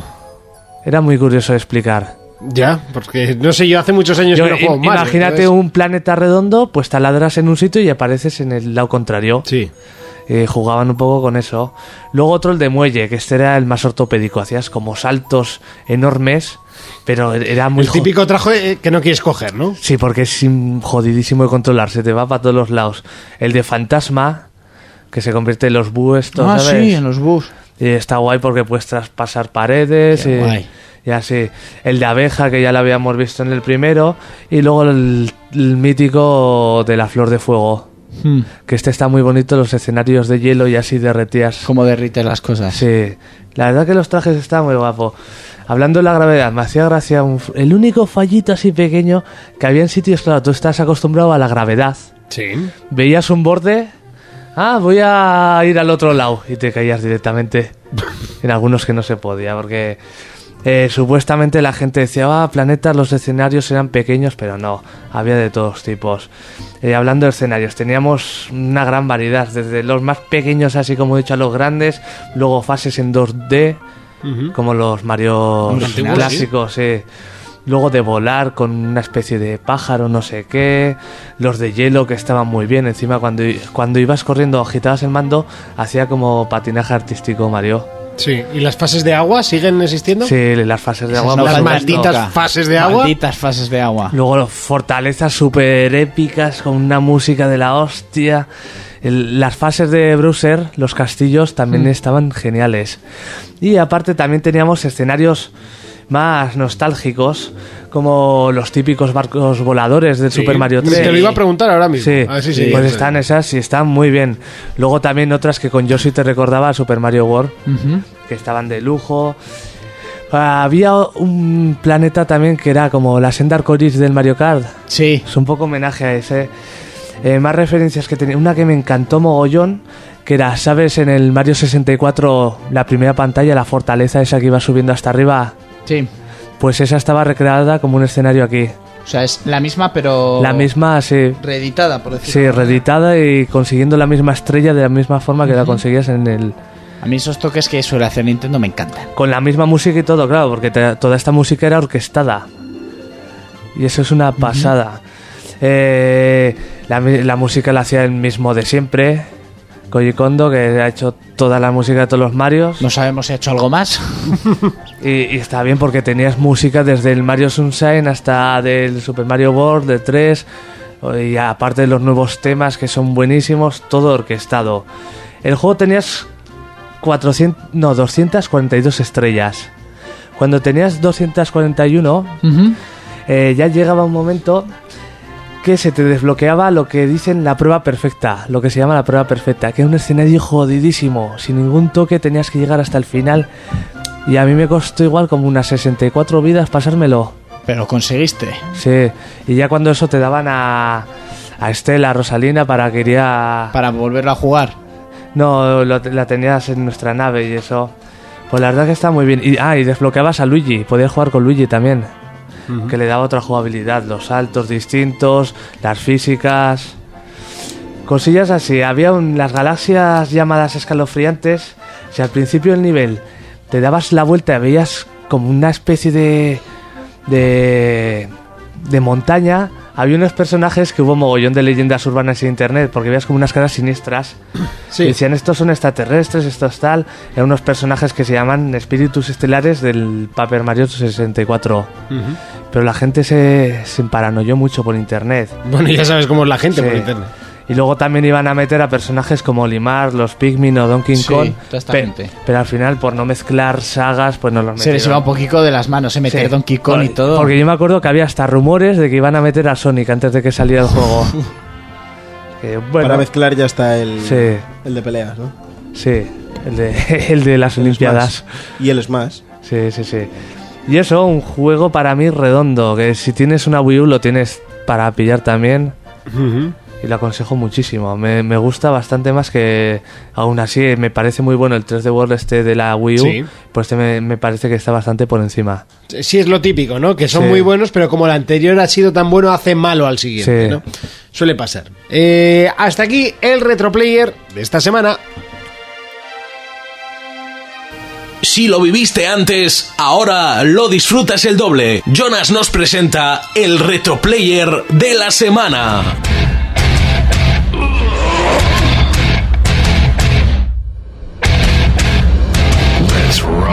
[SPEAKER 6] Era muy curioso de explicar.
[SPEAKER 2] Ya, porque no sé, yo hace muchos años
[SPEAKER 6] Yo-
[SPEAKER 2] que no
[SPEAKER 6] im-
[SPEAKER 2] juego más.
[SPEAKER 6] imagínate un planeta redondo, pues taladras en un sitio y apareces en el lado contrario.
[SPEAKER 2] Sí.
[SPEAKER 6] eh, jugaban un poco con eso. Luego otro el de muelle, que este era el más ortopédico. Hacías como saltos enormes, pero er- era muy
[SPEAKER 2] El típico trajo eh, que no quieres coger, ¿no?
[SPEAKER 6] Sí, porque es im- jodidísimo de controlar, se te va para todos los lados. El de fantasma, que se convierte en los búhos, estos,
[SPEAKER 4] Ah,
[SPEAKER 6] ¿sabes?
[SPEAKER 4] sí, en los bus.
[SPEAKER 6] Y está guay porque puedes traspasar paredes.
[SPEAKER 4] Qué
[SPEAKER 6] y,
[SPEAKER 4] guay.
[SPEAKER 6] y así. El de abeja, que ya lo habíamos visto en el primero. Y luego el, el mítico de la flor de fuego.
[SPEAKER 4] Hmm.
[SPEAKER 6] Que este está muy bonito, los escenarios de hielo y así derretías.
[SPEAKER 4] Como derrites las cosas.
[SPEAKER 6] Sí. La verdad que los trajes están muy guapos. Hablando de la gravedad, me hacía gracia un f- el único fallito así pequeño que había en sitios, claro, tú estás acostumbrado a la gravedad.
[SPEAKER 2] Sí.
[SPEAKER 6] Veías un borde, ah, voy a ir al otro lado y te caías directamente. en algunos que no se podía, porque eh, supuestamente la gente decía, ah, planetas, los escenarios eran pequeños, pero no, había de todos tipos. Eh, hablando de escenarios, teníamos una gran variedad, desde los más pequeños, así como he dicho, a los grandes, luego fases en 2D, como los Mario
[SPEAKER 4] Los antiguos,
[SPEAKER 6] clásicos, sí. Luego de volar con una especie de pájaro, no sé qué. Los de hielo que estaban muy bien. Encima, cuando, i- cuando ibas corriendo, agitabas el mando, hacía como patinaje artístico, Mario.
[SPEAKER 2] Sí. ¿Y las fases de agua siguen existiendo?
[SPEAKER 6] Sí, las fases de agua. por
[SPEAKER 2] las
[SPEAKER 6] supuesto.
[SPEAKER 2] malditas fases de agua.
[SPEAKER 4] Malditas fases de agua.
[SPEAKER 6] Luego las fortalezas super épicas con una música de la hostia. El- las fases de Bruiser, los castillos, también
[SPEAKER 4] Mm.
[SPEAKER 6] estaban geniales. Y aparte también teníamos escenarios más nostálgicos, como los típicos barcos voladores del
[SPEAKER 2] Sí.
[SPEAKER 6] Super Mario 3.
[SPEAKER 2] Te lo iba a preguntar ahora mismo.
[SPEAKER 6] Sí,
[SPEAKER 2] A ver si
[SPEAKER 6] sí,
[SPEAKER 2] sí.
[SPEAKER 6] pues están esas y están muy bien. Luego también otras que con Yoshi te recordaba a Super Mario World, que estaban de lujo. Había un planeta también que era como la senda arcoiris del Mario Kart.
[SPEAKER 4] Sí.
[SPEAKER 6] Es un poco homenaje a ese. Eh, más referencias que tenía. Una que me encantó mogollón, que era, ¿sabes? En el Mario 64, la primera pantalla, la fortaleza esa que iba subiendo hasta arriba.
[SPEAKER 4] Sí.
[SPEAKER 6] Pues esa estaba recreada como un escenario aquí.
[SPEAKER 4] O sea, es la misma, pero.
[SPEAKER 2] Oh.
[SPEAKER 6] La misma, sí.
[SPEAKER 4] Reeditada, por decirlo.
[SPEAKER 6] Sí, reeditada y consiguiendo la misma estrella de la misma forma que la conseguías en el...
[SPEAKER 4] A mí esos toques que suele hacer Nintendo me encantan.
[SPEAKER 6] Con la misma música y todo, claro, porque te- toda esta música era orquestada. Y eso es una pasada. Eh, la, mi- la música la hacía el mismo de siempre, Koji Kondo, que ha hecho toda la música de todos los Marios.
[SPEAKER 4] No sabemos si ha hecho algo más.
[SPEAKER 6] Y, y está bien porque tenías música desde el Mario Sunshine hasta del Super Mario World, de 3, y aparte de los nuevos temas que son buenísimos, todo orquestado. El juego tenías 400, no, 242 estrellas. Cuando tenías 241, eh, ya llegaba un momento que se te desbloqueaba lo que dicen la prueba perfecta, lo que se llama la prueba perfecta, que es un escenario jodidísimo, sin ningún toque tenías que llegar hasta el final y a mí me costó igual como unas 64 vidas pasármelo.
[SPEAKER 4] Pero conseguiste.
[SPEAKER 6] Sí, y ya cuando eso te daban a, a Estela, a Rosalina, para que iría...
[SPEAKER 4] Para volverlo a jugar.
[SPEAKER 6] No, lo- la tenías en nuestra nave y eso. Pues la verdad que está muy bien. Y, ah, y desbloqueabas a Luigi, podías jugar con Luigi también. Que le daba otra jugabilidad, los saltos distintos, las físicas. Cosillas así. Había un- las galaxias llamadas escalofriantes. Si al principio del nivel te dabas la vuelta y veías como una especie de. de. de montaña. Había unos personajes que hubo mogollón de leyendas urbanas en internet, porque veías como unas caras siniestras.
[SPEAKER 2] Sí.
[SPEAKER 6] Y Decían, estos son extraterrestres, estos tal. Eran unos personajes que se llaman espíritus estelares del Paper Mario 64. Pero la gente se, se emparanoyó mucho por internet.
[SPEAKER 2] Bueno, ya sabes cómo es la gente
[SPEAKER 6] Sí.
[SPEAKER 2] por internet.
[SPEAKER 6] Y luego también iban a meter a personajes como Limar, los Pikmin o Donkey
[SPEAKER 4] Sí,
[SPEAKER 6] Kong.
[SPEAKER 4] toda esta
[SPEAKER 6] pe-
[SPEAKER 4] gente.
[SPEAKER 6] Pero al final, por no mezclar sagas, pues no los metieron.
[SPEAKER 4] Se les iba un poquito de las
[SPEAKER 2] eh,
[SPEAKER 4] manos, se meter
[SPEAKER 6] Sí.
[SPEAKER 4] Donkey Kong y
[SPEAKER 6] Por-
[SPEAKER 4] todo.
[SPEAKER 6] Porque yo me acuerdo que había hasta rumores de que iban a meter a Sonic antes de que saliera el juego. Que, bueno,
[SPEAKER 5] Para mezclar ya está el,
[SPEAKER 6] Sí.
[SPEAKER 5] el de peleas, ¿no?
[SPEAKER 6] sí, el de, el de las Olimpiadas.
[SPEAKER 5] Y el Smash.
[SPEAKER 6] Sí, sí, sí. Y eso, un juego para mí redondo, que si tienes una Wii U lo tienes para pillar también. Y lo aconsejo muchísimo. Me, me gusta bastante más que... Aún así, me parece muy bueno el 3D World este de la Wii U.
[SPEAKER 2] Sí.
[SPEAKER 6] Pues este me, me parece que está bastante por encima.
[SPEAKER 2] Eh, Sí, es lo típico, ¿no? Que son
[SPEAKER 6] Sí.
[SPEAKER 2] muy buenos, pero como el anterior ha sido tan bueno, hace malo al siguiente,
[SPEAKER 6] Sí.
[SPEAKER 2] ¿no? Suele pasar. Eh, hasta aquí el retroplayer de esta semana.
[SPEAKER 8] Si lo viviste antes, ahora lo disfrutas el doble. Jonas nos presenta el Reto Player de la semana.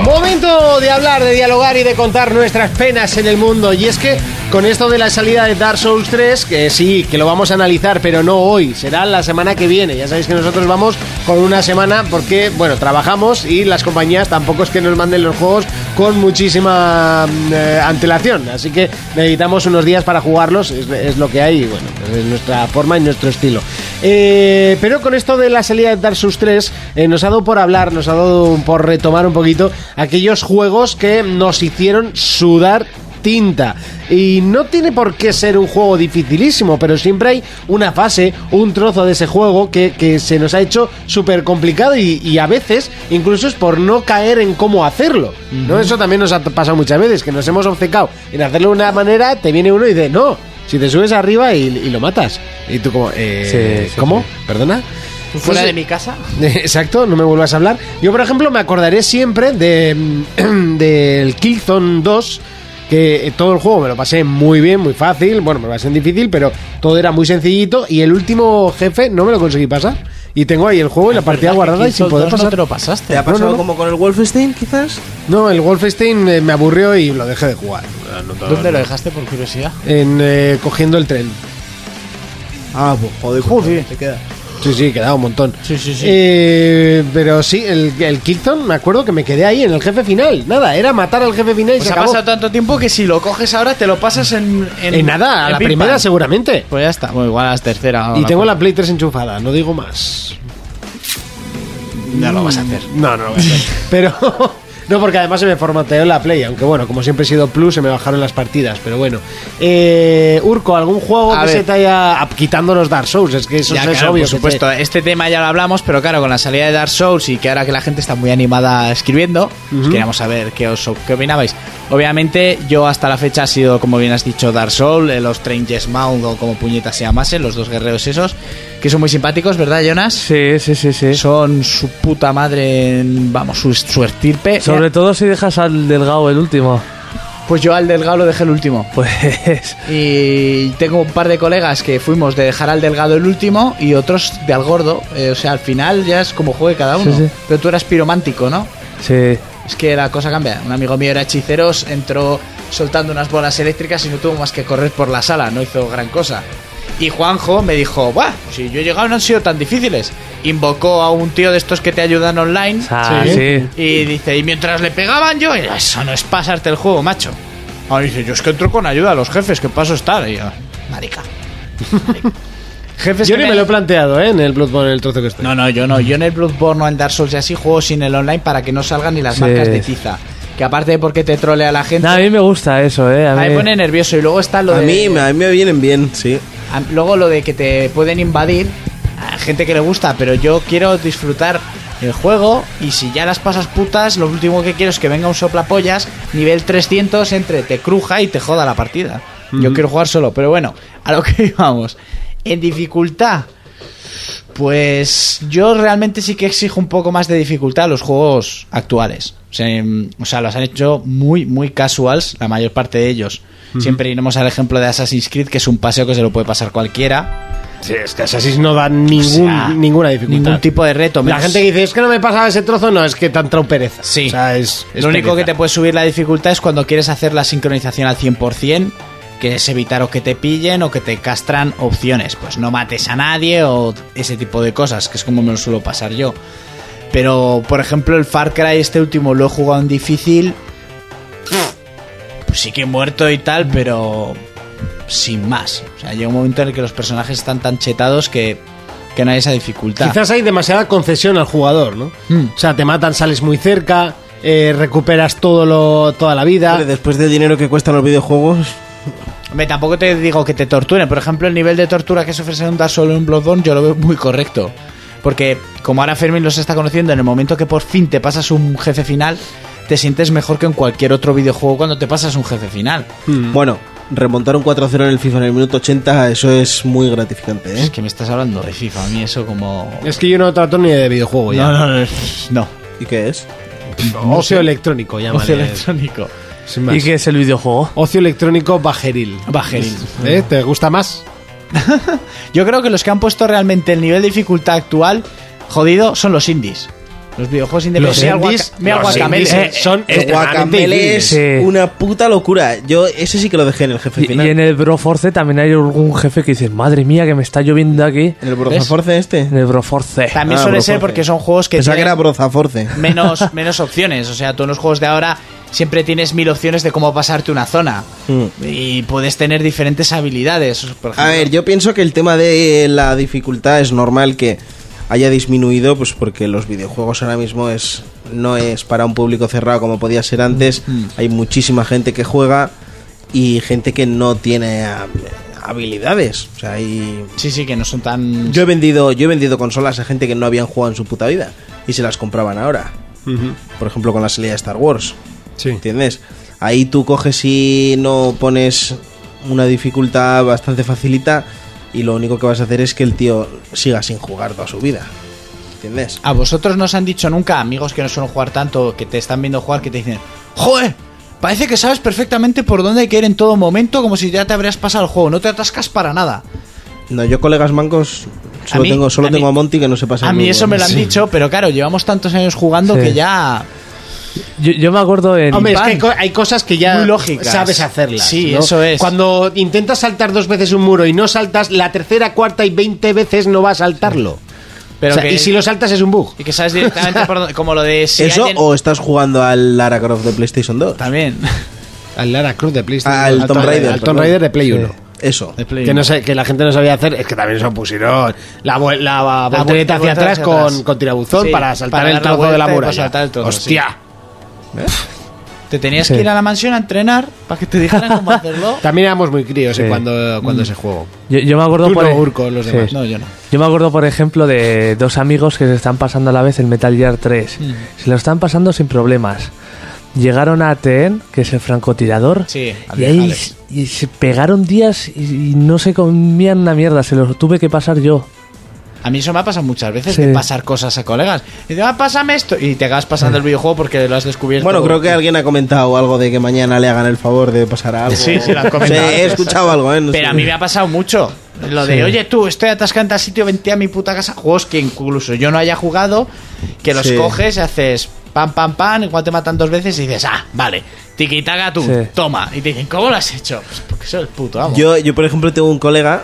[SPEAKER 2] Momento de hablar, de dialogar y de contar nuestras penas en el mundo. Y es que con esto de la salida de Dark Souls 3, que sí, que lo vamos a analizar, pero no hoy, será la semana que viene. Ya sabéis que nosotros vamos con una semana porque, bueno, trabajamos y las compañías tampoco es que nos manden los juegos con muchísima eh, antelación. Así que necesitamos unos días para jugarlos, es, es lo que hay, y bueno, es nuestra forma y nuestro estilo. Eh, pero con esto de la salida de Dark Souls 3, eh, nos ha dado por hablar, nos ha dado por retomar un poquito aquellos juegos que nos hicieron sudar tinta y no tiene por qué ser un juego dificilísimo pero siempre hay una fase un trozo de ese juego que, que se nos ha hecho súper complicado y, y a veces incluso es por no caer en cómo hacerlo no eso también nos ha pasado muchas veces que nos hemos obcecado en hacerlo de una manera te viene uno y dice no si te subes arriba y, y lo matas y tú como eh,
[SPEAKER 6] Sí, sí,
[SPEAKER 2] cómo perdona
[SPEAKER 4] Fuera
[SPEAKER 2] Pues,
[SPEAKER 4] de mi casa.
[SPEAKER 2] Exacto, no me vuelvas a hablar. Yo, por ejemplo, me acordaré siempre de mm, del Killzone 2, que eh, todo el juego me lo pasé muy bien, muy fácil. Bueno, me lo pasé en difícil, pero todo era muy sencillito. Y el último jefe no me lo conseguí pasar. Y tengo ahí el juego y
[SPEAKER 4] Ah,
[SPEAKER 2] la partida guardada y sin poder pasar.
[SPEAKER 5] te lo pasaste. ¿Te ha pasado como con el Wolfenstein, quizás?
[SPEAKER 2] No, el Wolfenstein eh, me aburrió y lo dejé de jugar.
[SPEAKER 4] ¿Dónde lo dejaste por curiosidad?
[SPEAKER 2] En, eh, cogiendo el tren. Ah, pues joder,
[SPEAKER 4] Te queda.
[SPEAKER 2] Sí, sí, quedaba un montón.
[SPEAKER 4] Sí, sí, sí.
[SPEAKER 2] Eh, pero sí, el, el Killzone, me acuerdo que me quedé ahí en el jefe final. Nada, era matar al jefe final y
[SPEAKER 4] Pues
[SPEAKER 2] se
[SPEAKER 4] ha
[SPEAKER 2] acabó.
[SPEAKER 4] pasado tanto tiempo que si lo coges ahora te lo pasas en. En,
[SPEAKER 2] En nada, a
[SPEAKER 4] en
[SPEAKER 2] la
[SPEAKER 4] pim,
[SPEAKER 2] primera
[SPEAKER 4] pam.
[SPEAKER 2] seguramente.
[SPEAKER 4] Pues ya está, bueno, igual a la tercera. o
[SPEAKER 2] Y tengo
[SPEAKER 4] cuarta.
[SPEAKER 2] la Play 3 enchufada, no digo más.
[SPEAKER 4] No lo vas a hacer.
[SPEAKER 2] No, no lo voy a hacer. Pero. No, porque además se me formateó la Play, aunque bueno, como siempre he sido Plus, se me bajaron las partidas, pero bueno. Eh, Urco, ¿algún juego
[SPEAKER 4] A
[SPEAKER 2] que
[SPEAKER 4] ver.
[SPEAKER 2] se te haya... Quitando los Dark Souls, es que eso
[SPEAKER 4] Ya,
[SPEAKER 2] es
[SPEAKER 4] claro,
[SPEAKER 2] obvio. que
[SPEAKER 4] por
[SPEAKER 2] te-
[SPEAKER 4] supuesto. Este tema ya lo hablamos, pero claro, con la salida de Dark Souls y que ahora que la gente está muy animada escribiendo, pues
[SPEAKER 2] Ujú.
[SPEAKER 4] queríamos saber qué os qué opinabais. Obviamente, yo hasta la fecha ha sido, como bien has dicho, Dark Souls, eh, los Stranges Mound o como puñetas se llamasen, los dos guerreros esos, que son muy simpáticos, ¿verdad, Jonas?
[SPEAKER 6] Sí, sí, sí, sí.
[SPEAKER 4] Son su puta madre, en- vamos, su, su estirpe.
[SPEAKER 6] Sobre
[SPEAKER 4] Eh,
[SPEAKER 6] todo si dejas al delgado el último.
[SPEAKER 4] Pues yo al Delgado lo dejé el último.
[SPEAKER 6] Pues.
[SPEAKER 4] Y tengo un par de colegas que fuimos de dejar al delgado el último y otros de al gordo. Eh, o sea, al final ya es como juegue cada uno.
[SPEAKER 6] Sí, sí.
[SPEAKER 4] Pero tú eras piromántico, ¿no?
[SPEAKER 6] Sí.
[SPEAKER 4] Es que la cosa cambia. Un amigo mío era hechiceros, entró soltando unas bolas eléctricas y no tuvo más que correr por la sala, no hizo gran cosa. Y Juanjo me dijo, ¡buah! Si yo he llegado no han sido tan difíciles. Invocó a un tío de estos que te ayudan online.
[SPEAKER 6] Ah, Sí. sí.
[SPEAKER 4] Y dice, y mientras le pegaban yo, eso no es pasarte el juego, macho. Ahora dice, yo es que entro con ayuda a los jefes, que paso estar. Y yo, marica. Jefes
[SPEAKER 2] Yo
[SPEAKER 4] que
[SPEAKER 2] ni
[SPEAKER 4] me-
[SPEAKER 2] me lo he planteado, ¿eh? En el Bloodborne, en el trozo que estoy.
[SPEAKER 4] No, no, yo no. Yo en el Bloodborne o en Dark Souls y así juego sin el online para que no salgan ni las
[SPEAKER 6] Sí.
[SPEAKER 4] marcas de tiza. Que aparte de porque te trolea la gente,
[SPEAKER 6] No, a mí me gusta eso, eh. A mí,
[SPEAKER 4] me pone nervioso. Y luego está lo
[SPEAKER 5] A
[SPEAKER 4] de.
[SPEAKER 5] mí, me- a mí me vienen bien, sí.
[SPEAKER 4] a- Ah, luego lo de que te pueden invadir a gente que le gusta, pero yo quiero disfrutar el juego y si ya las pasas putas, lo último que quiero es que venga un soplapollas nivel 300 entre te cruja y te joda la partida. Yo quiero jugar solo, pero bueno, a lo que íbamos. En dificultad, pues yo realmente sí que exijo un poco más de dificultad a los juegos actuales. O sea, em, o sea, los han hecho muy, muy casuals la mayor parte de ellos. Siempre iremos al ejemplo de Assassin's Creed, que es un paseo que se lo puede pasar cualquiera.
[SPEAKER 2] Sí, es que Assassin's no da ningún,
[SPEAKER 4] O sea,
[SPEAKER 2] ninguna dificultad.
[SPEAKER 4] Ningún tipo de reto.
[SPEAKER 2] La
[SPEAKER 4] menos-
[SPEAKER 2] gente que dice, es que no me pasaba ese trozo, no, es que te ha entrado pereza.
[SPEAKER 4] Sí.
[SPEAKER 2] O sea, es, es
[SPEAKER 4] Lo único que
[SPEAKER 2] pereza.
[SPEAKER 4] te puede subir la dificultad es cuando quieres hacer la sincronización al 100%, que es evitar o que te pillen o que te castran opciones. Pues no mates a nadie o ese tipo de cosas, que es como me lo suelo pasar yo. Pero, por ejemplo, el Far Cry este último lo he jugado en difícil. Pues sí que he muerto y tal, pero sin más. O sea, llega un momento en el que los personajes están tan chetados que, que no hay esa dificultad.
[SPEAKER 2] Quizás hay demasiada concesión al jugador, ¿no? O sea, te matan, sales muy cerca, eh, recuperas todo lo, toda la vida.
[SPEAKER 5] Hombre, después del dinero que cuestan los videojuegos,
[SPEAKER 4] Hombre, tampoco te digo que te torturen. Por ejemplo, el nivel de tortura que se ofrece en Dark Souls o en Bloodborne yo lo veo muy correcto. Porque como ahora Fermín los está conociendo, en el momento que por fin te pasas un jefe final, te sientes mejor que en cualquier otro videojuego cuando te pasas un jefe final.
[SPEAKER 5] Bueno, remontar un 4-0 en el FIFA en el minuto 80, eso es muy gratificante, ¿eh?
[SPEAKER 4] Es que me estás hablando de FIFA, a mí eso como...
[SPEAKER 2] Es que yo no trato ni de videojuego ya.
[SPEAKER 4] No, no, no. no.
[SPEAKER 5] ¿Y qué es?
[SPEAKER 2] Ocio electrónico, llámale.
[SPEAKER 4] Ocio electrónico.
[SPEAKER 2] Sin más.
[SPEAKER 6] ¿Y qué es el videojuego?
[SPEAKER 2] Ocio electrónico bajeril.
[SPEAKER 4] Bajeril.
[SPEAKER 2] ¿Eh? ¿Te gusta más?
[SPEAKER 4] Yo creo que los que han puesto realmente el nivel de dificultad actual jodido son los indies. Los videojuegos independientes.
[SPEAKER 2] indies-
[SPEAKER 4] Mira
[SPEAKER 2] los
[SPEAKER 4] Guacamele.
[SPEAKER 2] indies, eh, son
[SPEAKER 5] El guacamele es
[SPEAKER 6] Sí.
[SPEAKER 5] una puta locura. Yo ese sí que lo dejé en el jefe
[SPEAKER 6] Y,
[SPEAKER 5] final.
[SPEAKER 6] y en el Broforce también hay algún jefe que dices, madre mía, que me está lloviendo aquí.
[SPEAKER 5] ¿En el Brozaforce este?
[SPEAKER 6] En el Broforce.
[SPEAKER 4] También
[SPEAKER 5] Ah,
[SPEAKER 4] suele
[SPEAKER 5] Broforce.
[SPEAKER 4] ser porque son juegos que
[SPEAKER 5] Pensaba que
[SPEAKER 4] tienen
[SPEAKER 5] era Brozaforce.
[SPEAKER 4] menos, menos opciones. O sea, tú en los juegos de ahora siempre tienes mil opciones de cómo pasarte una zona.
[SPEAKER 5] Mm.
[SPEAKER 4] Y puedes tener diferentes habilidades. Por ejemplo,
[SPEAKER 5] A ver, yo pienso que el tema de la dificultad es normal que haya disminuido, pues porque los videojuegos ahora mismo es no es para un público cerrado como podía ser antes. Hay muchísima gente que juega y gente que no tiene ah, habilidades. O sea, hay-
[SPEAKER 4] Sí, sí, que no son tan.
[SPEAKER 5] yo he vendido yo he vendido consolas a gente que no habían jugado en su puta vida y se las compraban ahora. Por ejemplo, con la salida de Star Wars.
[SPEAKER 2] Sí.
[SPEAKER 5] ¿Entiendes? Ahí tú coges y no pones una dificultad bastante facilita y lo único que vas a hacer es que el tío siga sin jugar toda su vida. ¿Entiendes?
[SPEAKER 4] A vosotros no os han dicho nunca, amigos que no suelen jugar tanto, que te están viendo jugar, que te dicen, ¡Joder! Parece que sabes perfectamente por dónde hay que ir en todo momento, como si ya te habrías pasado el juego, no te atascas para nada.
[SPEAKER 5] No, yo colegas mancos solo
[SPEAKER 4] A mí-
[SPEAKER 5] tengo solo
[SPEAKER 4] a mí-
[SPEAKER 5] tengo a Monty que no se pasa.
[SPEAKER 4] A
[SPEAKER 5] el
[SPEAKER 4] mí
[SPEAKER 5] juego.
[SPEAKER 4] eso me lo han
[SPEAKER 5] Sí.
[SPEAKER 4] dicho, pero claro, llevamos tantos años jugando
[SPEAKER 6] Sí.
[SPEAKER 4] que ya...
[SPEAKER 6] Yo, yo me acuerdo en...
[SPEAKER 2] Hombre, es
[SPEAKER 4] pan.
[SPEAKER 2] que hay co- hay cosas que ya
[SPEAKER 4] Muy lógicas.
[SPEAKER 2] sabes hacerlas.
[SPEAKER 4] Sí,
[SPEAKER 2] ¿no?
[SPEAKER 4] eso es.
[SPEAKER 2] Cuando intentas saltar dos veces un muro y no saltas, la tercera, cuarta y veinte veces no va a saltarlo. O
[SPEAKER 4] Pero
[SPEAKER 2] sea,
[SPEAKER 4] que,
[SPEAKER 2] Y si lo saltas es un bug.
[SPEAKER 4] y que sabes directamente por dónde... Como lo de... Si
[SPEAKER 5] ¿Eso
[SPEAKER 4] alguien-
[SPEAKER 5] o estás jugando al Lara Croft de PlayStation 2?
[SPEAKER 4] También.
[SPEAKER 2] Al Lara Cruz de PlayStation.
[SPEAKER 5] Ah, al Tomb Raider,
[SPEAKER 2] Al Tomb
[SPEAKER 5] perdón.
[SPEAKER 2] Raider de Play
[SPEAKER 5] Sí.
[SPEAKER 2] 1.
[SPEAKER 5] Eso.
[SPEAKER 4] De Play
[SPEAKER 2] Que, no
[SPEAKER 4] uno.
[SPEAKER 2] sé, que la gente no sabía hacer, es que también se pusieron la, vu- la, voltereta
[SPEAKER 4] vuelta
[SPEAKER 2] hacia
[SPEAKER 4] hacia
[SPEAKER 2] atrás,
[SPEAKER 4] atrás.
[SPEAKER 2] con, con tirabuzón
[SPEAKER 4] Sí,
[SPEAKER 2] para saltar
[SPEAKER 4] para
[SPEAKER 2] el
[SPEAKER 4] dar la
[SPEAKER 2] trozo de la
[SPEAKER 4] vuelta y para
[SPEAKER 2] muralla.
[SPEAKER 4] saltar el trozo,
[SPEAKER 2] ¡Hostia!
[SPEAKER 4] Te tenías
[SPEAKER 6] Sí.
[SPEAKER 4] que ir a la mansión a entrenar para que te dijeran cómo hacerlo.
[SPEAKER 2] También éramos muy críos eh,
[SPEAKER 6] Sí.
[SPEAKER 2] cuando, cuando ese juego.
[SPEAKER 6] Yo, yo me acuerdo
[SPEAKER 2] Tú
[SPEAKER 6] por...
[SPEAKER 2] no, Urco, los
[SPEAKER 6] Sí.
[SPEAKER 2] demás.
[SPEAKER 4] No, yo no.
[SPEAKER 6] Yo me acuerdo, por ejemplo, de dos amigos que se están pasando a la vez el Metal Gear 3.
[SPEAKER 2] Mm.
[SPEAKER 6] Se lo están pasando sin problemas. Llegaron a ATN, que es el francotirador,
[SPEAKER 4] Sí,
[SPEAKER 6] y ahí s- y se pegaron días y, y no se comían una mierda, se los tuve que pasar yo.
[SPEAKER 4] A mí eso me ha pasado muchas veces
[SPEAKER 6] Sí.
[SPEAKER 4] de pasar cosas a colegas. Y digo, ah, pásame esto. Y te acabas pasando el videojuego porque lo has descubierto.
[SPEAKER 5] Bueno, creo que alguien ha comentado algo de que mañana le hagan el favor de pasar a algo.
[SPEAKER 4] Sí, sí, lo han
[SPEAKER 5] Sí,
[SPEAKER 4] comentado.
[SPEAKER 5] he escuchado algo, ¿eh? No
[SPEAKER 4] Pero
[SPEAKER 5] sé.
[SPEAKER 4] a mí me ha pasado mucho. Lo de,
[SPEAKER 6] Sí.
[SPEAKER 4] oye, tú, estoy atascando al sitio, vente a mi puta casa. Juegos que incluso yo no haya jugado, que los
[SPEAKER 5] Sí.
[SPEAKER 4] coges, haces pam, pam, pam, igual te matan dos veces y dices, ah, vale, tiquitaca tú,
[SPEAKER 6] Sí.
[SPEAKER 4] toma. Y te dicen, ¿cómo lo has hecho? Pues porque soy el puto amo.
[SPEAKER 5] Yo, yo, por ejemplo, tengo un colega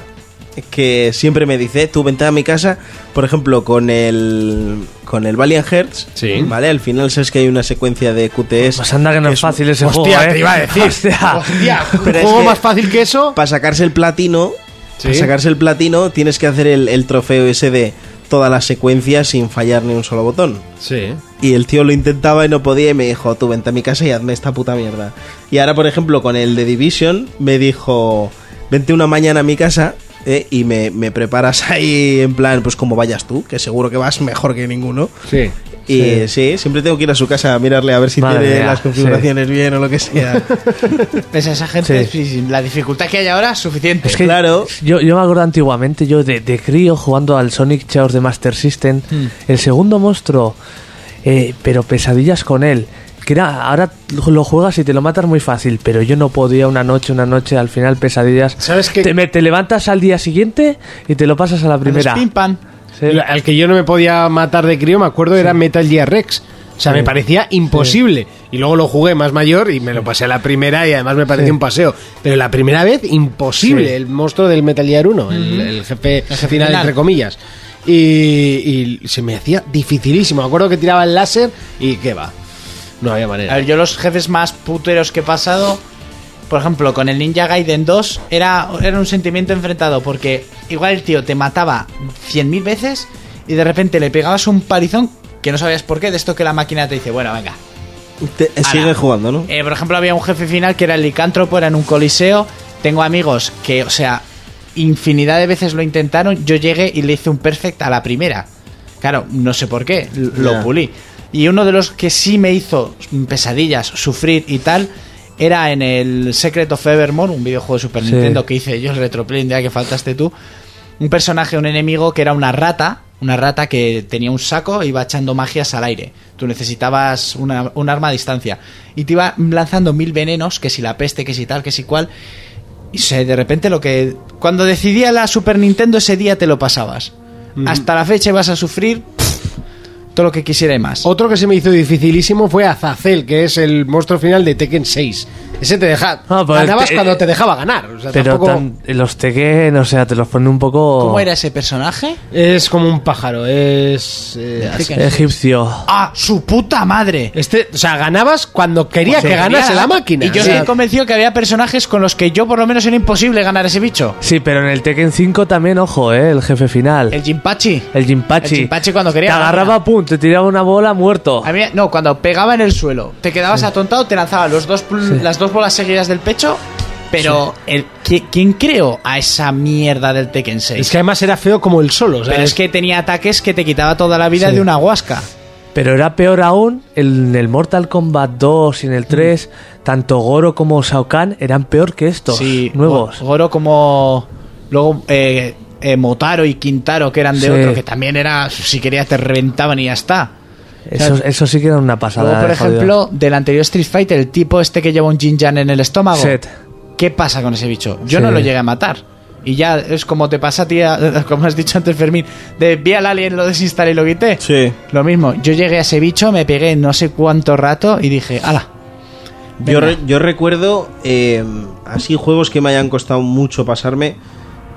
[SPEAKER 5] que siempre me dice, tú vente a mi casa, por ejemplo, con el con el Valiant Hearts,
[SPEAKER 2] Sí.
[SPEAKER 5] ¿vale? Al final sabes que hay una secuencia de QTS
[SPEAKER 6] Pues anda que no es,
[SPEAKER 5] Es-
[SPEAKER 6] fácil ese
[SPEAKER 2] hostia,
[SPEAKER 6] juego, ¿eh?
[SPEAKER 2] te iba a decir.
[SPEAKER 6] Hostia.
[SPEAKER 2] ¡Hostia! ¿Un
[SPEAKER 5] Pero es
[SPEAKER 2] juego
[SPEAKER 5] que-
[SPEAKER 2] más fácil que eso?
[SPEAKER 5] para sacarse el platino,
[SPEAKER 2] Sí.
[SPEAKER 5] para sacarse el platino tienes que hacer el, el trofeo ese de toda la secuencia sin fallar ni un solo botón.
[SPEAKER 2] Sí.
[SPEAKER 5] Y el tío lo intentaba y no podía y me dijo, tú vente a mi casa y hazme esta puta mierda. Y ahora, por ejemplo, con el de Division, me dijo, vente una mañana a mi casa eh, y me, me preparas ahí en plan, pues como vayas tú, que seguro que vas mejor que ninguno.
[SPEAKER 2] Sí.
[SPEAKER 5] Y eh, sí, siempre tengo que ir a su casa a mirarle a ver si
[SPEAKER 6] Madre
[SPEAKER 5] tiene
[SPEAKER 6] mía,
[SPEAKER 5] las configuraciones bien o lo que sea.
[SPEAKER 4] Pues a esa gente,
[SPEAKER 6] Sí.
[SPEAKER 4] sí, sí, la dificultad que hay ahora es suficiente.
[SPEAKER 6] Es que
[SPEAKER 5] Claro.
[SPEAKER 6] Yo, yo me acuerdo antiguamente, yo de, de crío jugando al Sonic Chaos de Master System, el segundo monstruo, eh, pero pesadillas con él. Que era, ahora lo juegas y te lo matas muy fácil, pero yo no podía una noche, una noche, al final pesadillas.
[SPEAKER 2] ¿Sabes qué?
[SPEAKER 6] Te, me- te levantas al día siguiente y te lo pasas a la primera.
[SPEAKER 4] Pim, pam.
[SPEAKER 6] Sí.
[SPEAKER 2] La- Al que yo no me podía matar de crío, me acuerdo, era Metal Gear Rex. O sea, me
[SPEAKER 6] Sí.
[SPEAKER 2] parecía imposible. Y luego lo jugué más mayor y me lo pasé a la primera y además me pareció
[SPEAKER 6] Sí.
[SPEAKER 2] un paseo. Pero la primera vez, imposible.
[SPEAKER 6] Sí.
[SPEAKER 2] El monstruo del Metal Gear 1, el, el jefe final, entre comillas. Y, y se me hacía dificilísimo. Me acuerdo que tiraba el láser y qué va. No había
[SPEAKER 4] A
[SPEAKER 2] manera.
[SPEAKER 4] ver, yo los jefes más puteros que he pasado, por ejemplo, con el Ninja Gaiden 2, era, era un sentimiento enfrentado, porque igual el tío te mataba 100.000 veces y de repente le pegabas un palizón que no sabías por qué, de esto que la máquina te dice, bueno, venga.
[SPEAKER 5] Te- sigue jugando, ¿no?
[SPEAKER 4] Eh, por ejemplo, había un jefe final que era el licántropo, era en un coliseo. Tengo amigos que, o sea, infinidad de veces lo intentaron. Yo llegué y le hice un perfect a la primera. Claro, no sé por qué, l- lo
[SPEAKER 5] Ya.
[SPEAKER 4] pulí. Y uno de los que sí me hizo pesadillas, sufrir y tal, era en el Secret of Evermore, un videojuego de Super
[SPEAKER 6] Sí.
[SPEAKER 4] Nintendo que hice yo, el Retroplay, un día que faltaste tú. Un personaje, un enemigo que era una rata una rata que tenía un saco e iba echando magias al aire. Tú necesitabas una, un arma a distancia. Y te iba lanzando mil venenos, que si la peste, que si tal, que si cual. Y se- de repente lo que... Cuando decidía la Super Nintendo ese día te lo pasabas. Hasta la fecha vas a sufrir todo lo que quisiera y más.
[SPEAKER 2] Otro que se me hizo dificilísimo fue Azazel, que es el monstruo final de Tekken 6. Ese te deja.
[SPEAKER 6] pues,
[SPEAKER 2] ganabas
[SPEAKER 6] eh,
[SPEAKER 2] cuando te dejaba ganar. O sea,
[SPEAKER 6] Pero
[SPEAKER 2] tampoco-
[SPEAKER 6] tan- los Tekken, o sea, te los pone un poco...
[SPEAKER 4] ¿Cómo era ese personaje?
[SPEAKER 2] Es como un pájaro, es. eh, así.
[SPEAKER 6] Egipcio.
[SPEAKER 4] ¡Ah, su puta madre!
[SPEAKER 2] Este, o sea, ganabas cuando quería
[SPEAKER 4] Pues
[SPEAKER 2] que
[SPEAKER 4] quería
[SPEAKER 2] ganase la
[SPEAKER 4] ganar.
[SPEAKER 2] máquina.
[SPEAKER 4] Y yo
[SPEAKER 2] O sea,
[SPEAKER 4] estoy convencido que había personajes con los que yo por lo menos era imposible ganar ese bicho.
[SPEAKER 6] Sí, pero en el Tekken 5 también, ojo, ¿eh? El jefe final.
[SPEAKER 4] El Jinpachi.
[SPEAKER 6] El Jinpachi.
[SPEAKER 4] El Jinpachi cuando quería
[SPEAKER 6] Te
[SPEAKER 4] ganar.
[SPEAKER 6] agarraba, pum, te tiraba una bola, muerto.
[SPEAKER 4] A mí, no, cuando pegaba en el suelo, te quedabas atontado, te lanzaba los dos, pl- las dos bolas seguidas del pecho, pero el, ¿qui- ¿quién creó a esa mierda del Tekken 6?
[SPEAKER 2] Es que además era feo como el solo. o sea,
[SPEAKER 4] pero es que tenía ataques que te quitaba toda la vida
[SPEAKER 6] Sí.
[SPEAKER 4] de una huasca.
[SPEAKER 6] Pero era peor aún, en el Mortal Kombat 2 y en
[SPEAKER 4] Mm.
[SPEAKER 6] el 3, tanto Goro como Shao Kahn eran peor que estos
[SPEAKER 4] Sí,
[SPEAKER 6] nuevos.
[SPEAKER 4] Go- Goro como luego eh, eh, Motaro y Quintaro que eran de
[SPEAKER 6] Sí.
[SPEAKER 4] otro que también era si querías te reventaban y ya está.
[SPEAKER 6] Eso,
[SPEAKER 4] Claro.
[SPEAKER 6] eso sí que era una pasada.
[SPEAKER 4] Luego, por
[SPEAKER 6] de jodido.
[SPEAKER 4] ejemplo, del anterior Street Fighter, el tipo este que lleva un Jinjan en el estómago.
[SPEAKER 6] Set.
[SPEAKER 4] ¿Qué pasa con ese bicho? Yo
[SPEAKER 6] Sí.
[SPEAKER 4] no lo llegué a matar. Y ya es como te pasa a ti, a- como has dicho antes, Fermín, de vi al alien, lo desinstalé y lo quité.
[SPEAKER 5] Sí.
[SPEAKER 4] Lo mismo, yo llegué a ese bicho, me pegué no sé cuánto rato y dije, ala. venga".
[SPEAKER 5] Yo, re- yo recuerdo eh, así juegos que me hayan costado mucho pasarme.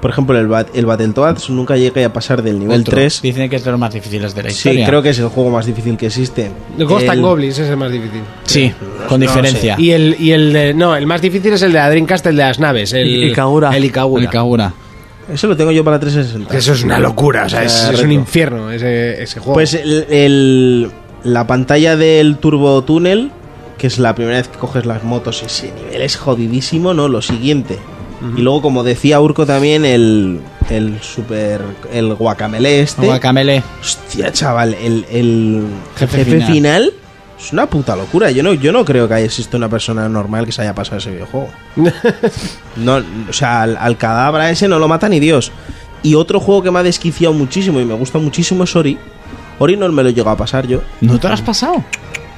[SPEAKER 5] Por ejemplo, el, Bat- el Battletoads nunca llegué a pasar del nivel
[SPEAKER 4] Otro.
[SPEAKER 5] 3.
[SPEAKER 4] Dicen que es de los más difíciles de la
[SPEAKER 5] Sí,
[SPEAKER 4] historia.
[SPEAKER 5] creo que es el juego más difícil que existe.
[SPEAKER 2] el Ghost
[SPEAKER 5] El-
[SPEAKER 2] and Goblins es el más difícil.
[SPEAKER 4] Sí, con
[SPEAKER 5] No
[SPEAKER 4] diferencia.
[SPEAKER 2] Y el, y el de- No, el más difícil es el de la Dreamcast, el de las naves. El
[SPEAKER 6] I- Ikagura.
[SPEAKER 2] El Ikagura.
[SPEAKER 4] Ikagura.
[SPEAKER 5] Eso lo tengo yo para 360.
[SPEAKER 2] Que eso es una locura, o sea, es, es un
[SPEAKER 5] reto.
[SPEAKER 2] infierno ese, ese juego.
[SPEAKER 5] Pues el- el- la pantalla del turbo túnel, que es la primera vez que coges las motos, ese nivel es jodidísimo, ¿no? Lo siguiente. Y luego, como decía Urco también, el, el super. el guacamele este.
[SPEAKER 4] Guacamele.
[SPEAKER 5] Hostia, chaval, el, el
[SPEAKER 4] Jefe
[SPEAKER 5] jefe,
[SPEAKER 4] final.
[SPEAKER 5] final. es una puta locura. Yo no, yo no creo que haya existido una persona normal que se haya pasado ese videojuego. no, o sea, al, al cadabra ese no lo mata ni Dios. Y otro juego que me ha desquiciado muchísimo y me gusta muchísimo es Ori. Ori no me lo llegó a pasar yo.
[SPEAKER 4] ¿No te lo has pasado?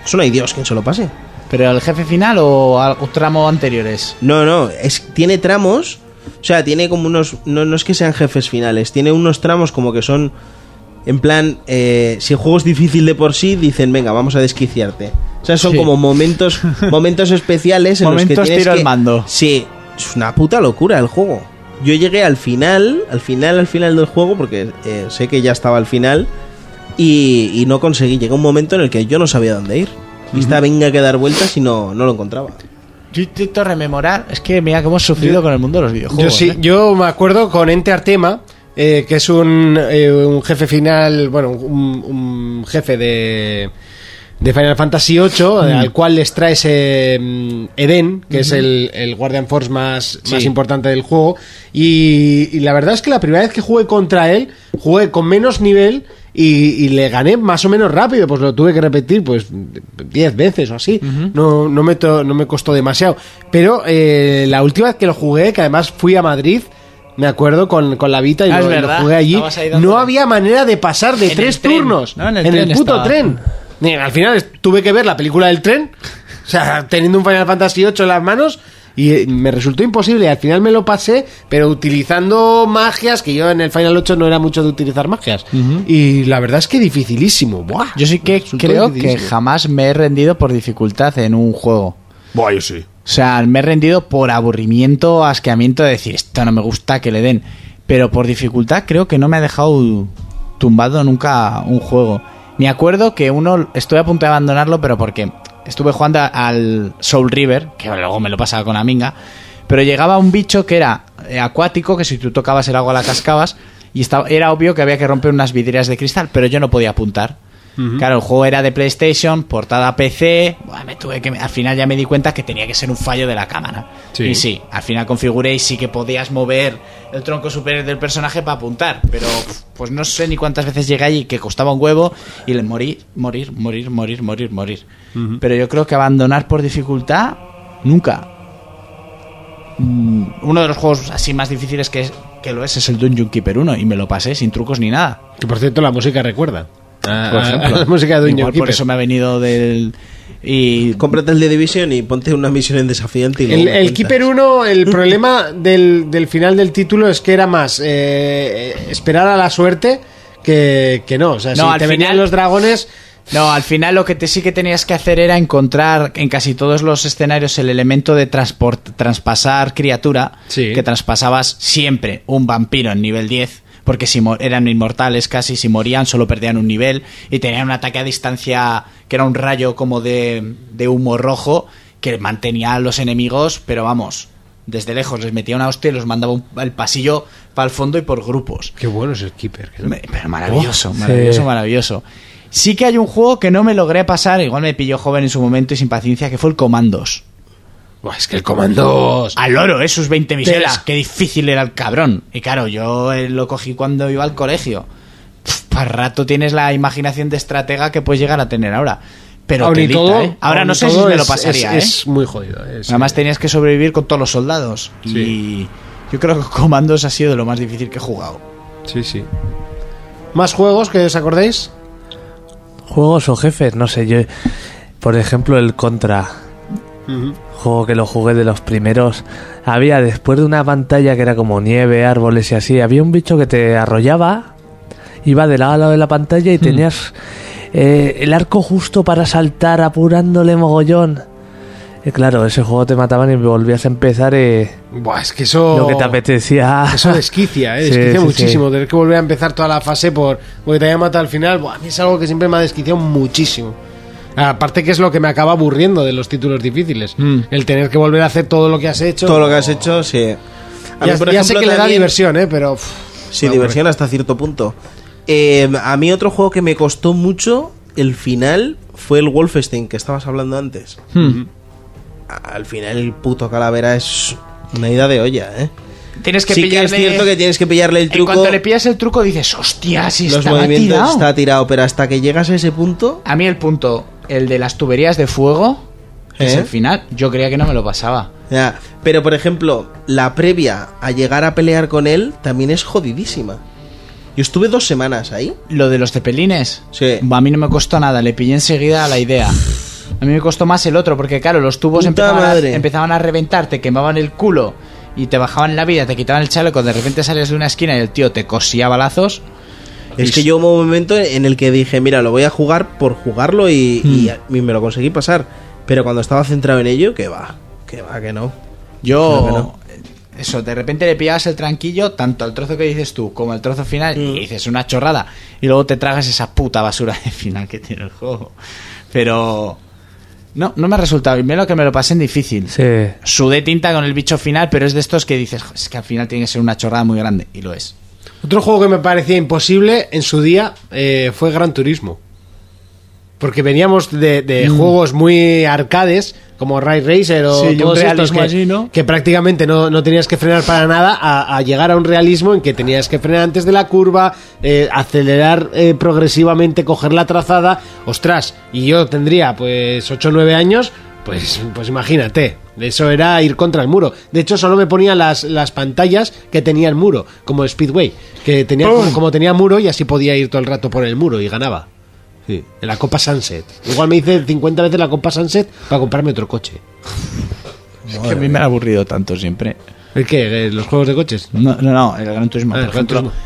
[SPEAKER 5] Eso no hay Dios quien se lo pase.
[SPEAKER 4] ¿Pero al jefe final o al o tramo anteriores?
[SPEAKER 5] No, no, es, tiene tramos. O sea, tiene como unos. No, no es que sean jefes finales, tiene unos tramos como que son. En plan, eh, si el juego es difícil de por sí, dicen, venga, vamos a desquiciarte. O sea, son
[SPEAKER 4] Sí.
[SPEAKER 5] como momentos, momentos especiales en los
[SPEAKER 4] Momentos
[SPEAKER 5] que tienes
[SPEAKER 4] tiro al
[SPEAKER 5] que-
[SPEAKER 4] mando.
[SPEAKER 5] Sí, es una puta locura el juego. Yo llegué al final, al final, al final del juego, porque eh, sé que ya estaba al final, y, y no conseguí. Llegó un momento en el que yo no sabía dónde ir. Y esta venga que dar vueltas y no, no lo encontraba.
[SPEAKER 4] Yo intento rememorar, es que mira cómo hemos sufrido con el mundo de los
[SPEAKER 2] Yo
[SPEAKER 4] videojuegos.
[SPEAKER 2] sí,
[SPEAKER 4] ¿eh?
[SPEAKER 2] yo me acuerdo con Ente Artema, eh, que es un, eh, un jefe final, bueno, un, un jefe de, de Final Fantasy VIII,
[SPEAKER 4] Mm.
[SPEAKER 2] eh, al cual les traes eh, mm, Eden, que es el, el Guardian Force más, más importante del juego, y, y la verdad es que la primera vez que jugué contra él, jugué con menos nivel. Y, y le gané más o menos rápido, pues lo tuve que repetir pues 10 veces o así. no, no, me to- no me costó demasiado. Pero eh, la última vez que lo jugué, que además fui a Madrid, me acuerdo con, con la Vita y
[SPEAKER 4] Ah,
[SPEAKER 2] lo,
[SPEAKER 4] es
[SPEAKER 2] y lo
[SPEAKER 4] verdad,
[SPEAKER 2] jugué allí,
[SPEAKER 4] estabas ahí dando-
[SPEAKER 2] no había manera de pasar de
[SPEAKER 4] En el
[SPEAKER 2] tres
[SPEAKER 4] tren,
[SPEAKER 2] turnos
[SPEAKER 4] ¿no? En
[SPEAKER 2] en
[SPEAKER 4] el
[SPEAKER 2] el,
[SPEAKER 4] tren
[SPEAKER 2] puto
[SPEAKER 4] estaba.
[SPEAKER 2] tren. Y al final es- tuve que ver la película del tren, o sea, teniendo un Final Fantasy VIII en las manos. Y eh, me resultó imposible, al final me lo pasé, pero utilizando magias, que yo en el Final 8 no era mucho de utilizar magias. Y la verdad es que dificilísimo. Buah,
[SPEAKER 4] Yo sí que
[SPEAKER 2] Resultó
[SPEAKER 4] creo que
[SPEAKER 2] dificilísimo.
[SPEAKER 4] jamás me he rendido por dificultad en un juego.
[SPEAKER 1] Buah, yo sí.
[SPEAKER 4] O sea, me he rendido por aburrimiento, asqueamiento de decir, esto no me gusta que le den. Pero por dificultad creo que no me ha dejado tumbado nunca un juego. Me acuerdo que uno, estuve a punto de abandonarlo, pero porque estuve jugando a- al Soul River, que luego me lo pasaba con la minga. Pero llegaba un bicho que era eh, acuático, que si tú tocabas el agua la cascabas. Y estaba, era obvio que había que romper unas vidrieras de cristal, pero yo no podía apuntar. Claro, el juego era de PlayStation, portada a PC. Buah, me tuve que, al final ya me di cuenta que tenía que ser un fallo de la cámara.
[SPEAKER 12] Sí.
[SPEAKER 4] Y sí, al final configuré y sí que podías mover el tronco superior del personaje para apuntar. Pero pf, pues no sé ni cuántas veces llegué allí que costaba un huevo y le morí, morir, morir, morir, morir, morir. Pero yo creo que abandonar por dificultad, nunca. Mm, Uno de los juegos así más difíciles que que lo es, es el Dungeon Keeper 1 y me lo pasé sin trucos ni nada.
[SPEAKER 2] Que por cierto, la música recuerda. a-
[SPEAKER 4] Por
[SPEAKER 2] a-
[SPEAKER 4] ejemplo.
[SPEAKER 2] a la música de Dungeon
[SPEAKER 4] Igual
[SPEAKER 2] Keeper.
[SPEAKER 4] por eso me ha venido del... Y...
[SPEAKER 5] Cómprate el de Division y ponte una misión desafiante. Y luego
[SPEAKER 2] El,
[SPEAKER 5] me
[SPEAKER 2] el
[SPEAKER 5] cuentas.
[SPEAKER 2] Keeper 1, el problema del, del final del título es que era más eh, esperar a la suerte que, que no. O sea, si te venían los dragones.
[SPEAKER 4] No, al final lo que te sí que tenías que hacer era encontrar en casi todos los escenarios el elemento de transport, traspasar criatura que traspasabas siempre un vampiro en nivel 10. Porque si mo- eran inmortales casi, si morían solo perdían un nivel y tenían un ataque a distancia que era un rayo como de, de humo rojo que mantenía a los enemigos, pero vamos, desde lejos les metía una hostia y los mandaba un- al pasillo para el fondo y por grupos.
[SPEAKER 2] Qué bueno es el Keeper.
[SPEAKER 4] Me- pero maravilloso,
[SPEAKER 2] Oh,
[SPEAKER 4] maravilloso,
[SPEAKER 2] sí.
[SPEAKER 4] maravilloso. Sí que hay un juego que no me logré pasar, igual me pilló joven en su momento y sin paciencia, que fue el Comandos.
[SPEAKER 2] Buah, es que el Comandos.
[SPEAKER 4] Al oro, eh, esos 20 miselas.
[SPEAKER 2] Tela.
[SPEAKER 4] Qué difícil era el cabrón. Y claro, yo eh, lo cogí cuando iba al colegio. Pf, Para rato tienes la imaginación de estratega que puedes llegar a tener ahora. Pero
[SPEAKER 2] Aún y
[SPEAKER 4] telita,
[SPEAKER 2] todo-
[SPEAKER 4] ¿eh? ahora
[SPEAKER 2] aún
[SPEAKER 4] no
[SPEAKER 2] y
[SPEAKER 4] sé si
[SPEAKER 2] todo
[SPEAKER 4] me lo
[SPEAKER 2] es-
[SPEAKER 4] pasaría.
[SPEAKER 2] es-
[SPEAKER 4] ¿eh?
[SPEAKER 2] es muy jodido, es-
[SPEAKER 4] Además tenías que sobrevivir con todos los soldados. Y yo creo que Comandos ha sido de lo más difícil que he jugado.
[SPEAKER 2] Sí, sí. ¿Más juegos que os acordéis?
[SPEAKER 6] ¿Juegos o jefes? No sé, yo. Por ejemplo, el Contra. Juego que lo jugué de los primeros. Había, después de una pantalla que era como nieve, árboles y así, había un bicho que te arrollaba, iba de lado a lado de la pantalla y
[SPEAKER 2] Hmm.
[SPEAKER 6] tenías eh, el arco justo para saltar, apurándole mogollón. Y claro, ese juego te mataban y volvías a empezar eh,
[SPEAKER 2] Buah, es que eso.
[SPEAKER 6] lo que te apetecía.
[SPEAKER 2] Oh. Eso desquicia, ¿eh?
[SPEAKER 6] Sí,
[SPEAKER 2] desquicia
[SPEAKER 6] sí, sí.
[SPEAKER 2] muchísimo. Tener que volver a empezar toda la fase por porque te haya matado al final, buah, a mí es algo que siempre me ha desquiciado muchísimo. Aparte que es lo que me acaba aburriendo de los títulos difíciles. El tener que volver a hacer todo lo que has hecho.
[SPEAKER 5] Mm. Todo lo que has hecho, sí. A
[SPEAKER 2] ya
[SPEAKER 5] mí, por
[SPEAKER 2] ya
[SPEAKER 5] ejemplo,
[SPEAKER 2] sé que le da
[SPEAKER 5] también-
[SPEAKER 2] diversión, ¿eh? Pero... uff,
[SPEAKER 5] Sí,
[SPEAKER 2] me
[SPEAKER 5] diversión hasta cierto punto. Eh, a mí otro juego que me costó mucho el final fue el Wolfenstein que estabas hablando antes.
[SPEAKER 2] Hmm.
[SPEAKER 5] Al final el puto calavera es una ida de olla, ¿eh.
[SPEAKER 4] Tienes que
[SPEAKER 5] sí que
[SPEAKER 4] pillarle...
[SPEAKER 5] es cierto que tienes que pillarle el
[SPEAKER 4] En
[SPEAKER 5] truco.
[SPEAKER 4] cuanto le pillas el truco dices, hostia, si
[SPEAKER 5] los
[SPEAKER 4] estaba
[SPEAKER 5] movimientos
[SPEAKER 4] tirado.
[SPEAKER 5] está tirado, pero hasta que llegas a ese punto,
[SPEAKER 4] A mí el punto, el de las tuberías de fuego, que es
[SPEAKER 5] ¿Eh?
[SPEAKER 4] el final, yo creía que no me lo pasaba.
[SPEAKER 5] ya. Pero por ejemplo, la previa a llegar a pelear con él también es jodidísima. Yo estuve dos semanas ahí.
[SPEAKER 4] Lo de los cepelines,
[SPEAKER 5] Sí.
[SPEAKER 4] a mí no me costó nada, le pillé enseguida la idea. A mí me costó más el otro, porque claro, los tubos
[SPEAKER 5] Puta
[SPEAKER 4] empezaban a,
[SPEAKER 5] madre.
[SPEAKER 4] empezaban a reventar, te quemaban el culo y te bajaban la vida, te quitaban el chaleco, de repente salías de una esquina y el tío te cosía balazos.
[SPEAKER 5] Es que yo hubo un momento en el que dije, mira, lo voy a jugar por jugarlo y, y- y me lo conseguí pasar. Pero cuando estaba centrado en ello, que va, que va, que no.
[SPEAKER 4] Yo...
[SPEAKER 5] Claro que no.
[SPEAKER 4] Eso, de repente le pillabas el tranquillo, tanto al trozo que dices tú como al trozo final, y dices una chorrada. Y luego te tragas esa puta basura de final que tiene el juego. Pero. No, no me ha resultado. Y menos que me lo pasen difícil.
[SPEAKER 6] Sí.
[SPEAKER 4] Sudé tinta con el bicho final, pero es de estos que dices, "Jo, es que al final tiene que ser una chorrada muy grande. Y lo es.
[SPEAKER 2] Otro juego que me parecía imposible en su día eh, fue Gran Turismo. Porque veníamos de, de juegos muy arcades, como Ray Racer o
[SPEAKER 4] Mm. Sí, y un
[SPEAKER 2] todos estos
[SPEAKER 4] realismo
[SPEAKER 2] que,
[SPEAKER 4] allí, ¿no?
[SPEAKER 2] que prácticamente no, no tenías que frenar para nada, a, a llegar a un realismo en que tenías que frenar antes de la curva, eh, acelerar eh, progresivamente, coger la trazada. Ostras, y yo tendría pues 8 o 9 años, pues, pues imagínate, eso era ir contra el muro. De hecho, solo me ponía las, las pantallas que tenía el muro, como Speedway, que tenía como, como tenía muro y así podía ir todo el rato por el muro y ganaba. Sí. En la Copa Sunset. Igual me hice 50 veces la Copa Sunset para comprarme otro coche.
[SPEAKER 4] Es que a mí me ha aburrido tanto siempre.
[SPEAKER 2] ¿El qué? ¿Los juegos de coches?
[SPEAKER 4] No, no, no, el Gran Turismo.
[SPEAKER 2] Ah,
[SPEAKER 4] por
[SPEAKER 2] el Gran
[SPEAKER 4] ejemplo.
[SPEAKER 2] Turismo.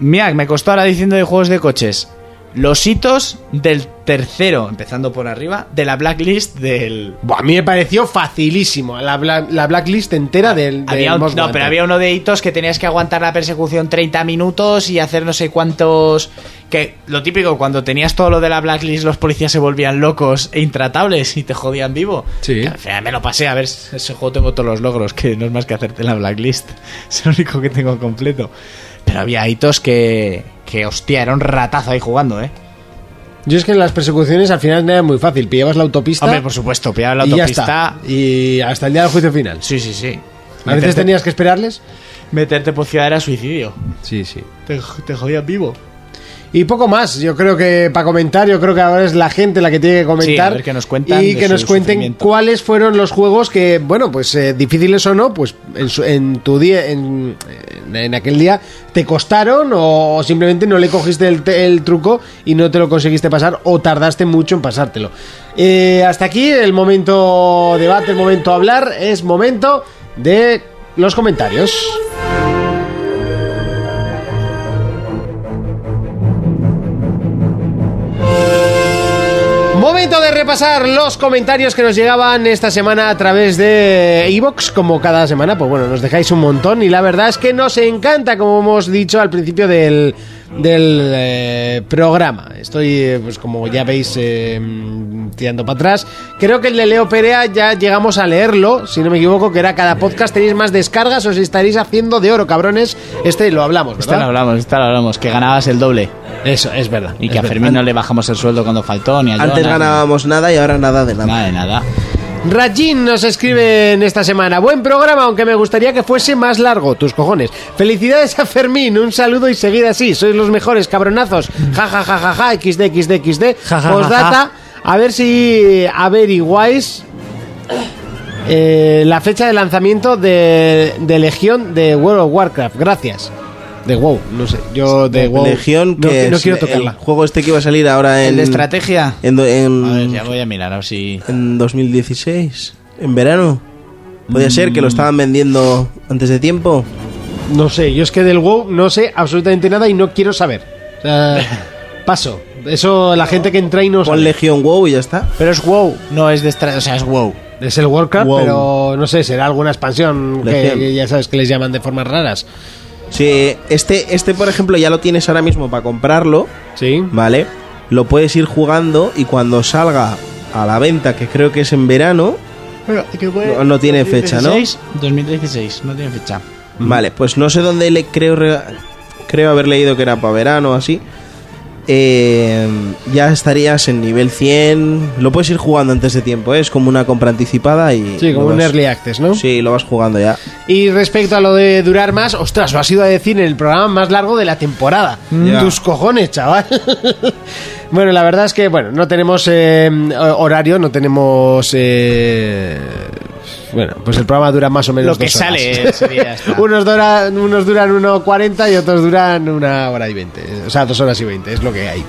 [SPEAKER 4] Mira, me costó ahora diciendo de juegos de coches. Los hitos del tercero, empezando por arriba, de la blacklist del,
[SPEAKER 2] Buah, a mí me pareció facilísimo. La, bla- la blacklist entera del. del
[SPEAKER 4] Ah, Había un-
[SPEAKER 2] Most
[SPEAKER 4] no,
[SPEAKER 2] Wanted.
[SPEAKER 4] pero había uno de hitos que tenías que aguantar la persecución 30 minutos y hacer no sé cuántos. Que lo típico, cuando tenías todo lo de la blacklist, los policías se volvían locos e intratables y te jodían vivo.
[SPEAKER 2] Sí.
[SPEAKER 4] Que al final me lo pasé, a ver, ese juego tengo todos los logros, que no es más que hacerte la blacklist. Es el único que tengo completo. Pero había hitos que. que hostia, era un ratazo ahí jugando, eh.
[SPEAKER 2] Yo es que en las persecuciones al final no era muy fácil. Pillabas la autopista.
[SPEAKER 4] Hombre, por supuesto, pillaba la
[SPEAKER 2] y ya
[SPEAKER 4] autopista.
[SPEAKER 2] está. Y hasta el día del juicio final.
[SPEAKER 4] Sí, sí, sí.
[SPEAKER 2] A veces
[SPEAKER 4] Meterte-
[SPEAKER 2] tenías que esperarles.
[SPEAKER 4] Meterte por ciudad era suicidio.
[SPEAKER 2] Sí, sí.
[SPEAKER 4] Te, te jodían vivo.
[SPEAKER 2] Y poco más, yo creo que para comentar, yo creo que ahora es la gente la que tiene que
[SPEAKER 4] Sí, a
[SPEAKER 2] comentar
[SPEAKER 4] ver qué nos cuentan
[SPEAKER 2] y
[SPEAKER 4] de
[SPEAKER 2] que
[SPEAKER 4] su
[SPEAKER 2] nos cuenten
[SPEAKER 4] sufrimiento.
[SPEAKER 2] cuáles fueron los juegos que, bueno, pues eh, difíciles o no, pues en, su- en tu día, en, en aquel día te costaron o simplemente no le cogiste el, te- el truco y no te lo conseguiste pasar o tardaste mucho en pasártelo. Eh, hasta aquí el momento debate, el momento hablar, es momento de los comentarios. Momento de repasar los comentarios que nos llegaban esta semana a través de Evox, como cada semana, pues bueno, nos dejáis un montón y la verdad es que nos encanta, como hemos dicho al principio del, del eh, programa. Estoy, eh, pues como ya veis, eh, mm, tirando para atrás. Creo que el de Leo Perea ya llegamos a leerlo, si no me equivoco, que era cada podcast tenéis más descargas, os estaréis haciendo de oro, cabrones. Este lo hablamos, ¿verdad?
[SPEAKER 4] Esta lo hablamos, esta lo hablamos, que ganabas el doble.
[SPEAKER 2] Eso, es verdad.
[SPEAKER 4] Y
[SPEAKER 2] es
[SPEAKER 4] que a
[SPEAKER 2] verdad.
[SPEAKER 4] Fermín no le bajamos el sueldo cuando faltó, ni a
[SPEAKER 5] Antes
[SPEAKER 4] Jonas,
[SPEAKER 5] ganábamos nada y ahora nada de
[SPEAKER 4] ni-
[SPEAKER 5] nada.
[SPEAKER 4] Nada de nada.
[SPEAKER 2] Rajin nos escribe en esta semana. Buen programa, aunque me gustaría que fuese más largo. Tus cojones. Felicidades a Fermín. Un saludo y seguid así. Sois los mejores cabronazos. Ja, ja, ja, ja, ja. XD, XD, XD.
[SPEAKER 6] Ja, ja, ja,
[SPEAKER 2] Postdata.
[SPEAKER 6] ja.
[SPEAKER 2] A ver si averiguáis eh, la fecha de lanzamiento de, de Legión de World of Warcraft. Gracias. De WoW, no sé. Yo de WoW.
[SPEAKER 5] Legión,
[SPEAKER 2] no,
[SPEAKER 5] que
[SPEAKER 2] no
[SPEAKER 5] es
[SPEAKER 2] quiero
[SPEAKER 5] el
[SPEAKER 2] tocarla.
[SPEAKER 5] juego este que iba a salir ahora en.
[SPEAKER 4] ¿El de estrategia?
[SPEAKER 5] En, do- en-
[SPEAKER 4] A ver,
[SPEAKER 2] Mm.
[SPEAKER 4] ya voy a mirar, a ver si...
[SPEAKER 5] en 2016, en verano. Podía ser que lo estaban vendiendo antes de tiempo.
[SPEAKER 2] No sé, yo es que del WoW no sé absolutamente nada y no quiero saber. O sea, paso. Eso la gente que entra y no
[SPEAKER 5] Pon
[SPEAKER 2] sabe.
[SPEAKER 5] Legión WoW y ya está.
[SPEAKER 4] Pero es WoW, no es de estra- o sea, es WoW.
[SPEAKER 2] Es el Warcraft,
[SPEAKER 5] WoW.
[SPEAKER 2] pero no sé, será alguna expansión que,
[SPEAKER 5] Legión.
[SPEAKER 2] que ya sabes que les llaman de formas raras.
[SPEAKER 5] Sí, este, este, por ejemplo, ya lo tienes ahora mismo para comprarlo,
[SPEAKER 2] Sí.
[SPEAKER 5] ¿vale? Lo puedes ir jugando y cuando salga a la venta, que creo que es en verano, no, no tiene fecha, ¿no?
[SPEAKER 4] 2016, 2016, no tiene fecha.
[SPEAKER 5] Vale, pues no sé dónde le creo re- creo haber leído que era para verano o así. Eh, ya estarías en nivel 100. Lo puedes ir jugando antes de tiempo, ¿eh? es como una compra anticipada y.
[SPEAKER 2] Sí, como
[SPEAKER 5] lo
[SPEAKER 2] un
[SPEAKER 5] vas-
[SPEAKER 2] early access, ¿no?
[SPEAKER 5] Sí, lo vas jugando ya.
[SPEAKER 2] Y respecto a lo de durar más, ostras, lo has ido a decir en el programa más largo de la temporada.
[SPEAKER 4] Mm.
[SPEAKER 5] Ya.
[SPEAKER 2] Tus cojones, chaval. bueno, la verdad es que, bueno, no tenemos eh, horario, no tenemos... eh, bueno, pues el programa dura más o menos
[SPEAKER 4] Lo que
[SPEAKER 2] dos horas.
[SPEAKER 4] sale ese día está.
[SPEAKER 2] unos, duran, unos duran 1.40 y otros duran una hora y 20. O sea, dos horas y 20, es lo que hay.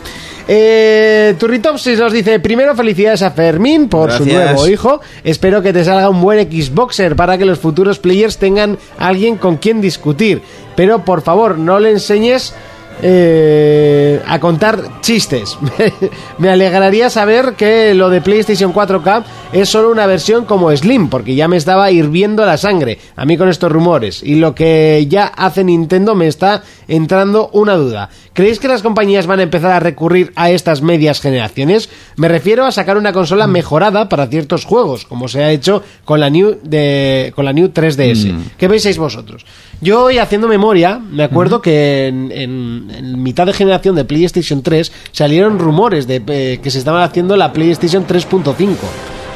[SPEAKER 2] Eh, Turritopsis nos dice, primero felicidades a Fermín por su
[SPEAKER 5] Gracias.
[SPEAKER 2] nuevo hijo hijo. Espero que te salga un buen Xboxer para que los futuros players tengan alguien con quien discutir. Pero por favor, no le enseñes eh, a contar chistes. Me alegraría saber que lo de PlayStation 4K es solo una versión como Slim, porque ya me estaba hirviendo la sangre a mí con estos rumores. Y lo que ya hace Nintendo me está entrando una duda. ¿Creéis que las compañías van a empezar a recurrir a estas medias generaciones? Me refiero a sacar una consola mejorada para ciertos juegos, como se ha hecho con la New de con la New 3DS. ¿Qué pensáis vosotros? Yo hoy haciendo memoria, me acuerdo que en, en- en mitad de generación de PlayStation 3 salieron rumores de eh, que se estaba haciendo la PlayStation 3.5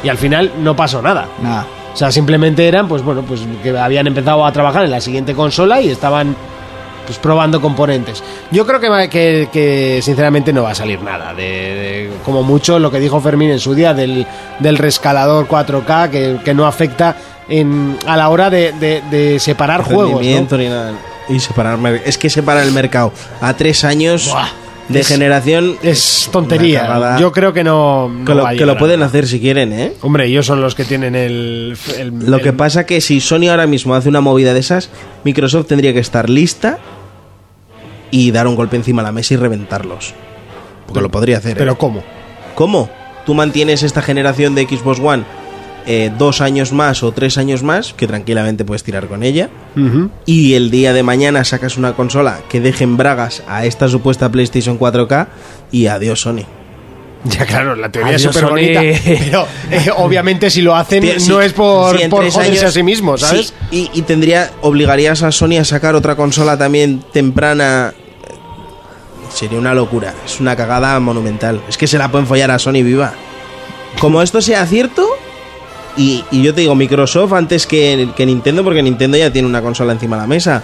[SPEAKER 2] y al final no pasó nada.
[SPEAKER 4] Nada.
[SPEAKER 2] O sea, simplemente eran, pues bueno, pues que habían empezado a trabajar en la siguiente consola y estaban pues probando componentes. Yo creo que, va- que, que, sinceramente no va a salir nada. De, de- como mucho lo que dijo Fermín en su día del, del rescalador 4K que, que no afecta en, a la hora de, de- de separar juegos. ¿no?
[SPEAKER 5] Rendimiento ni nada. Y separar. mer- Es que separar el mercado a tres años
[SPEAKER 2] Buah,
[SPEAKER 5] de
[SPEAKER 2] es-
[SPEAKER 5] generación.
[SPEAKER 2] Es
[SPEAKER 5] una
[SPEAKER 2] tontería.
[SPEAKER 5] cagada.
[SPEAKER 2] Yo creo que no. no
[SPEAKER 5] que lo,
[SPEAKER 2] va a
[SPEAKER 5] que lo
[SPEAKER 2] llegar a
[SPEAKER 5] pueden
[SPEAKER 2] nada.
[SPEAKER 5] hacer si quieren, ¿eh?
[SPEAKER 2] Hombre, ellos son los que tienen el. el-
[SPEAKER 5] Lo
[SPEAKER 2] el-
[SPEAKER 5] que pasa que si Sony ahora mismo hace una movida de esas, Microsoft tendría que estar lista y dar un golpe encima de la mesa y reventarlos. Porque lo podría hacer. ¿eh?
[SPEAKER 2] Pero ¿cómo?
[SPEAKER 5] ¿Cómo? Tú mantienes esta generación de Xbox One eh, dos años más o tres años más, que tranquilamente puedes tirar con ella,
[SPEAKER 2] Ujú.
[SPEAKER 5] y el día de mañana sacas una consola que deje en bragas a esta supuesta PlayStation 4K y adiós Sony.
[SPEAKER 2] Ya, claro, la teoría es
[SPEAKER 6] Adiós,
[SPEAKER 2] súper bonita.
[SPEAKER 6] Sony.
[SPEAKER 2] Pero eh, obviamente si lo hacen
[SPEAKER 5] Tien- si-
[SPEAKER 2] no es por,
[SPEAKER 5] si en
[SPEAKER 2] por
[SPEAKER 5] tres
[SPEAKER 2] joderse
[SPEAKER 5] años-
[SPEAKER 2] a sí mismo, ¿sabes?
[SPEAKER 5] sí, y, y tendría, obligarías a Sony a sacar otra consola también temprana. Sería una locura, es una cagada monumental. Es que se la pueden follar a Sony viva. Como esto sea cierto, y, y yo te digo Microsoft antes que, que Nintendo, porque Nintendo ya tiene una consola encima de la mesa.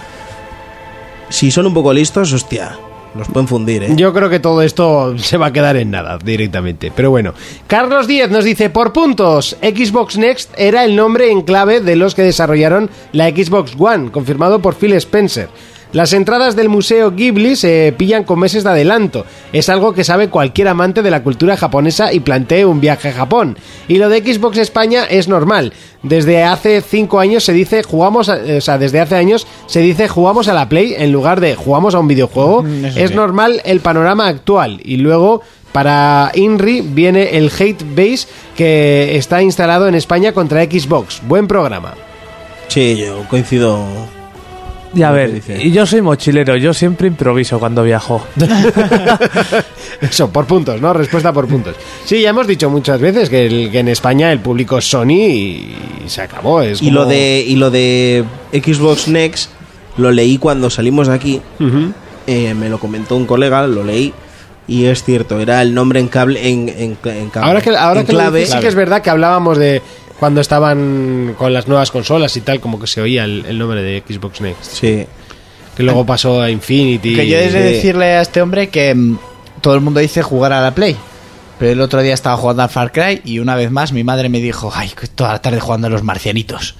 [SPEAKER 5] Si son un poco listos, hostia, Nos pueden fundir, ¿eh?
[SPEAKER 2] Yo creo que todo esto se va a quedar en nada directamente. Pero bueno, Carlos Díez nos dice, por puntos, Xbox Next era el nombre en clave de los que desarrollaron la Xbox One, confirmado por Phil Spencer. Las entradas del Museo Ghibli se pillan con meses de adelanto. Es algo que sabe cualquier amante de la cultura japonesa y plantee un viaje a Japón. Y lo de Xbox España es normal. Desde hace 5 años se dice jugamos, a- o sea, desde hace años se dice jugamos a la Play en lugar de jugamos a un videojuego.
[SPEAKER 4] eso
[SPEAKER 2] es
[SPEAKER 4] sí.
[SPEAKER 2] normal el panorama actual. Y luego para Inri viene el hate base que está instalado en España contra Xbox. Buen programa.
[SPEAKER 5] Sí, yo coincido.
[SPEAKER 6] Y a ver, y yo soy mochilero, yo siempre improviso cuando viajo.
[SPEAKER 2] Eso, por puntos, ¿no? Respuesta por puntos. Sí, ya hemos dicho muchas veces que, el- que en España el público es Sony y, y se acabó. Es
[SPEAKER 5] Y lo,
[SPEAKER 2] como-
[SPEAKER 5] de, y lo de Xbox Next lo leí cuando salimos de aquí. Eh, me lo comentó un colega, lo leí. Y es cierto, era el nombre en cable. En, en, en cable-
[SPEAKER 2] Ahora que, ahora
[SPEAKER 5] en
[SPEAKER 2] que lo dices, sí que es verdad que hablábamos de cuando estaban con las nuevas consolas y tal, como que se oía el, el nombre de Xbox Next.
[SPEAKER 5] Sí.
[SPEAKER 2] Que
[SPEAKER 5] Ah.
[SPEAKER 2] luego pasó a Infinity.
[SPEAKER 4] Que yo he de
[SPEAKER 2] Sí.
[SPEAKER 4] decirle a este hombre que mm, todo el mundo dice jugar a la Play. Pero el otro día estaba jugando al Far Cry y una vez más mi madre me dijo, ay, que toda la tarde jugando a los marcianitos.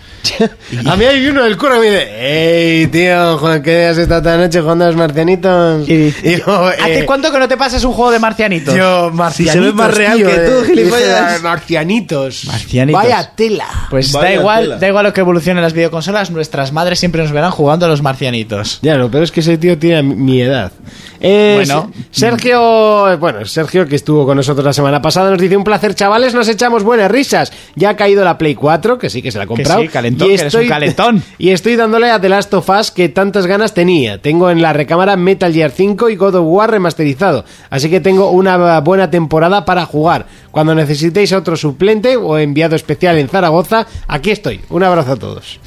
[SPEAKER 2] A mí hay uno del cura que me dice, hey tío, Juan, ¿qué has estado toda la noche jugando a los marcianitos? Y, yo,
[SPEAKER 4] ¿Hace
[SPEAKER 2] eh,
[SPEAKER 4] cuánto que no te pasas un juego de marcianitos?
[SPEAKER 2] Yo, eh,
[SPEAKER 5] Si se ve más real que tú, gilipollas.
[SPEAKER 2] "Ah, Marcianitos.
[SPEAKER 4] Marcianitos.
[SPEAKER 2] Vaya tela.
[SPEAKER 4] Pues da
[SPEAKER 2] Vaya
[SPEAKER 4] igual,
[SPEAKER 2] tela.
[SPEAKER 4] da igual lo que evolucionen las videoconsolas, nuestras madres siempre nos verán jugando a los marcianitos.
[SPEAKER 2] Ya, lo peor es que ese tío tiene mi- mi edad. Eh,
[SPEAKER 4] Bueno.
[SPEAKER 2] Se- Sergio, eh, bueno, Sergio que estuvo con nosotros la semana pasada nos dice un placer, chavales, nos echamos buenas risas. Ya ha caído la Play 4, que sí que se la ha comprado.
[SPEAKER 4] sí, calentón, que eres un calentón.
[SPEAKER 2] Y estoy dándole a The Last of Us que tantas ganas tenía. Tengo en la recámara Metal Gear 5 y God of War remasterizado, así que tengo una eh, buena temporada para jugar. Cuando necesitéis otro suplente o enviado especial en Zaragoza, aquí estoy. Un abrazo a todos.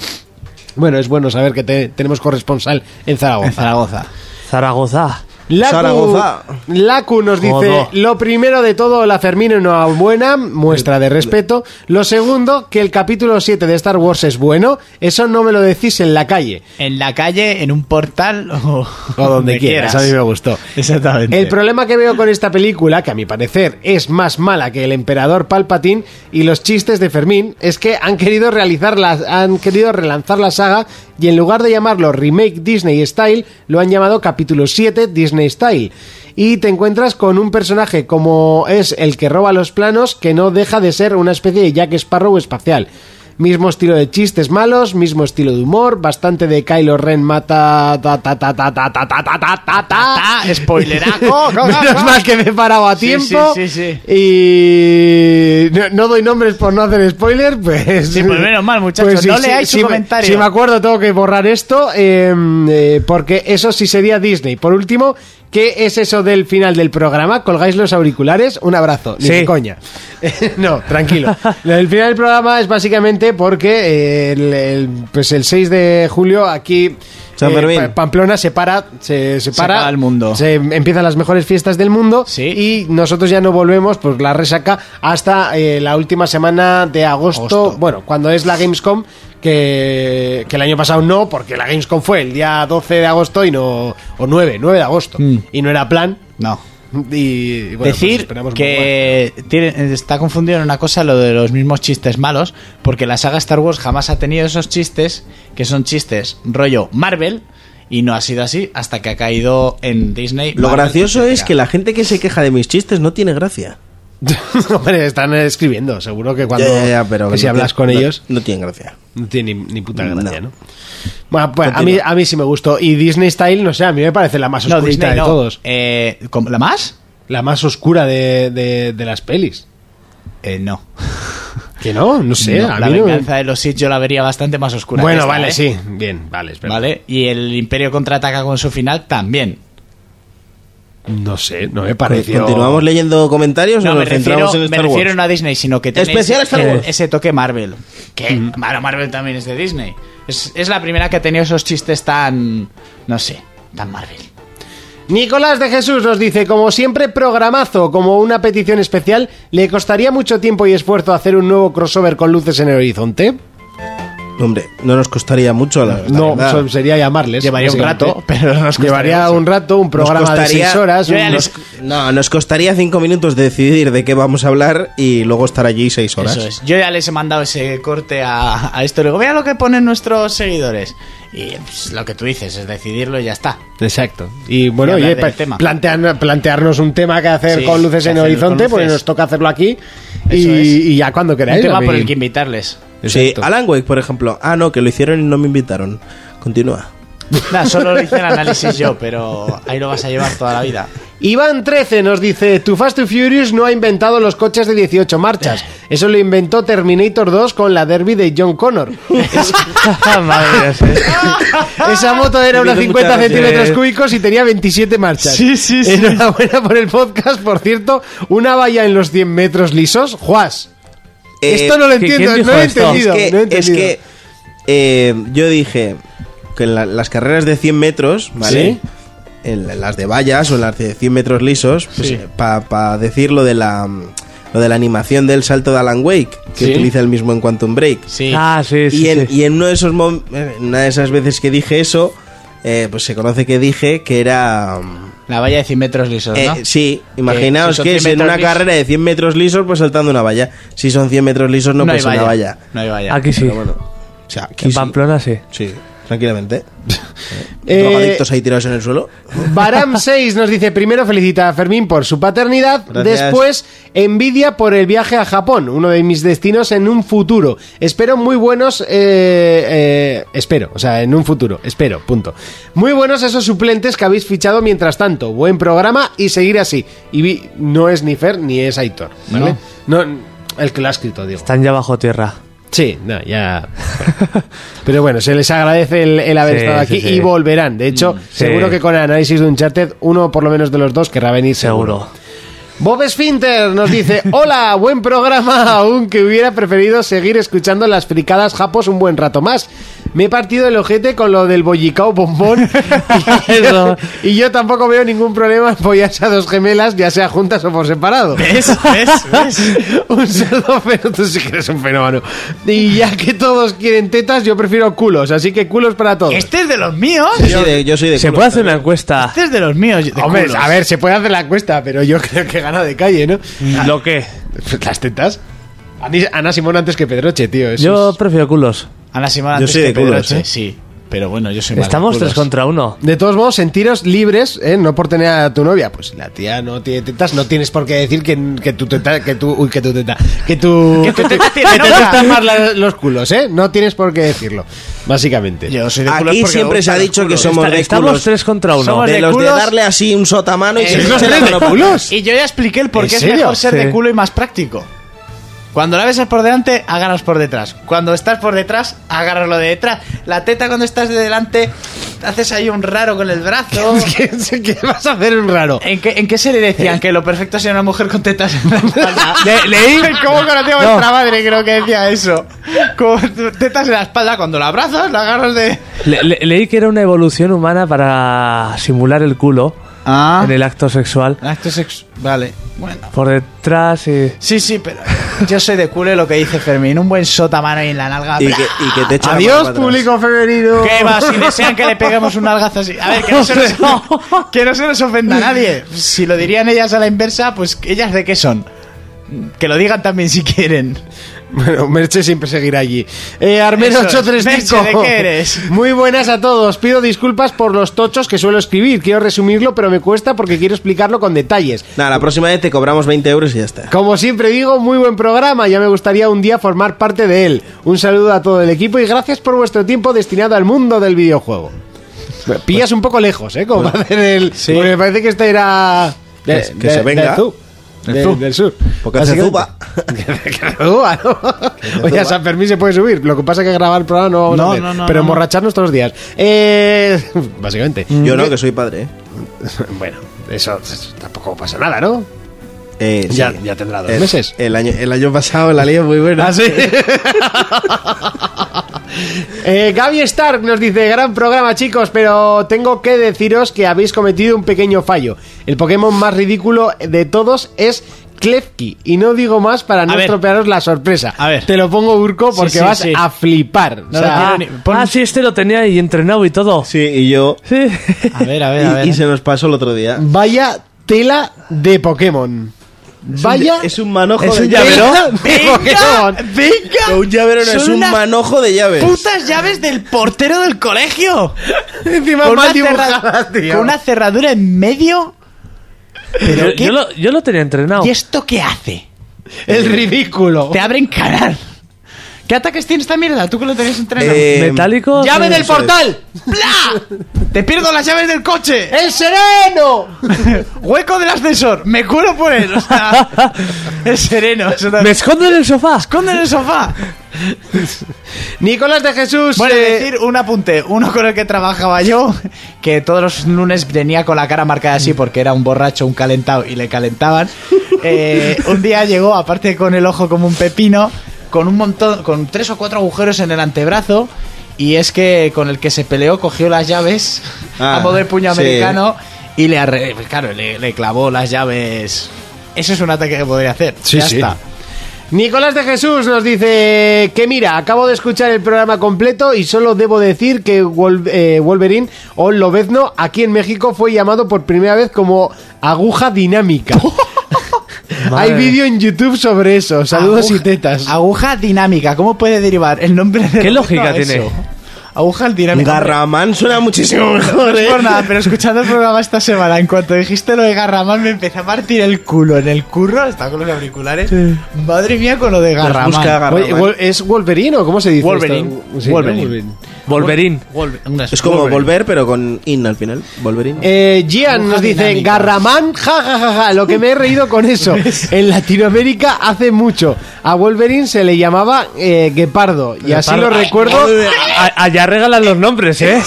[SPEAKER 2] Bueno, es bueno saber que te- tenemos corresponsal en Zaragoza.
[SPEAKER 4] Zaragoza.
[SPEAKER 6] Zaragoza.
[SPEAKER 2] Laku,
[SPEAKER 5] Zaragoza.
[SPEAKER 2] Laku nos dice,
[SPEAKER 6] Jodo.
[SPEAKER 2] lo primero de todo, la Fermín una buena muestra de respeto. Lo segundo, que el capítulo 7 de Star Wars es bueno. Eso no me lo decís en la calle.
[SPEAKER 4] En la calle, en un portal o,
[SPEAKER 2] O donde quieras, a mí me gustó.
[SPEAKER 4] Exactamente.
[SPEAKER 2] El problema que veo con esta película, que a mi parecer es más mala que el emperador Palpatine y los chistes de Fermín, es que han querido realizar la- han querido relanzar la saga y en lugar de llamarlo remake Disney Style, lo han llamado capítulo 7 Disney Style. Y te encuentras con un personaje como es el que roba los planos, que no deja de ser una especie de Jack Sparrow espacial. Mismo estilo de chistes malos, mismo estilo de humor, bastante de Kylo Ren mata ta ta ta ta ta ta ta ta ta ta ta
[SPEAKER 4] spoileraco.
[SPEAKER 2] Menos mal que me he parado a
[SPEAKER 4] Sí,
[SPEAKER 2] tiempo.
[SPEAKER 4] sí, sí,
[SPEAKER 2] Y no, no doy nombres por no hacer spoiler, pues.
[SPEAKER 4] Sí, pues menos mal, muchachos. No leáis su
[SPEAKER 2] me-
[SPEAKER 4] comentario.
[SPEAKER 2] si me acuerdo, tengo que borrar esto. eh, eh, porque eso sí sería Disney. Por último, ¿qué es eso del final del programa? ¿Colgáis los auriculares? Un abrazo. Ni
[SPEAKER 6] Sí.
[SPEAKER 2] de coña. no, tranquilo. El final del programa es básicamente porque eh, el, el- pues el 6 de julio aquí. eh,
[SPEAKER 5] San Fermín.
[SPEAKER 2] Pa- Pamplona se para, se, se
[SPEAKER 4] Se
[SPEAKER 2] para
[SPEAKER 4] acaba el mundo.
[SPEAKER 2] se empiezan las mejores fiestas del mundo
[SPEAKER 4] Sí.
[SPEAKER 2] y nosotros ya no volvemos, pues la resaca hasta eh, la última semana de agosto,
[SPEAKER 4] Agosto.
[SPEAKER 2] bueno, cuando es la Gamescom, que, que el año pasado no, porque la Gamescom fue el día 12 de agosto y no, o 9, 9 de agosto,
[SPEAKER 4] Mm.
[SPEAKER 2] y no era plan.
[SPEAKER 4] No.
[SPEAKER 2] Y, bueno, pues
[SPEAKER 4] Decir
[SPEAKER 2] esperamos un
[SPEAKER 4] que tiene- está confundido en una cosa lo de los mismos chistes malos, porque la saga Star Wars jamás ha tenido esos chistes, que son chistes rollo Marvel, y no ha sido así hasta que ha caído en Disney.
[SPEAKER 5] Lo
[SPEAKER 4] Marvel,
[SPEAKER 5] gracioso es
[SPEAKER 4] etcétera.
[SPEAKER 5] que la gente que se queja de mis chistes no tiene gracia.
[SPEAKER 2] poco más. Hombre, están escribiendo, seguro que cuando
[SPEAKER 5] Ya, ya, ya, pero
[SPEAKER 2] que
[SPEAKER 5] no
[SPEAKER 2] si
[SPEAKER 5] tiene-
[SPEAKER 2] hablas con
[SPEAKER 5] no-
[SPEAKER 2] ellos
[SPEAKER 5] No tiene gracia.
[SPEAKER 2] no tiene ni, ni puta
[SPEAKER 5] No.
[SPEAKER 2] gracia, ¿no? Bueno, pues a mí,
[SPEAKER 5] Continúa.
[SPEAKER 2] a mí sí me gustó. Y Disney Style, no sé, a mí me parece la más
[SPEAKER 4] No,
[SPEAKER 2] oscurita
[SPEAKER 4] Disney
[SPEAKER 2] de
[SPEAKER 4] no.
[SPEAKER 2] todos.
[SPEAKER 4] Eh, ¿cómo- ¿La más?
[SPEAKER 2] La más oscura de, de- de las pelis.
[SPEAKER 4] Eh, no.
[SPEAKER 2] Que no, no sé.
[SPEAKER 4] No,
[SPEAKER 2] a
[SPEAKER 4] la
[SPEAKER 2] mí no me-
[SPEAKER 4] venganza de los Sith yo la vería bastante más oscura. que
[SPEAKER 2] Bueno,
[SPEAKER 4] esta,
[SPEAKER 2] vale,
[SPEAKER 4] ¿eh?
[SPEAKER 2] sí. Bien, vale, espera.
[SPEAKER 4] Vale, y el Imperio contraataca con su final también.
[SPEAKER 2] No sé, no me pareció.
[SPEAKER 5] ¿Continuamos leyendo comentarios o
[SPEAKER 4] No, me
[SPEAKER 5] nos
[SPEAKER 4] refiero,
[SPEAKER 5] centramos en
[SPEAKER 4] me
[SPEAKER 5] Star Wars?
[SPEAKER 4] refiero no a Disney, sino que tiene
[SPEAKER 5] Especial
[SPEAKER 4] ese,
[SPEAKER 5] Star Wars. Mm.
[SPEAKER 4] ese toque Marvel. Que bueno, Marvel también es de Disney. Es, es la primera que ha tenido esos chistes tan. No sé, tan Marvel.
[SPEAKER 2] Nicolás de Jesús nos dice, como siempre, programazo, como una petición especial, ¿le costaría mucho tiempo y esfuerzo hacer un nuevo crossover con luces en el horizonte?
[SPEAKER 5] Hombre, no nos costaría mucho, la verdad.
[SPEAKER 7] No,
[SPEAKER 5] ¿verdad?
[SPEAKER 7] so- sería llamarles.
[SPEAKER 5] Llevaría un
[SPEAKER 7] básicamente.
[SPEAKER 5] rato, pero nos costaría
[SPEAKER 7] Llevaría
[SPEAKER 5] mucho.
[SPEAKER 7] un rato, un
[SPEAKER 5] Nos
[SPEAKER 7] programa de
[SPEAKER 5] costaría-
[SPEAKER 7] 6 horas.
[SPEAKER 5] Yo
[SPEAKER 7] un-
[SPEAKER 5] ya les- no, nos costaría cinco minutos decidir de qué vamos a hablar y luego estar allí seis horas.
[SPEAKER 4] Eso es. Yo ya les he mandado ese corte a, a esto. Le digo, mira lo que ponen nuestros seguidores. Y pues, lo que tú dices es decidirlo y ya está.
[SPEAKER 7] Exacto. Y bueno,
[SPEAKER 4] Y hablar
[SPEAKER 7] oye,
[SPEAKER 4] del
[SPEAKER 7] pa-
[SPEAKER 4] tema.
[SPEAKER 7] plantean- plantearnos un tema que hacer
[SPEAKER 4] Sí,
[SPEAKER 7] con luces
[SPEAKER 4] que
[SPEAKER 7] en
[SPEAKER 4] hacer
[SPEAKER 7] horizonte,
[SPEAKER 4] con
[SPEAKER 7] porque
[SPEAKER 4] luces.
[SPEAKER 7] nos toca hacerlo aquí. Y,
[SPEAKER 4] Eso es.
[SPEAKER 7] y ya cuando
[SPEAKER 4] Un
[SPEAKER 7] queráis.
[SPEAKER 4] tema
[SPEAKER 7] a mí-
[SPEAKER 4] por el que invitarles.
[SPEAKER 5] Sí, Alan Wake, por ejemplo. Ah, no, que lo hicieron y no me invitaron. Continúa.
[SPEAKER 4] Nada, solo hice el análisis yo, pero ahí lo vas a llevar toda la vida.
[SPEAKER 2] Iván 13 nos dice, tu Fast and Furious no ha inventado los coches de 18 marchas. Eso lo inventó Terminator 2 con la derby de John Connor.
[SPEAKER 6] Ah,
[SPEAKER 2] Esa moto era unos
[SPEAKER 7] Tiene
[SPEAKER 2] 50
[SPEAKER 7] mucha gracia.
[SPEAKER 2] centímetros cúbicos y tenía 27 marchas.
[SPEAKER 7] Sí, sí, sí.
[SPEAKER 2] Enhorabuena por el podcast, por cierto. Una valla en los 100 metros lisos. Juas.
[SPEAKER 5] Eh,
[SPEAKER 2] esto no lo entiendo, no he entendido.
[SPEAKER 5] Es que,
[SPEAKER 2] no he
[SPEAKER 5] es
[SPEAKER 2] entendido.
[SPEAKER 5] que, eh, yo dije que en la- las carreras de 100 metros, ¿vale? En la- las de vallas o en las de 100 metros lisos, pues,
[SPEAKER 1] Sí.
[SPEAKER 5] para decir lo de la lo de la animación del salto de Alan Wake, que
[SPEAKER 6] Sí.
[SPEAKER 5] utiliza el mismo en Quantum Break.
[SPEAKER 6] Ah, sí, sí,
[SPEAKER 5] y en,
[SPEAKER 6] sí.
[SPEAKER 5] y en uno de esos mom- en una de esas veces que dije eso, eh, pues se conoce que dije que era... mm,
[SPEAKER 4] La valla de 100 metros lisos,
[SPEAKER 5] eh,
[SPEAKER 4] ¿no?
[SPEAKER 5] sí,
[SPEAKER 4] si
[SPEAKER 5] imaginaos
[SPEAKER 4] son 100
[SPEAKER 5] que es en
[SPEAKER 4] metros
[SPEAKER 5] una
[SPEAKER 4] lisos.
[SPEAKER 5] carrera de 100 metros lisos, pues saltando una valla. Si son 100 metros lisos, no,
[SPEAKER 4] No hay
[SPEAKER 5] pues una
[SPEAKER 4] valla,
[SPEAKER 5] valla.
[SPEAKER 4] no hay valla.
[SPEAKER 6] Aquí sí.
[SPEAKER 5] Pero bueno, o sea, aquí
[SPEAKER 6] en
[SPEAKER 5] sí.
[SPEAKER 6] Pamplona sí.
[SPEAKER 5] Sí, tranquilamente.
[SPEAKER 2] Eh,
[SPEAKER 5] Drogadictos ahí tirados en el suelo.
[SPEAKER 2] Baram 6 nos dice, primero felicita a Fermín por su paternidad,
[SPEAKER 5] Gracias.
[SPEAKER 2] después envidia por el viaje a Japón, uno de mis destinos en un futuro. Espero muy buenos... eh, eh, espero, o sea, en un futuro, espero, punto. Muy buenos esos suplentes que habéis fichado mientras tanto. Buen programa y seguir así. Y vi- no es ni Fer ni es Aitor, ¿vale? No, el que lo ha escrito, digo.
[SPEAKER 6] Están ya bajo tierra.
[SPEAKER 2] Sí, no, ya. Pero bueno, se les agradece el, el haber
[SPEAKER 6] Sí,
[SPEAKER 2] estado
[SPEAKER 6] sí,
[SPEAKER 2] aquí
[SPEAKER 6] sí. Mm,
[SPEAKER 2] y volverán. De hecho, seguro
[SPEAKER 6] sí.
[SPEAKER 2] que con el análisis de Uncharted, uno por lo menos de los dos querrá venir seguro.
[SPEAKER 6] Seguro.
[SPEAKER 2] Bob Sfinter nos dice: Hola, buen programa, aunque hubiera preferido seguir escuchando las fricadas japos un buen rato más. Me he partido el ojete con lo del bollicao bombón y, yo, y yo tampoco veo ningún problema en follarse a dos gemelas, ya sea juntas o por separado. un saludo, pero tú sí que eres un fenómeno. Y ya que todos quieren tetas, yo prefiero culos, así que culos para todos.
[SPEAKER 4] Este es de los míos.
[SPEAKER 5] Yo soy de- yo soy de
[SPEAKER 6] Se
[SPEAKER 5] culo.
[SPEAKER 6] puede hacer una encuesta.
[SPEAKER 4] Este es de los míos. de
[SPEAKER 2] Hombre,
[SPEAKER 4] culos.
[SPEAKER 2] a ver, se puede hacer la encuesta, pero yo creo que gana de calle, ¿no?
[SPEAKER 4] Mm,
[SPEAKER 6] ¿Lo qué?
[SPEAKER 2] Pues Las tetas. Ani- Ana Simón antes que Pedroche, tío. eso
[SPEAKER 6] Yo
[SPEAKER 2] es-
[SPEAKER 6] prefiero culos.
[SPEAKER 4] Ana Simón
[SPEAKER 5] Yo
[SPEAKER 4] antes
[SPEAKER 5] soy
[SPEAKER 4] que
[SPEAKER 5] de culos,
[SPEAKER 4] Pedroche,
[SPEAKER 5] eh.
[SPEAKER 4] Sí. Pero bueno, yo soy más de
[SPEAKER 6] Estamos
[SPEAKER 4] culos.
[SPEAKER 6] tres contra uno.
[SPEAKER 2] De todos modos, en tiros libres, ¿eh? no por tener a tu novia. Pues si la tía no tiene tetas, no tienes por qué decir que, que tu teta, que tu, uy, que tu teta, que tu,
[SPEAKER 4] Que tu teta tiene
[SPEAKER 2] que te
[SPEAKER 4] novia.
[SPEAKER 2] gustan más la- los culos, ¿eh? No tienes por qué decirlo, básicamente.
[SPEAKER 4] Yo soy de culos
[SPEAKER 5] Aquí
[SPEAKER 4] porque me
[SPEAKER 5] siempre se ha
[SPEAKER 4] gustan los
[SPEAKER 5] dicho que
[SPEAKER 4] culos.
[SPEAKER 5] somos
[SPEAKER 6] Está-
[SPEAKER 5] de
[SPEAKER 6] estamos
[SPEAKER 5] culos.
[SPEAKER 6] tres contra uno.
[SPEAKER 4] Somos
[SPEAKER 5] de,
[SPEAKER 4] de
[SPEAKER 5] los
[SPEAKER 4] culos.
[SPEAKER 5] de darle así un sotamano y
[SPEAKER 4] Eh,
[SPEAKER 5] se
[SPEAKER 4] ¿sois
[SPEAKER 5] le
[SPEAKER 4] los
[SPEAKER 5] echa la
[SPEAKER 2] tres de
[SPEAKER 5] mano para-
[SPEAKER 2] culos?
[SPEAKER 4] Y yo ya expliqué el por qué
[SPEAKER 2] ¿En
[SPEAKER 4] es
[SPEAKER 2] serio?
[SPEAKER 4] mejor ser
[SPEAKER 6] Sí.
[SPEAKER 4] de culo y más práctico. Cuando la besas por delante, agárralos por detrás. Cuando estás por detrás, agárralo de detrás. La teta cuando estás de delante, haces ahí un raro con el brazo.
[SPEAKER 2] ¿Qué, qué vas a hacer un raro?
[SPEAKER 4] ¿En qué, ¿En qué serie decían que lo perfecto sería una mujer con tetas en la espalda?
[SPEAKER 2] Le- leí-
[SPEAKER 4] ¿Cómo conocía a vuestra madre? Creo que decía eso. Con tetas en la espalda, cuando la abrazas, la agarras de.
[SPEAKER 6] Le- le- leí que era una evolución humana para simular el culo
[SPEAKER 4] Ah.
[SPEAKER 6] en el acto sexual.
[SPEAKER 4] Acto sexual. Vale. Bueno.
[SPEAKER 6] Por detrás y...
[SPEAKER 4] Sí, sí, pero yo soy de culo y lo que dice Fermín. Un buen sotamano ahí en la nalga.
[SPEAKER 5] Y que, y que te echa la mano
[SPEAKER 2] Adiós,
[SPEAKER 5] para atrás.
[SPEAKER 2] público femenino.
[SPEAKER 4] ¿Qué va? Si desean que le peguemos un algazo así. A ver, que no, se nos, que no se nos ofenda a nadie. Si lo dirían ellas a la inversa, pues ellas de qué son. Que lo digan también si quieren.
[SPEAKER 2] Bueno, Merche siempre seguirá allí. Eh, Armero
[SPEAKER 4] Eso es.
[SPEAKER 2] 835.
[SPEAKER 4] Merche, ¿de qué eres?
[SPEAKER 2] Muy buenas a todos. Pido disculpas por los tochos que suelo escribir. Quiero resumirlo, pero me cuesta porque quiero explicarlo con detalles.
[SPEAKER 5] Nada, la próxima vez te cobramos 20 euros y ya está.
[SPEAKER 2] Como siempre digo, muy buen programa. Ya me gustaría un día formar parte de él. Un saludo a todo el equipo y gracias por vuestro tiempo destinado al mundo del videojuego.
[SPEAKER 5] Pues-
[SPEAKER 2] Pillas un poco lejos, ¿eh? Como para hacer el. Porque me parece que esta era. de-
[SPEAKER 5] Que- que
[SPEAKER 2] de-
[SPEAKER 5] se venga.
[SPEAKER 2] del Zoo.
[SPEAKER 5] Del
[SPEAKER 2] De-
[SPEAKER 5] Zoo.
[SPEAKER 2] del sur.
[SPEAKER 5] Porque hace
[SPEAKER 2] Básicamente.
[SPEAKER 5] zuba.
[SPEAKER 2] Uva, ¿no? Oye, a San Fermín se puede subir. Lo que pasa es que grabar el programa no vamos a
[SPEAKER 4] No,
[SPEAKER 2] hacer.
[SPEAKER 4] no, no,
[SPEAKER 2] pero
[SPEAKER 4] no, no.
[SPEAKER 2] emborracharnos todos los días. Eh, básicamente.
[SPEAKER 5] Yo no, que soy padre. ¿eh?
[SPEAKER 2] Bueno, eso, eso tampoco pasa nada, ¿no?
[SPEAKER 5] Eh,
[SPEAKER 2] Ya-
[SPEAKER 5] sí.
[SPEAKER 2] ya tendrá dos
[SPEAKER 5] El-
[SPEAKER 2] meses.
[SPEAKER 5] El año, el año pasado la ley es muy buena.
[SPEAKER 2] Ah, sí. Eh, Gaby Stark nos dice, gran programa chicos, pero tengo que deciros que habéis cometido un pequeño fallo. El Pokémon más ridículo de todos es Klefki. Y no digo más para no
[SPEAKER 4] ver.
[SPEAKER 2] estropearos la sorpresa. A ver. Te lo pongo, Urco, porque
[SPEAKER 4] sí,
[SPEAKER 2] vas
[SPEAKER 4] sí.
[SPEAKER 2] a flipar. O
[SPEAKER 6] No lo
[SPEAKER 2] sea,
[SPEAKER 6] quiero ni- pon- Ah, sí, este lo tenía y entrenado y todo.
[SPEAKER 5] Sí, y yo.
[SPEAKER 6] Sí.
[SPEAKER 5] A ver, a ver,
[SPEAKER 2] a ver.
[SPEAKER 5] Y, se nos pasó el otro día.
[SPEAKER 2] Vaya tela de Pokémon. Vaya.
[SPEAKER 5] Es un manojo
[SPEAKER 2] es
[SPEAKER 5] de
[SPEAKER 2] un llavero.
[SPEAKER 5] Venga,
[SPEAKER 4] venga.
[SPEAKER 5] Un llavero no
[SPEAKER 4] Son
[SPEAKER 5] es un
[SPEAKER 4] unas
[SPEAKER 5] manojo de llaves.
[SPEAKER 4] Putas llaves del portero del colegio.
[SPEAKER 2] Encima
[SPEAKER 4] con,
[SPEAKER 2] mal
[SPEAKER 4] una
[SPEAKER 2] dibujadas,
[SPEAKER 4] cerra-
[SPEAKER 2] tío.
[SPEAKER 4] con una cerradura en medio. ¿Pero
[SPEAKER 6] yo,
[SPEAKER 4] qué?
[SPEAKER 6] yo lo, yo lo tenía entrenado.
[SPEAKER 4] ¿Y esto qué hace?
[SPEAKER 2] El ridículo.
[SPEAKER 4] Te abren canal. ¿Qué ataques tiene esta mierda? Tú que lo tenías entrenado.
[SPEAKER 6] Eh, ¿Metálicos?
[SPEAKER 4] ¡Llave
[SPEAKER 6] Sí,
[SPEAKER 4] del
[SPEAKER 6] eso es.
[SPEAKER 4] portal! ¡Pla! ¡Te pierdo las llaves del coche!
[SPEAKER 2] ¡El sereno!
[SPEAKER 4] ¡Hueco del ascensor! ¡Me cuelo por él! O sea, es sereno. eso también.
[SPEAKER 6] Me escondo en el sofá.
[SPEAKER 4] esconde en el sofá!
[SPEAKER 2] Nicolás de Jesús.
[SPEAKER 4] Bueno,
[SPEAKER 2] eh,
[SPEAKER 4] decir un apunte. Uno con el que trabajaba yo, que todos los lunes venía con la cara marcada así porque era un borracho, un calentado y le calentaban. Eh, un día llegó, aparte con el ojo como un pepino, con un montón, con tres o cuatro agujeros en el antebrazo. Y es que con el que se peleó cogió las llaves
[SPEAKER 5] Ah,
[SPEAKER 4] a modo de puño
[SPEAKER 5] sí.
[SPEAKER 4] americano y le, arre- claro, le, le clavó las llaves. Eso es un ataque que podría hacer.
[SPEAKER 2] Sí,
[SPEAKER 4] ya
[SPEAKER 2] sí.
[SPEAKER 4] está.
[SPEAKER 2] Nicolás de Jesús nos dice que mira, acabo de escuchar el programa completo y solo debo decir que Wol- eh, Wolverine o Lobezno aquí en México fue llamado por primera vez como aguja dinámica. Hay
[SPEAKER 6] Madre.
[SPEAKER 2] vídeo en YouTube sobre eso. Saludos
[SPEAKER 4] Aguja-
[SPEAKER 2] y tetas.
[SPEAKER 4] Aguja dinámica, ¿cómo puede derivar el nombre de
[SPEAKER 6] ¿Qué
[SPEAKER 4] la-
[SPEAKER 6] lógica
[SPEAKER 4] no,
[SPEAKER 6] tiene?
[SPEAKER 4] eso? Aguja dinámica.
[SPEAKER 5] Garramán suena muchísimo
[SPEAKER 4] No
[SPEAKER 5] mejor,
[SPEAKER 4] es
[SPEAKER 5] ¿eh?
[SPEAKER 4] por nada, pero escuchando el programa esta semana, en cuanto dijiste lo de Garraman, me empecé a partir el culo en el curro, está con los auriculares. Madre mía, con lo de
[SPEAKER 5] Pues
[SPEAKER 4] Garraman.
[SPEAKER 5] busca Garramán.
[SPEAKER 2] Oye, Wol- ¿Es Wolverine o cómo se dice?
[SPEAKER 4] Wolverine.
[SPEAKER 2] esto? Sí, ¿no?
[SPEAKER 4] Wolverine.
[SPEAKER 6] Wolverine.
[SPEAKER 4] Wolver- una-
[SPEAKER 5] Es como
[SPEAKER 4] Wolverine.
[SPEAKER 5] volver, pero con in al final. Wolverine.
[SPEAKER 2] Eh, Gian nos
[SPEAKER 4] Aguja
[SPEAKER 2] dice
[SPEAKER 4] dinámica.
[SPEAKER 2] Garramán, ja, ja, ja, ja, lo que me he reído con eso. En Latinoamérica hace mucho. A Wolverine se le llamaba eh, Guepardo y así lo
[SPEAKER 6] Pardo.
[SPEAKER 2] recuerdo.
[SPEAKER 6] A- allá regalan los nombres, ¿eh?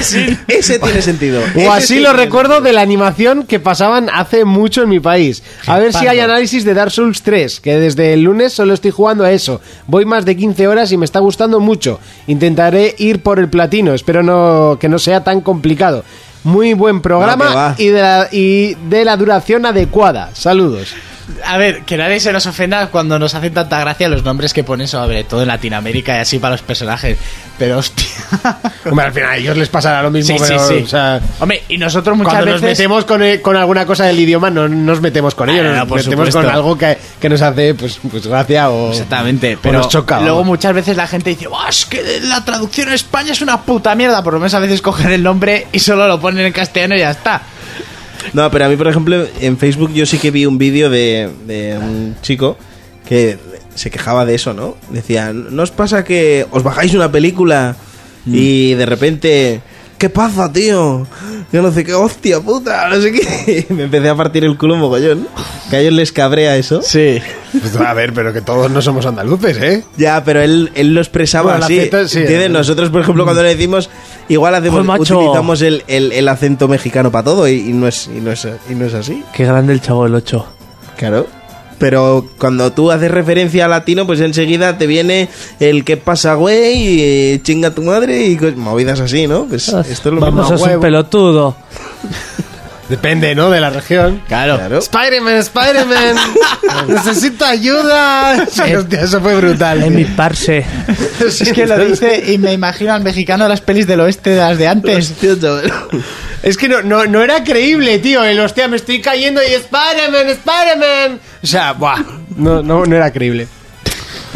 [SPEAKER 5] Ese tiene sentido. Ese
[SPEAKER 2] O así
[SPEAKER 5] sí
[SPEAKER 2] lo
[SPEAKER 5] tiene
[SPEAKER 2] recuerdo de la animación que pasaban hace mucho en mi país. A ver si hay análisis de Dark Souls 3, que desde el lunes solo estoy jugando a eso. Voy más de 15 horas y me está gustando mucho. Intentaré ir por el platino, espero no, que no sea tan complicado. Muy buen
[SPEAKER 5] No, que
[SPEAKER 2] programa
[SPEAKER 5] va.
[SPEAKER 2] y, de la, y de la duración adecuada. Saludos.
[SPEAKER 4] A ver, que nadie se nos ofenda cuando nos hacen tanta gracia los nombres que ponen sobre todo en Latinoamérica y así para los personajes. Pero hostia.
[SPEAKER 2] Hombre, al final a ellos les pasará lo mismo,
[SPEAKER 4] Sí, sí,
[SPEAKER 2] pero,
[SPEAKER 4] sí.
[SPEAKER 2] o sea,
[SPEAKER 4] Hombre, y nosotros muchas
[SPEAKER 2] cuando
[SPEAKER 4] veces.
[SPEAKER 2] nos metemos con, eh, con alguna cosa del idioma, no nos metemos con ellos,
[SPEAKER 4] Ah, no,
[SPEAKER 2] nos
[SPEAKER 4] por
[SPEAKER 2] metemos
[SPEAKER 4] supuesto.
[SPEAKER 2] con algo que, que nos hace pues, pues gracia o...
[SPEAKER 4] Exactamente,
[SPEAKER 2] o
[SPEAKER 4] pero
[SPEAKER 2] nos choca. o-
[SPEAKER 4] luego muchas veces la gente dice, "Buah, es que la traducción en España es una puta mierda, por lo menos a veces cogen el nombre y solo lo ponen en castellano y ya está.
[SPEAKER 5] No, pero a mí, por ejemplo, en Facebook yo sí que vi un vídeo de, de un chico que se quejaba de eso, ¿no? Decía, ¿no os pasa que os bajáis una película y de repente... ¿Qué pasa, tío? Yo no sé qué, hostia puta, no sé qué. Y me empecé a partir el culo mogollón. Que a ellos les cabrea eso.
[SPEAKER 4] Sí.
[SPEAKER 2] Pues, a ver, pero que todos no somos andaluces, ¿eh?
[SPEAKER 5] Ya, pero él, él lo expresaba
[SPEAKER 2] Bueno, el
[SPEAKER 5] así.
[SPEAKER 2] acento, sí,
[SPEAKER 5] ¿entiendes?
[SPEAKER 2] eh.
[SPEAKER 5] Nosotros, por ejemplo, cuando le decimos, igual hacemos,
[SPEAKER 6] Joder, macho.
[SPEAKER 5] utilizamos el, el- el acento mexicano para todo y, y no es, y, no es, y no es así.
[SPEAKER 6] Qué grande el chavo del 8.
[SPEAKER 5] Claro. Pero cuando tú haces referencia a latino, pues enseguida te viene el que pasa, güey, y, eh, chinga tu madre y cos- movidas así, ¿no? Pues
[SPEAKER 4] Ah.
[SPEAKER 5] esto es lo
[SPEAKER 6] Vamos,
[SPEAKER 5] mismo.
[SPEAKER 6] es un pelotudo.
[SPEAKER 2] Depende, ¿no? De la región.
[SPEAKER 4] Claro.
[SPEAKER 5] Claro.
[SPEAKER 2] Spider-Man, Spider-Man, necesito ayuda. Hostia, eso fue brutal.
[SPEAKER 6] En mi parse.
[SPEAKER 4] Eh, Es que lo dice y me imagino al mexicano de las pelis del oeste de las de antes.
[SPEAKER 5] Hostia, chaval.
[SPEAKER 2] Es que no, no, no era creíble, tío. El hostia, me estoy cayendo y Spider-Man, Spider-Man. O sea, buah. No, no, no era creíble.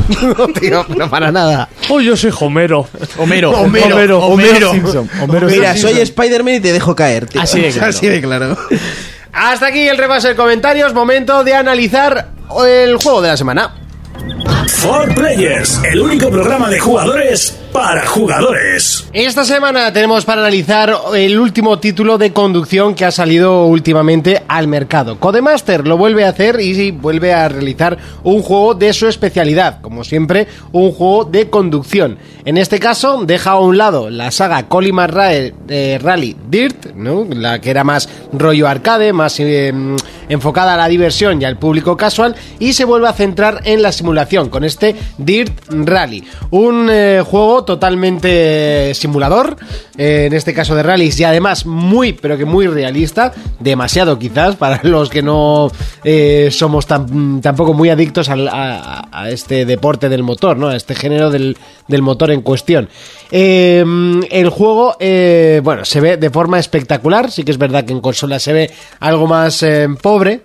[SPEAKER 2] No, tío, no para nada.
[SPEAKER 6] Oh, yo soy Homero.
[SPEAKER 4] Homero,
[SPEAKER 2] Homero, Homero, Homero.
[SPEAKER 4] Simpson, Homero
[SPEAKER 5] Mira,
[SPEAKER 4] Simpson.
[SPEAKER 5] soy Spider-Man y te dejo caer, tío.
[SPEAKER 4] Así de claro.
[SPEAKER 5] Así de claro.
[SPEAKER 2] Hasta aquí el repaso de comentarios. Momento de analizar el juego de la semana.
[SPEAKER 1] For Players, el único programa de jugadores para jugadores.
[SPEAKER 2] Esta semana tenemos para analizar el último título de conducción que ha salido últimamente al mercado. Codemaster lo vuelve a hacer y vuelve a realizar un juego de su especialidad, como siempre, un juego de conducción. En este caso, deja a un lado la saga Colima Ra- eh, Rally Dirt, ¿no? la que era más rollo arcade, más eh, mm, enfocada a la diversión y al público casual y se vuelve a centrar en la simulación con este Dirt Rally. Un eh, juego totalmente simulador, eh, en este caso de rallies y además muy, pero que muy realista, demasiado quizás para los que no eh, somos tan, tampoco muy adictos al- a, a este deporte del motor, ¿no? A este género del, del motor en cuestión. Eh, el juego, eh, bueno, se ve de forma espectacular, sí que es verdad que en consola se ve algo más eh, pobre,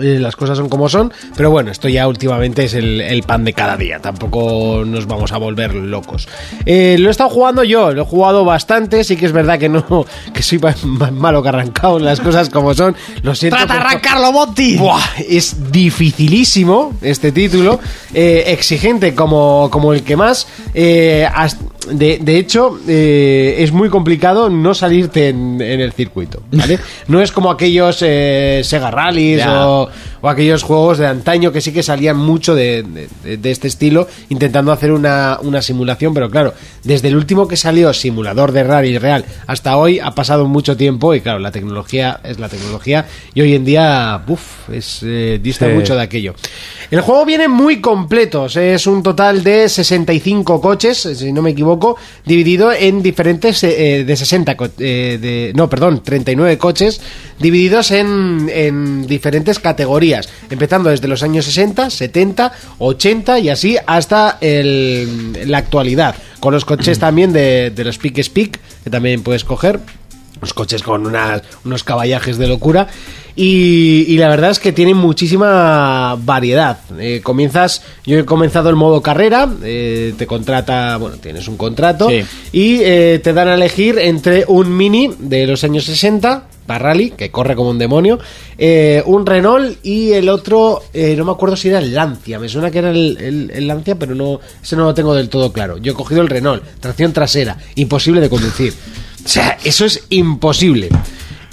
[SPEAKER 2] eh, las cosas son como son, pero bueno, esto ya últimamente es el, el pan de cada día, tampoco nos vamos a volver locos. Eh, lo he estado jugando yo, lo he jugado bastante, sí que es verdad que no, que soy más malo que arrancado, las cosas como son, lo siento.
[SPEAKER 4] ¡Trata de
[SPEAKER 2] por to-
[SPEAKER 4] arrancarlo, Monty!
[SPEAKER 2] Buah, es dificilísimo este título, eh, exigente como, como el que más. eh, has- de, de hecho, eh, es muy complicado no salirte en, en el circuito. ¿vale? No es como aquellos eh, Sega Rallies
[SPEAKER 4] Ya.
[SPEAKER 2] o, o aquellos juegos de antaño que sí que salían mucho de, de- de este estilo, intentando hacer una, una simulación, pero claro, desde el último que salió, simulador de rally real, hasta hoy ha pasado mucho tiempo y claro, la tecnología es la tecnología y hoy en día, uff, es, eh, dista
[SPEAKER 6] Sí.
[SPEAKER 2] mucho de aquello. El juego viene muy completo, o sea, es un total de 65 coches, si no me equivoco, dividido en diferentes eh, de 60 co- eh, de, no, perdón, 39 coches divididos en, en diferentes categorías, empezando desde los años 60, 70, 80 y así hasta el- la actualidad, con los coches también de, de los Peak Speak, que también puedes coger unos coches con unas- unos caballajes de locura. Y, y la verdad es que tiene muchísima variedad. Eh, comienzas, yo he comenzado el modo carrera, eh, te contrata, bueno, tienes un contrato
[SPEAKER 4] Sí.
[SPEAKER 2] y eh, te dan a elegir entre un Mini de los años 60, para rally, que corre como un demonio, eh, un Renault y el otro, eh, no me acuerdo si era el Lancia, me suena que era el, el- el Lancia, pero no, ese no lo tengo del todo claro. Yo he cogido el Renault, tracción trasera, imposible de conducir. O sea, eso es imposible.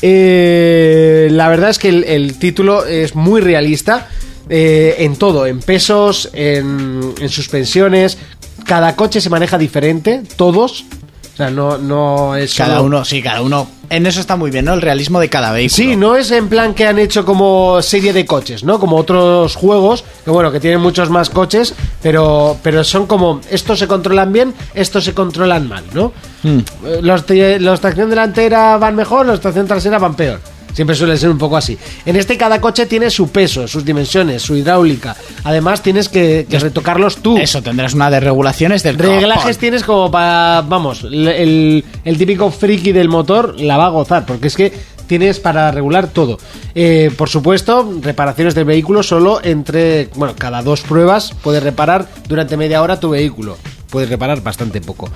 [SPEAKER 2] Eh, la verdad es que el, el título es muy realista eh, en todo, en pesos, en, en suspensiones. Cada coche se maneja diferente, todos. O sea, no, no es
[SPEAKER 4] Cada
[SPEAKER 2] solo-
[SPEAKER 4] uno, sí, cada uno. En eso está muy bien, ¿no? El realismo de cada vehículo.
[SPEAKER 2] Sí, no es en plan que han hecho como serie de coches, ¿no? Como otros juegos, que bueno, que tienen muchos más coches, pero, pero son como, estos se controlan bien, estos se controlan mal, ¿no? Eh, Los, te- los tracción delantera van mejor, los tracción trasera van peor. Siempre suele ser un poco así. En este cada coche tiene su peso, sus dimensiones, su hidráulica. Además tienes que, que retocarlos tú.
[SPEAKER 4] Eso, tendrás una de regulaciones del
[SPEAKER 2] Reglajes
[SPEAKER 4] copón.
[SPEAKER 2] tienes como para. Vamos, le- el, el típico friki del motor la va a gozar, porque es que tienes para regular todo. Eh, por supuesto, reparaciones del vehículo solo entre. Bueno, cada dos pruebas puedes reparar durante media hora tu vehículo. Puedes reparar bastante poco.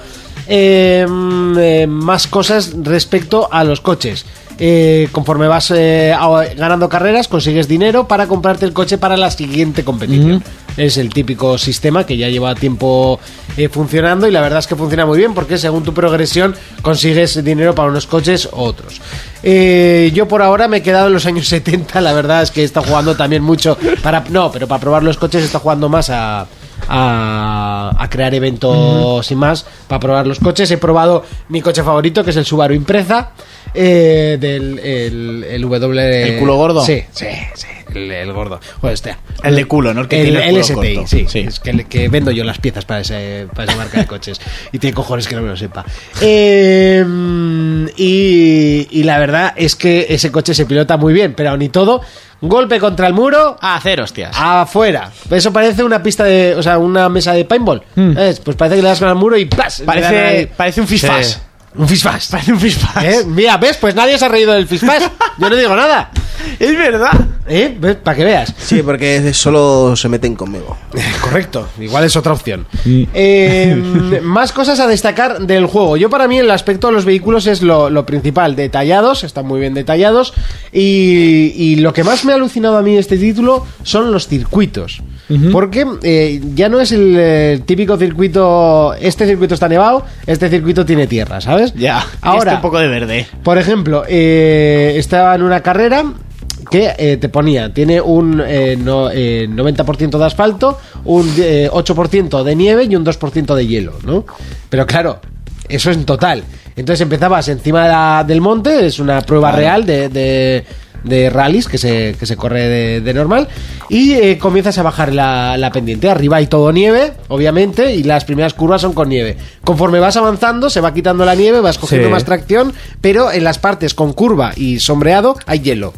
[SPEAKER 2] Eh, mm, eh, más cosas respecto a los coches. Eh, conforme vas eh, a- ganando carreras, consigues dinero para comprarte el coche para la siguiente competición. Es el típico sistema que ya lleva tiempo eh, funcionando y la verdad es que funciona muy bien porque según tu progresión consigues dinero para unos coches u otros. Eh, yo por ahora me he quedado en los años 70, la verdad es que he estado jugando también mucho para... No, pero para probar los coches he estado jugando más a a, a crear eventos y más para probar los coches. He probado mi coche favorito, que es el Subaru Impreza, eh, del el, el W.
[SPEAKER 4] ¿El culo gordo?
[SPEAKER 2] Sí, sí, sí, el, el gordo. Joder, hostia.
[SPEAKER 4] El de culo, ¿no? El que
[SPEAKER 2] el,
[SPEAKER 4] tiene el culo
[SPEAKER 2] STI,
[SPEAKER 4] corto.
[SPEAKER 2] sí.
[SPEAKER 4] Sí.
[SPEAKER 2] Es que, le- que vendo yo las piezas para, ese, para esa marca de coches. y tiene cojones que no me lo sepa. Eh, y, y la verdad es que ese coche se pilota muy bien, pero aún y todo, golpe contra el muro,
[SPEAKER 4] A hacer, hostias.
[SPEAKER 2] Afuera. Eso parece una pista de. O sea, una mesa de paintball. ¿Sabes? Pues parece que le das con el muro y ¡plas! Le dan
[SPEAKER 4] Hmm. parece,
[SPEAKER 2] ahí.
[SPEAKER 4] parece un fishfash.
[SPEAKER 6] Sí.
[SPEAKER 2] Un fishbash.
[SPEAKER 4] Parece un fishfash.
[SPEAKER 2] ¿Eh? Mira, ¿ves? Pues nadie se ha reído del fishbash. Yo no digo nada.
[SPEAKER 4] Es verdad.
[SPEAKER 2] ¿Eh? ¿Ves? Para que veas.
[SPEAKER 5] Sí, porque solo se meten conmigo.
[SPEAKER 2] Correcto, igual es otra opción.
[SPEAKER 4] Mm.
[SPEAKER 2] Eh, más cosas a destacar del juego. Yo para mí el aspecto de los vehículos es lo, lo principal. Detallados, están muy bien detallados. Y, y lo que más me ha alucinado a mí de este título son los circuitos. Porque eh, ya no es el eh, típico circuito, este circuito está nevado, este circuito tiene tierra, ¿sabes?
[SPEAKER 4] Ya.
[SPEAKER 2] Ahora,
[SPEAKER 4] Este un poco de verde.
[SPEAKER 2] por ejemplo, eh, estaba en una carrera que eh, te ponía, tiene un eh, no- eh, 90% de asfalto, un eh, 8% de nieve y un 2% de hielo, ¿no? Pero claro, eso es en total. Entonces empezabas encima de la- del monte, es una prueba real de... de- de rallies que se, que se corre de, de normal. Y eh, comienzas a bajar la, la pendiente. Arriba hay todo nieve, obviamente, y las primeras curvas son con nieve. Conforme vas avanzando, se va quitando la nieve, vas cogiendo
[SPEAKER 6] Sí.
[SPEAKER 2] más tracción, pero en las partes con curva y sombreado hay hielo.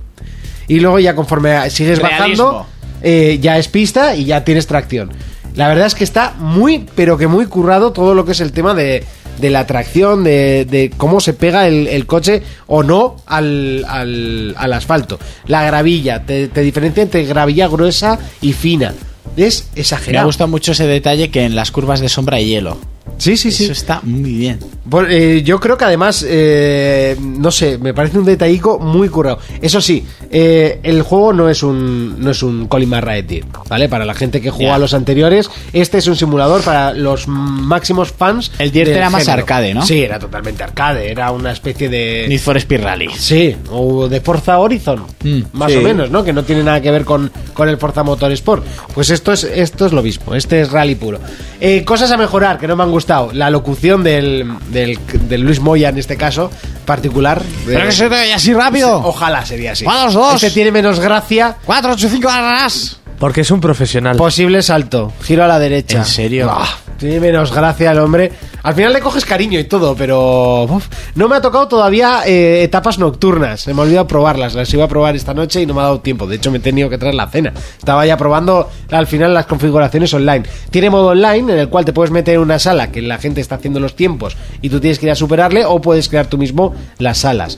[SPEAKER 2] Y luego ya conforme sigues
[SPEAKER 4] Realismo.
[SPEAKER 2] bajando, eh, ya es pista y ya tienes tracción. La verdad es que está muy, pero que muy currado todo lo que es el tema de, de la tracción, de, de cómo se pega el, el coche o no al, al- al asfalto. La gravilla, te, te diferencia entre gravilla gruesa y fina. Es
[SPEAKER 4] Me
[SPEAKER 2] exagerado.
[SPEAKER 4] ha gustado mucho ese detalle que en las curvas de sombra y hielo.
[SPEAKER 2] Sí, sí,
[SPEAKER 4] sí. Eso está muy bien.
[SPEAKER 2] Por- eh, yo creo que además, eh, no sé, me parece un detallico muy currado. Eso sí, eh, el juego no es un no es un Colin McRae, tío, ¿vale? Para la gente que juega a los anteriores, este es un simulador para los máximos fans. El
[SPEAKER 4] 10 era más arcade, ¿no?
[SPEAKER 2] Sí, era totalmente arcade, era una especie de...
[SPEAKER 4] Need for Speed Rally.
[SPEAKER 2] Sí, o de Forza Horizon, más
[SPEAKER 4] Mm, Sí.
[SPEAKER 2] o menos, ¿no? Que no tiene nada que ver con, con el Forza Motorsport. Pues esto es, esto es lo mismo, este es rally puro. Eh, cosas a mejorar que no me han gustado. La locución del, del, del Luis Moya, en este caso, particular.
[SPEAKER 4] Pero que se te vaya así rápido.
[SPEAKER 2] Ojalá sería así.
[SPEAKER 4] Vamos, dos.
[SPEAKER 2] Este tiene menos gracia.
[SPEAKER 4] 4, 8, 5 arras.
[SPEAKER 6] Porque es un profesional.
[SPEAKER 2] Posible salto, giro a la derecha.
[SPEAKER 4] ¿En serio?
[SPEAKER 2] Ah, tiene menos gracia el hombre. Al final le coges cariño y todo, pero uf, no me ha tocado todavía eh, etapas nocturnas. Se me ha olvidado probarlas. Las iba a probar esta noche y no me ha dado tiempo. De hecho, me he tenido que traer la cena. Estaba ya probando al final las configuraciones online. Tiene modo online en el cual te puedes meter en una sala que la gente está haciendo los tiempos y tú tienes que ir a superarle o puedes crear tú mismo las salas.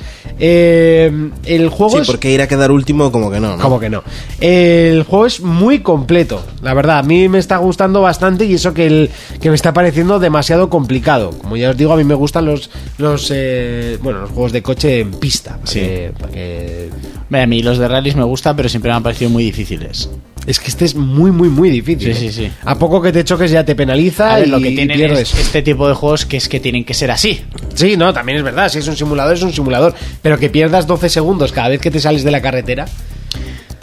[SPEAKER 2] Eh, el juego
[SPEAKER 5] Sí,
[SPEAKER 2] es-
[SPEAKER 5] porque ir a quedar último como que no, ¿no?
[SPEAKER 2] como que no? El juego es muy completo, la verdad. A mí me está gustando bastante y eso que, el, que me está pareciendo demasiado complicado. Como ya os digo, a mí me gustan los, los, eh, bueno, los juegos de coche en pista. para que- para que-
[SPEAKER 4] Mira, Eh, a mí los de rallies me gustan, pero siempre me han parecido muy difíciles.
[SPEAKER 2] es que este es muy, muy, muy difícil.
[SPEAKER 4] Sí,
[SPEAKER 2] ¿eh?
[SPEAKER 4] sí, sí.
[SPEAKER 2] A poco que te choques ya te penaliza
[SPEAKER 4] A ver,
[SPEAKER 2] y,
[SPEAKER 4] lo que
[SPEAKER 2] y
[SPEAKER 4] tienen
[SPEAKER 2] pierdes.
[SPEAKER 4] es este tipo de juegos que es que tienen que ser así.
[SPEAKER 2] Sí, no, también es verdad. Si es un simulador, es un simulador. Pero que pierdas 12 segundos cada vez que te sales de la carretera.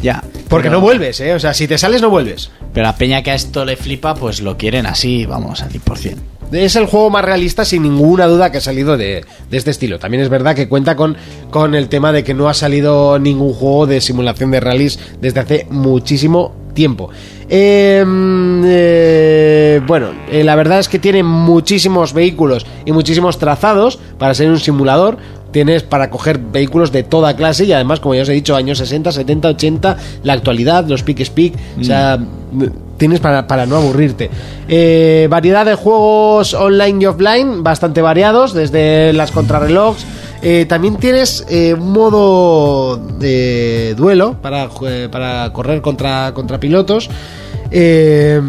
[SPEAKER 4] Ya.
[SPEAKER 2] Porque no vuelves, ¿eh? O sea, si te sales, no vuelves.
[SPEAKER 4] Pero la peña que a esto le flipa, pues lo quieren así, vamos, al 100%.
[SPEAKER 2] Es el juego más realista sin ninguna duda que ha salido de, de este estilo. También es verdad que cuenta con, con el tema de que no ha salido ningún juego de simulación de rallies desde hace muchísimo tiempo. Eh, eh, bueno, eh, la verdad es que tiene muchísimos vehículos y muchísimos trazados para ser un simulador. Tienes para coger vehículos de toda clase y además, como ya os he dicho, años 60, 70, 80, la actualidad, los pick-speak. O sea, tienes para, para no aburrirte. Eh, variedad de juegos online y offline, bastante variados, desde las contrarrelojes. Eh, también tienes eh, un modo de duelo para, ju- eh, para correr contra, contra pilotos. Eh,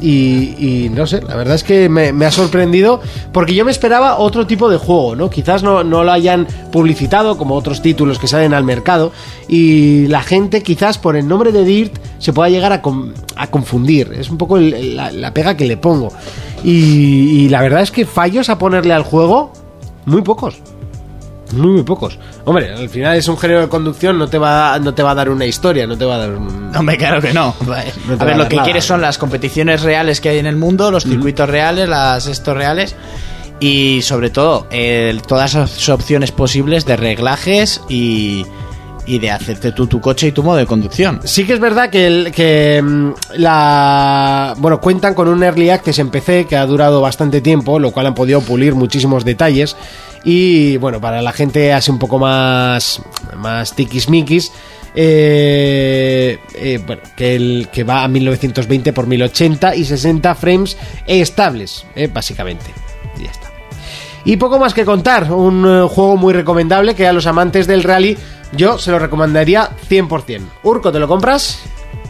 [SPEAKER 2] y, y no sé, la verdad es que me, me ha sorprendido porque yo me esperaba otro tipo de juego, ¿no? Quizás no, no lo hayan publicitado como otros títulos que salen al mercado y la gente quizás por el nombre de Dirt se pueda llegar a, con- a confundir. Es un poco el- el- la, la pega que le pongo. Y, y la verdad es que fallos a ponerle al juego, muy pocos. Muy, muy pocos. Hombre, al final es un género de conducción, no te va, no te va a dar una historia, no te va a dar un...
[SPEAKER 4] Hombre, claro que no.
[SPEAKER 2] No te
[SPEAKER 4] A
[SPEAKER 2] va
[SPEAKER 4] ver,
[SPEAKER 2] a
[SPEAKER 4] lo
[SPEAKER 2] dar
[SPEAKER 4] que
[SPEAKER 2] nada.
[SPEAKER 4] quieres son las competiciones reales que hay en el mundo, los circuitos reales, las estos reales y sobre todo el- todas las opciones posibles de reglajes y, y de hacerte tú tu coche y tu modo de conducción.
[SPEAKER 2] Sí que es verdad que, el, que mm, la bueno cuentan con un early access en PC que ha durado bastante tiempo, lo cual han podido pulir muchísimos detalles y bueno para la gente así un poco más más tiquismiquis eh, eh, bueno, que, el, que va a 1920 por 1080 y 60 frames estables eh, básicamente y ya está. Y poco más que contar, un eh, juego muy recomendable que a los amantes del rally yo se lo recomendaría 100%. Urco, ¿te lo compras?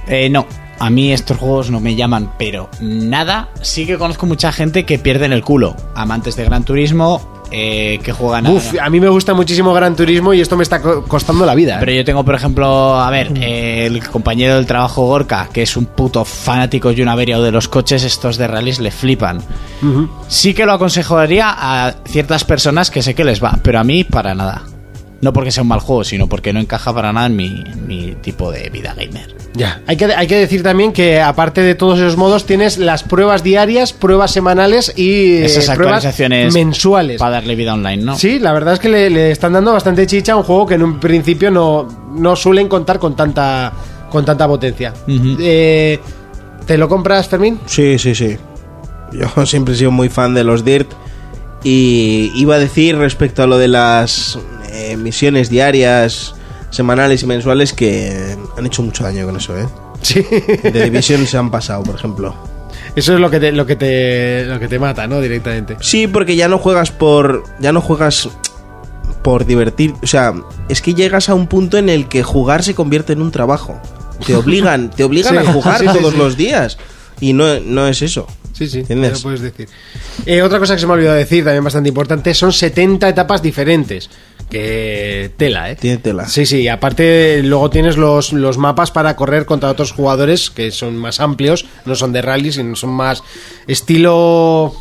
[SPEAKER 4] Eh, no, a mí estos juegos no me llaman, pero nada. Sí que conozco mucha gente que pierden el culo. Amantes de Gran Turismo eh, que juegan a...
[SPEAKER 2] Uf, a mí me gusta muchísimo Gran Turismo y esto me está co- costando la vida. ¿eh?
[SPEAKER 4] Pero yo tengo, por ejemplo, a ver, eh, el compañero del trabajo Gorka, que es un puto fanático y un averiado de los coches, estos de rallies le flipan.
[SPEAKER 2] Ujú.
[SPEAKER 4] Sí que lo aconsejaría a ciertas personas que sé que les va, pero a mí para nada. No porque sea un mal juego, sino porque no encaja para nada en mi, mi tipo de vida gamer.
[SPEAKER 2] Ya. Hay que, hay que decir también que aparte de todos esos modos tienes las pruebas diarias, pruebas semanales y eh,
[SPEAKER 4] Esas
[SPEAKER 2] pruebas
[SPEAKER 4] actualizaciones
[SPEAKER 2] mensuales.
[SPEAKER 4] para darle vida online, ¿no?
[SPEAKER 2] Sí, la verdad es que le, le están dando bastante chicha a un juego que en un principio no no suelen contar con tanta, con tanta potencia. Eh, ¿Te lo compras, Fermín?
[SPEAKER 5] Sí, sí, sí. Yo siempre he sido muy fan de los Dirt. Y iba a decir respecto a lo de las eh, misiones diarias, semanales y mensuales que han hecho mucho daño con eso, ¿eh?
[SPEAKER 2] Sí.
[SPEAKER 5] De Division se han pasado, por ejemplo.
[SPEAKER 2] Eso es lo que te, lo que te, lo que te mata, ¿no? Directamente.
[SPEAKER 5] Sí, porque ya no juegas por. Ya no juegas por divertir. O sea, es que llegas a un punto en el que jugar se convierte en un trabajo. Te obligan, te obligan
[SPEAKER 2] Sí,
[SPEAKER 5] a jugar
[SPEAKER 2] sí, sí,
[SPEAKER 5] todos
[SPEAKER 2] sí.
[SPEAKER 5] los días. Y no, no es eso.
[SPEAKER 2] Sí, pues sí.
[SPEAKER 5] ¿Entiendes?
[SPEAKER 2] Ya lo puedes decir. Eh, otra cosa que se me ha olvidado decir, también bastante importante, son 70 etapas diferentes. Que tela, ¿eh?
[SPEAKER 5] Tiene tela.
[SPEAKER 2] Sí, sí, y aparte luego tienes los, los mapas para correr contra otros jugadores que son más amplios, no son de rally, sino son más estilo...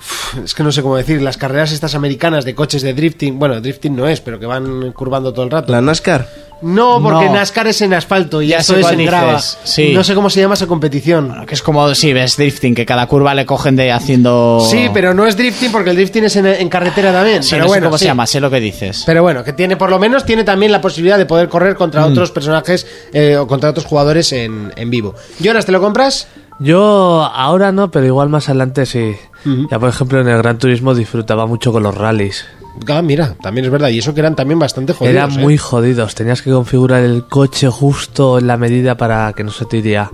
[SPEAKER 2] Uf, Es que no sé cómo decir, las carreras estas americanas de coches de drifting, bueno, drifting no es, pero que van curvando todo el rato.
[SPEAKER 5] La NASCAR.
[SPEAKER 2] No, porque
[SPEAKER 4] No.
[SPEAKER 2] NASCAR es en asfalto y
[SPEAKER 4] Ya
[SPEAKER 2] eso
[SPEAKER 4] sé
[SPEAKER 2] es
[SPEAKER 4] cuál
[SPEAKER 2] en grava.
[SPEAKER 4] dices, sí.
[SPEAKER 2] No sé cómo se llama esa competición.
[SPEAKER 4] Que es como si ves drifting, que cada curva le cogen de haciendo.
[SPEAKER 2] Sí, pero no es drifting porque el drifting es en, en carretera también.
[SPEAKER 4] Oh. Sí,
[SPEAKER 2] pero
[SPEAKER 4] no sé
[SPEAKER 2] bueno,
[SPEAKER 4] cómo
[SPEAKER 2] sí.
[SPEAKER 4] se llama, sé lo que dices.
[SPEAKER 2] Pero bueno, que tiene, por lo menos tiene también la posibilidad de poder correr contra
[SPEAKER 4] Mm.
[SPEAKER 2] otros personajes eh, o contra otros jugadores en, en vivo. Jonas, ¿te lo compras?
[SPEAKER 6] Yo ahora no, pero igual más adelante sí. Ya por ejemplo en el Gran Turismo disfrutaba mucho con los rallies.
[SPEAKER 2] Ah, mira, también es verdad. Y eso que eran también bastante jodidos.
[SPEAKER 6] Eran
[SPEAKER 2] ¿eh?
[SPEAKER 6] muy jodidos, tenías que configurar el coche justo en la medida para que no se te iría.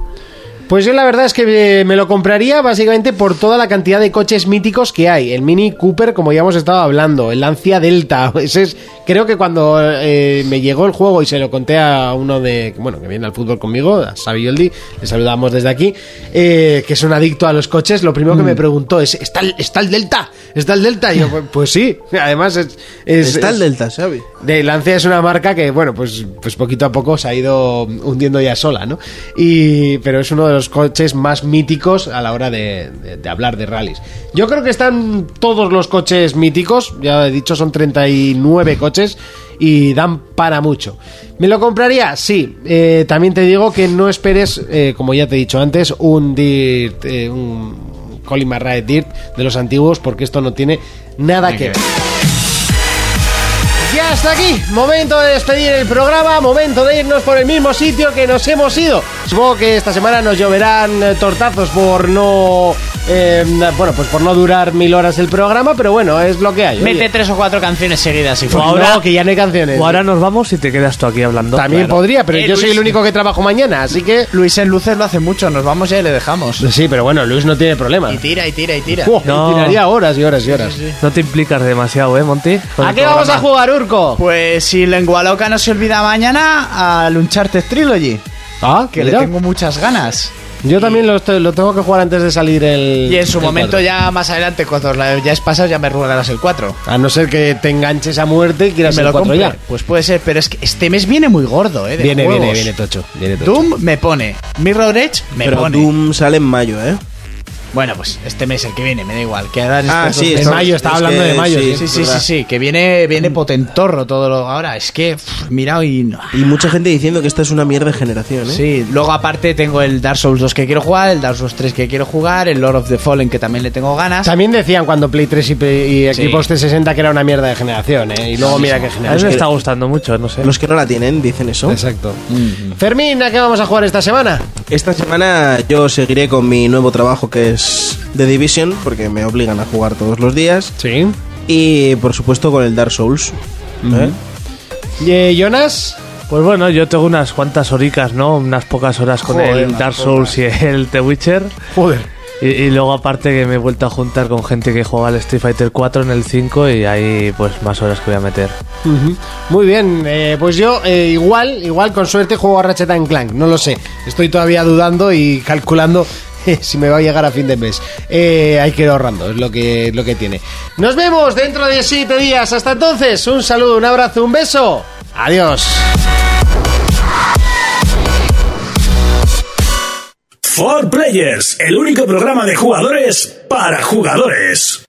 [SPEAKER 2] Pues yo la verdad es que eh, me lo compraría básicamente por toda la cantidad de coches míticos que hay. El Mini Cooper, como ya hemos estado hablando, el Lancia Delta. Ese es, creo que cuando eh, me llegó el juego y se lo conté a uno de, bueno, que viene al fútbol conmigo, a Sabioldi, le saludamos desde aquí, eh, que es un adicto a los coches, lo primero que
[SPEAKER 5] Mm.
[SPEAKER 2] me preguntó es, ¿está el, está el Delta? ¿Está el Delta? Y yo, pues, pues sí, además es... es-
[SPEAKER 5] Está el
[SPEAKER 2] es-
[SPEAKER 5] Delta, ¿sabes?
[SPEAKER 2] de Lancia es una marca que, bueno, pues, pues poquito a poco se ha ido hundiendo ya sola, ¿no? Y, pero es uno de los coches más míticos a la hora de, de- de hablar de rallies. Yo creo que están todos los coches míticos, ya he dicho, son 39 coches y dan para mucho. ¿Me lo compraría? Sí. Eh, también te digo que no esperes, eh, como ya te he dicho antes, un Dirt, eh, un Colin Marrae Dirt de los antiguos, porque esto no tiene nada que ver. Ya hasta aquí, momento de despedir el programa, momento de irnos por el mismo sitio que nos hemos ido. Supongo que esta semana nos lloverán eh, tortazos por no, eh, bueno, pues por no durar mil horas el programa, pero bueno, es lo que hay. oye.
[SPEAKER 4] Mete tres o cuatro canciones seguidas y
[SPEAKER 2] Pues
[SPEAKER 4] fuera.
[SPEAKER 2] no, que ya no hay canciones.
[SPEAKER 6] O ahora nos vamos y te quedas tú aquí hablando.
[SPEAKER 2] También
[SPEAKER 6] Claro.
[SPEAKER 2] podría, pero
[SPEAKER 4] Eh,
[SPEAKER 2] yo soy
[SPEAKER 4] Luis.
[SPEAKER 2] el único que trabajo mañana, así que
[SPEAKER 4] Luis en luces lo hace mucho, nos vamos ya y le dejamos.
[SPEAKER 2] sí, pero bueno, Luis no tiene problema.
[SPEAKER 4] Y tira, y tira, y tira.
[SPEAKER 2] Buah,
[SPEAKER 6] No.
[SPEAKER 2] Tiraría horas y horas y horas.
[SPEAKER 6] No te implicas demasiado, ¿eh, Monty? Con
[SPEAKER 2] ¿A
[SPEAKER 6] el
[SPEAKER 2] qué vamos a
[SPEAKER 6] programa.
[SPEAKER 2] jugar, Urco?
[SPEAKER 4] Pues si Lengua Loca no se olvida mañana, al Uncharted Trilogy.
[SPEAKER 2] Ah,
[SPEAKER 4] Que
[SPEAKER 2] mira.
[SPEAKER 4] le tengo muchas ganas.
[SPEAKER 2] Yo también lo, estoy- lo tengo que jugar antes de salir el.
[SPEAKER 4] Y en su
[SPEAKER 2] el
[SPEAKER 4] momento
[SPEAKER 2] cuadro.
[SPEAKER 4] ya más adelante, cuando la- ya es pasado, ya me regalarás el 4.
[SPEAKER 2] A no ser que te enganches a muerte y quieras
[SPEAKER 4] me
[SPEAKER 2] el
[SPEAKER 4] lo
[SPEAKER 2] 4
[SPEAKER 4] compro
[SPEAKER 2] ya.
[SPEAKER 4] Pues puede ser, pero es que este mes viene muy gordo, eh. de
[SPEAKER 2] Viene, viene,
[SPEAKER 4] juegos.
[SPEAKER 2] viene tocho. Viene tocho.
[SPEAKER 4] Doom me pone. Mirror Edge me
[SPEAKER 5] Pero
[SPEAKER 4] pone.
[SPEAKER 5] Doom sale en mayo, ¿eh?
[SPEAKER 4] Bueno, pues este mes el que viene, me da igual. Que ahora en
[SPEAKER 5] Ah,
[SPEAKER 4] estos dos
[SPEAKER 5] sí,
[SPEAKER 4] meses-
[SPEAKER 2] En mayo, estaba
[SPEAKER 5] es
[SPEAKER 2] hablando
[SPEAKER 5] que
[SPEAKER 2] de mayo.
[SPEAKER 5] sí,
[SPEAKER 4] Sí,
[SPEAKER 5] ¿eh? es
[SPEAKER 4] sí, sí,
[SPEAKER 5] verdad.
[SPEAKER 4] sí, que viene, viene potentorro todo lo ahora. Es que, pff, mirado y... no.
[SPEAKER 5] Y mucha gente diciendo que esta es una mierda de generación, ¿eh?
[SPEAKER 4] Sí, luego aparte tengo el Dark Souls 2 que quiero jugar, el Dark Souls 3 que quiero jugar, el Lord of the Fallen que también le tengo ganas.
[SPEAKER 2] También decían cuando Play 3 y, Play- y
[SPEAKER 4] Sí.
[SPEAKER 2] equipos 360 que era una mierda de generación, ¿eh? Y luego mira qué
[SPEAKER 6] A mí me
[SPEAKER 2] generación.
[SPEAKER 6] está gustando mucho, no sé.
[SPEAKER 5] Los que no la tienen dicen eso.
[SPEAKER 2] Exacto.
[SPEAKER 4] Mm-hmm.
[SPEAKER 2] Fermín, ¿a qué vamos a jugar esta semana?
[SPEAKER 5] Esta semana yo seguiré con mi nuevo trabajo que es The Division, porque me obligan a jugar todos los días.
[SPEAKER 2] Sí.
[SPEAKER 5] Y por supuesto con el Dark Souls. ¿eh?
[SPEAKER 2] eh, Jonas?
[SPEAKER 6] Pues bueno, yo tengo unas cuantas horicas, ¿no? Unas pocas horas con
[SPEAKER 4] Joder,
[SPEAKER 6] el
[SPEAKER 4] unas
[SPEAKER 6] Dark Souls y el The Witcher.
[SPEAKER 2] Joder.
[SPEAKER 6] Y, y luego aparte que me he vuelto a juntar con gente que juega al Street Fighter 4 en el 5 y ahí pues más horas que voy a meter.
[SPEAKER 2] Ujú. Muy bien, eh, pues yo eh, igual, igual con suerte juego a Ratchet and Clank, no lo sé. Estoy todavía dudando y calculando eh, si me va a llegar a fin de mes. Eh, hay que ir ahorrando, es lo que, lo que tiene. Nos vemos dentro de siete días. Hasta entonces, un saludo, un abrazo, un beso. Adiós.
[SPEAKER 1] For Players, el único programa de jugadores para jugadores.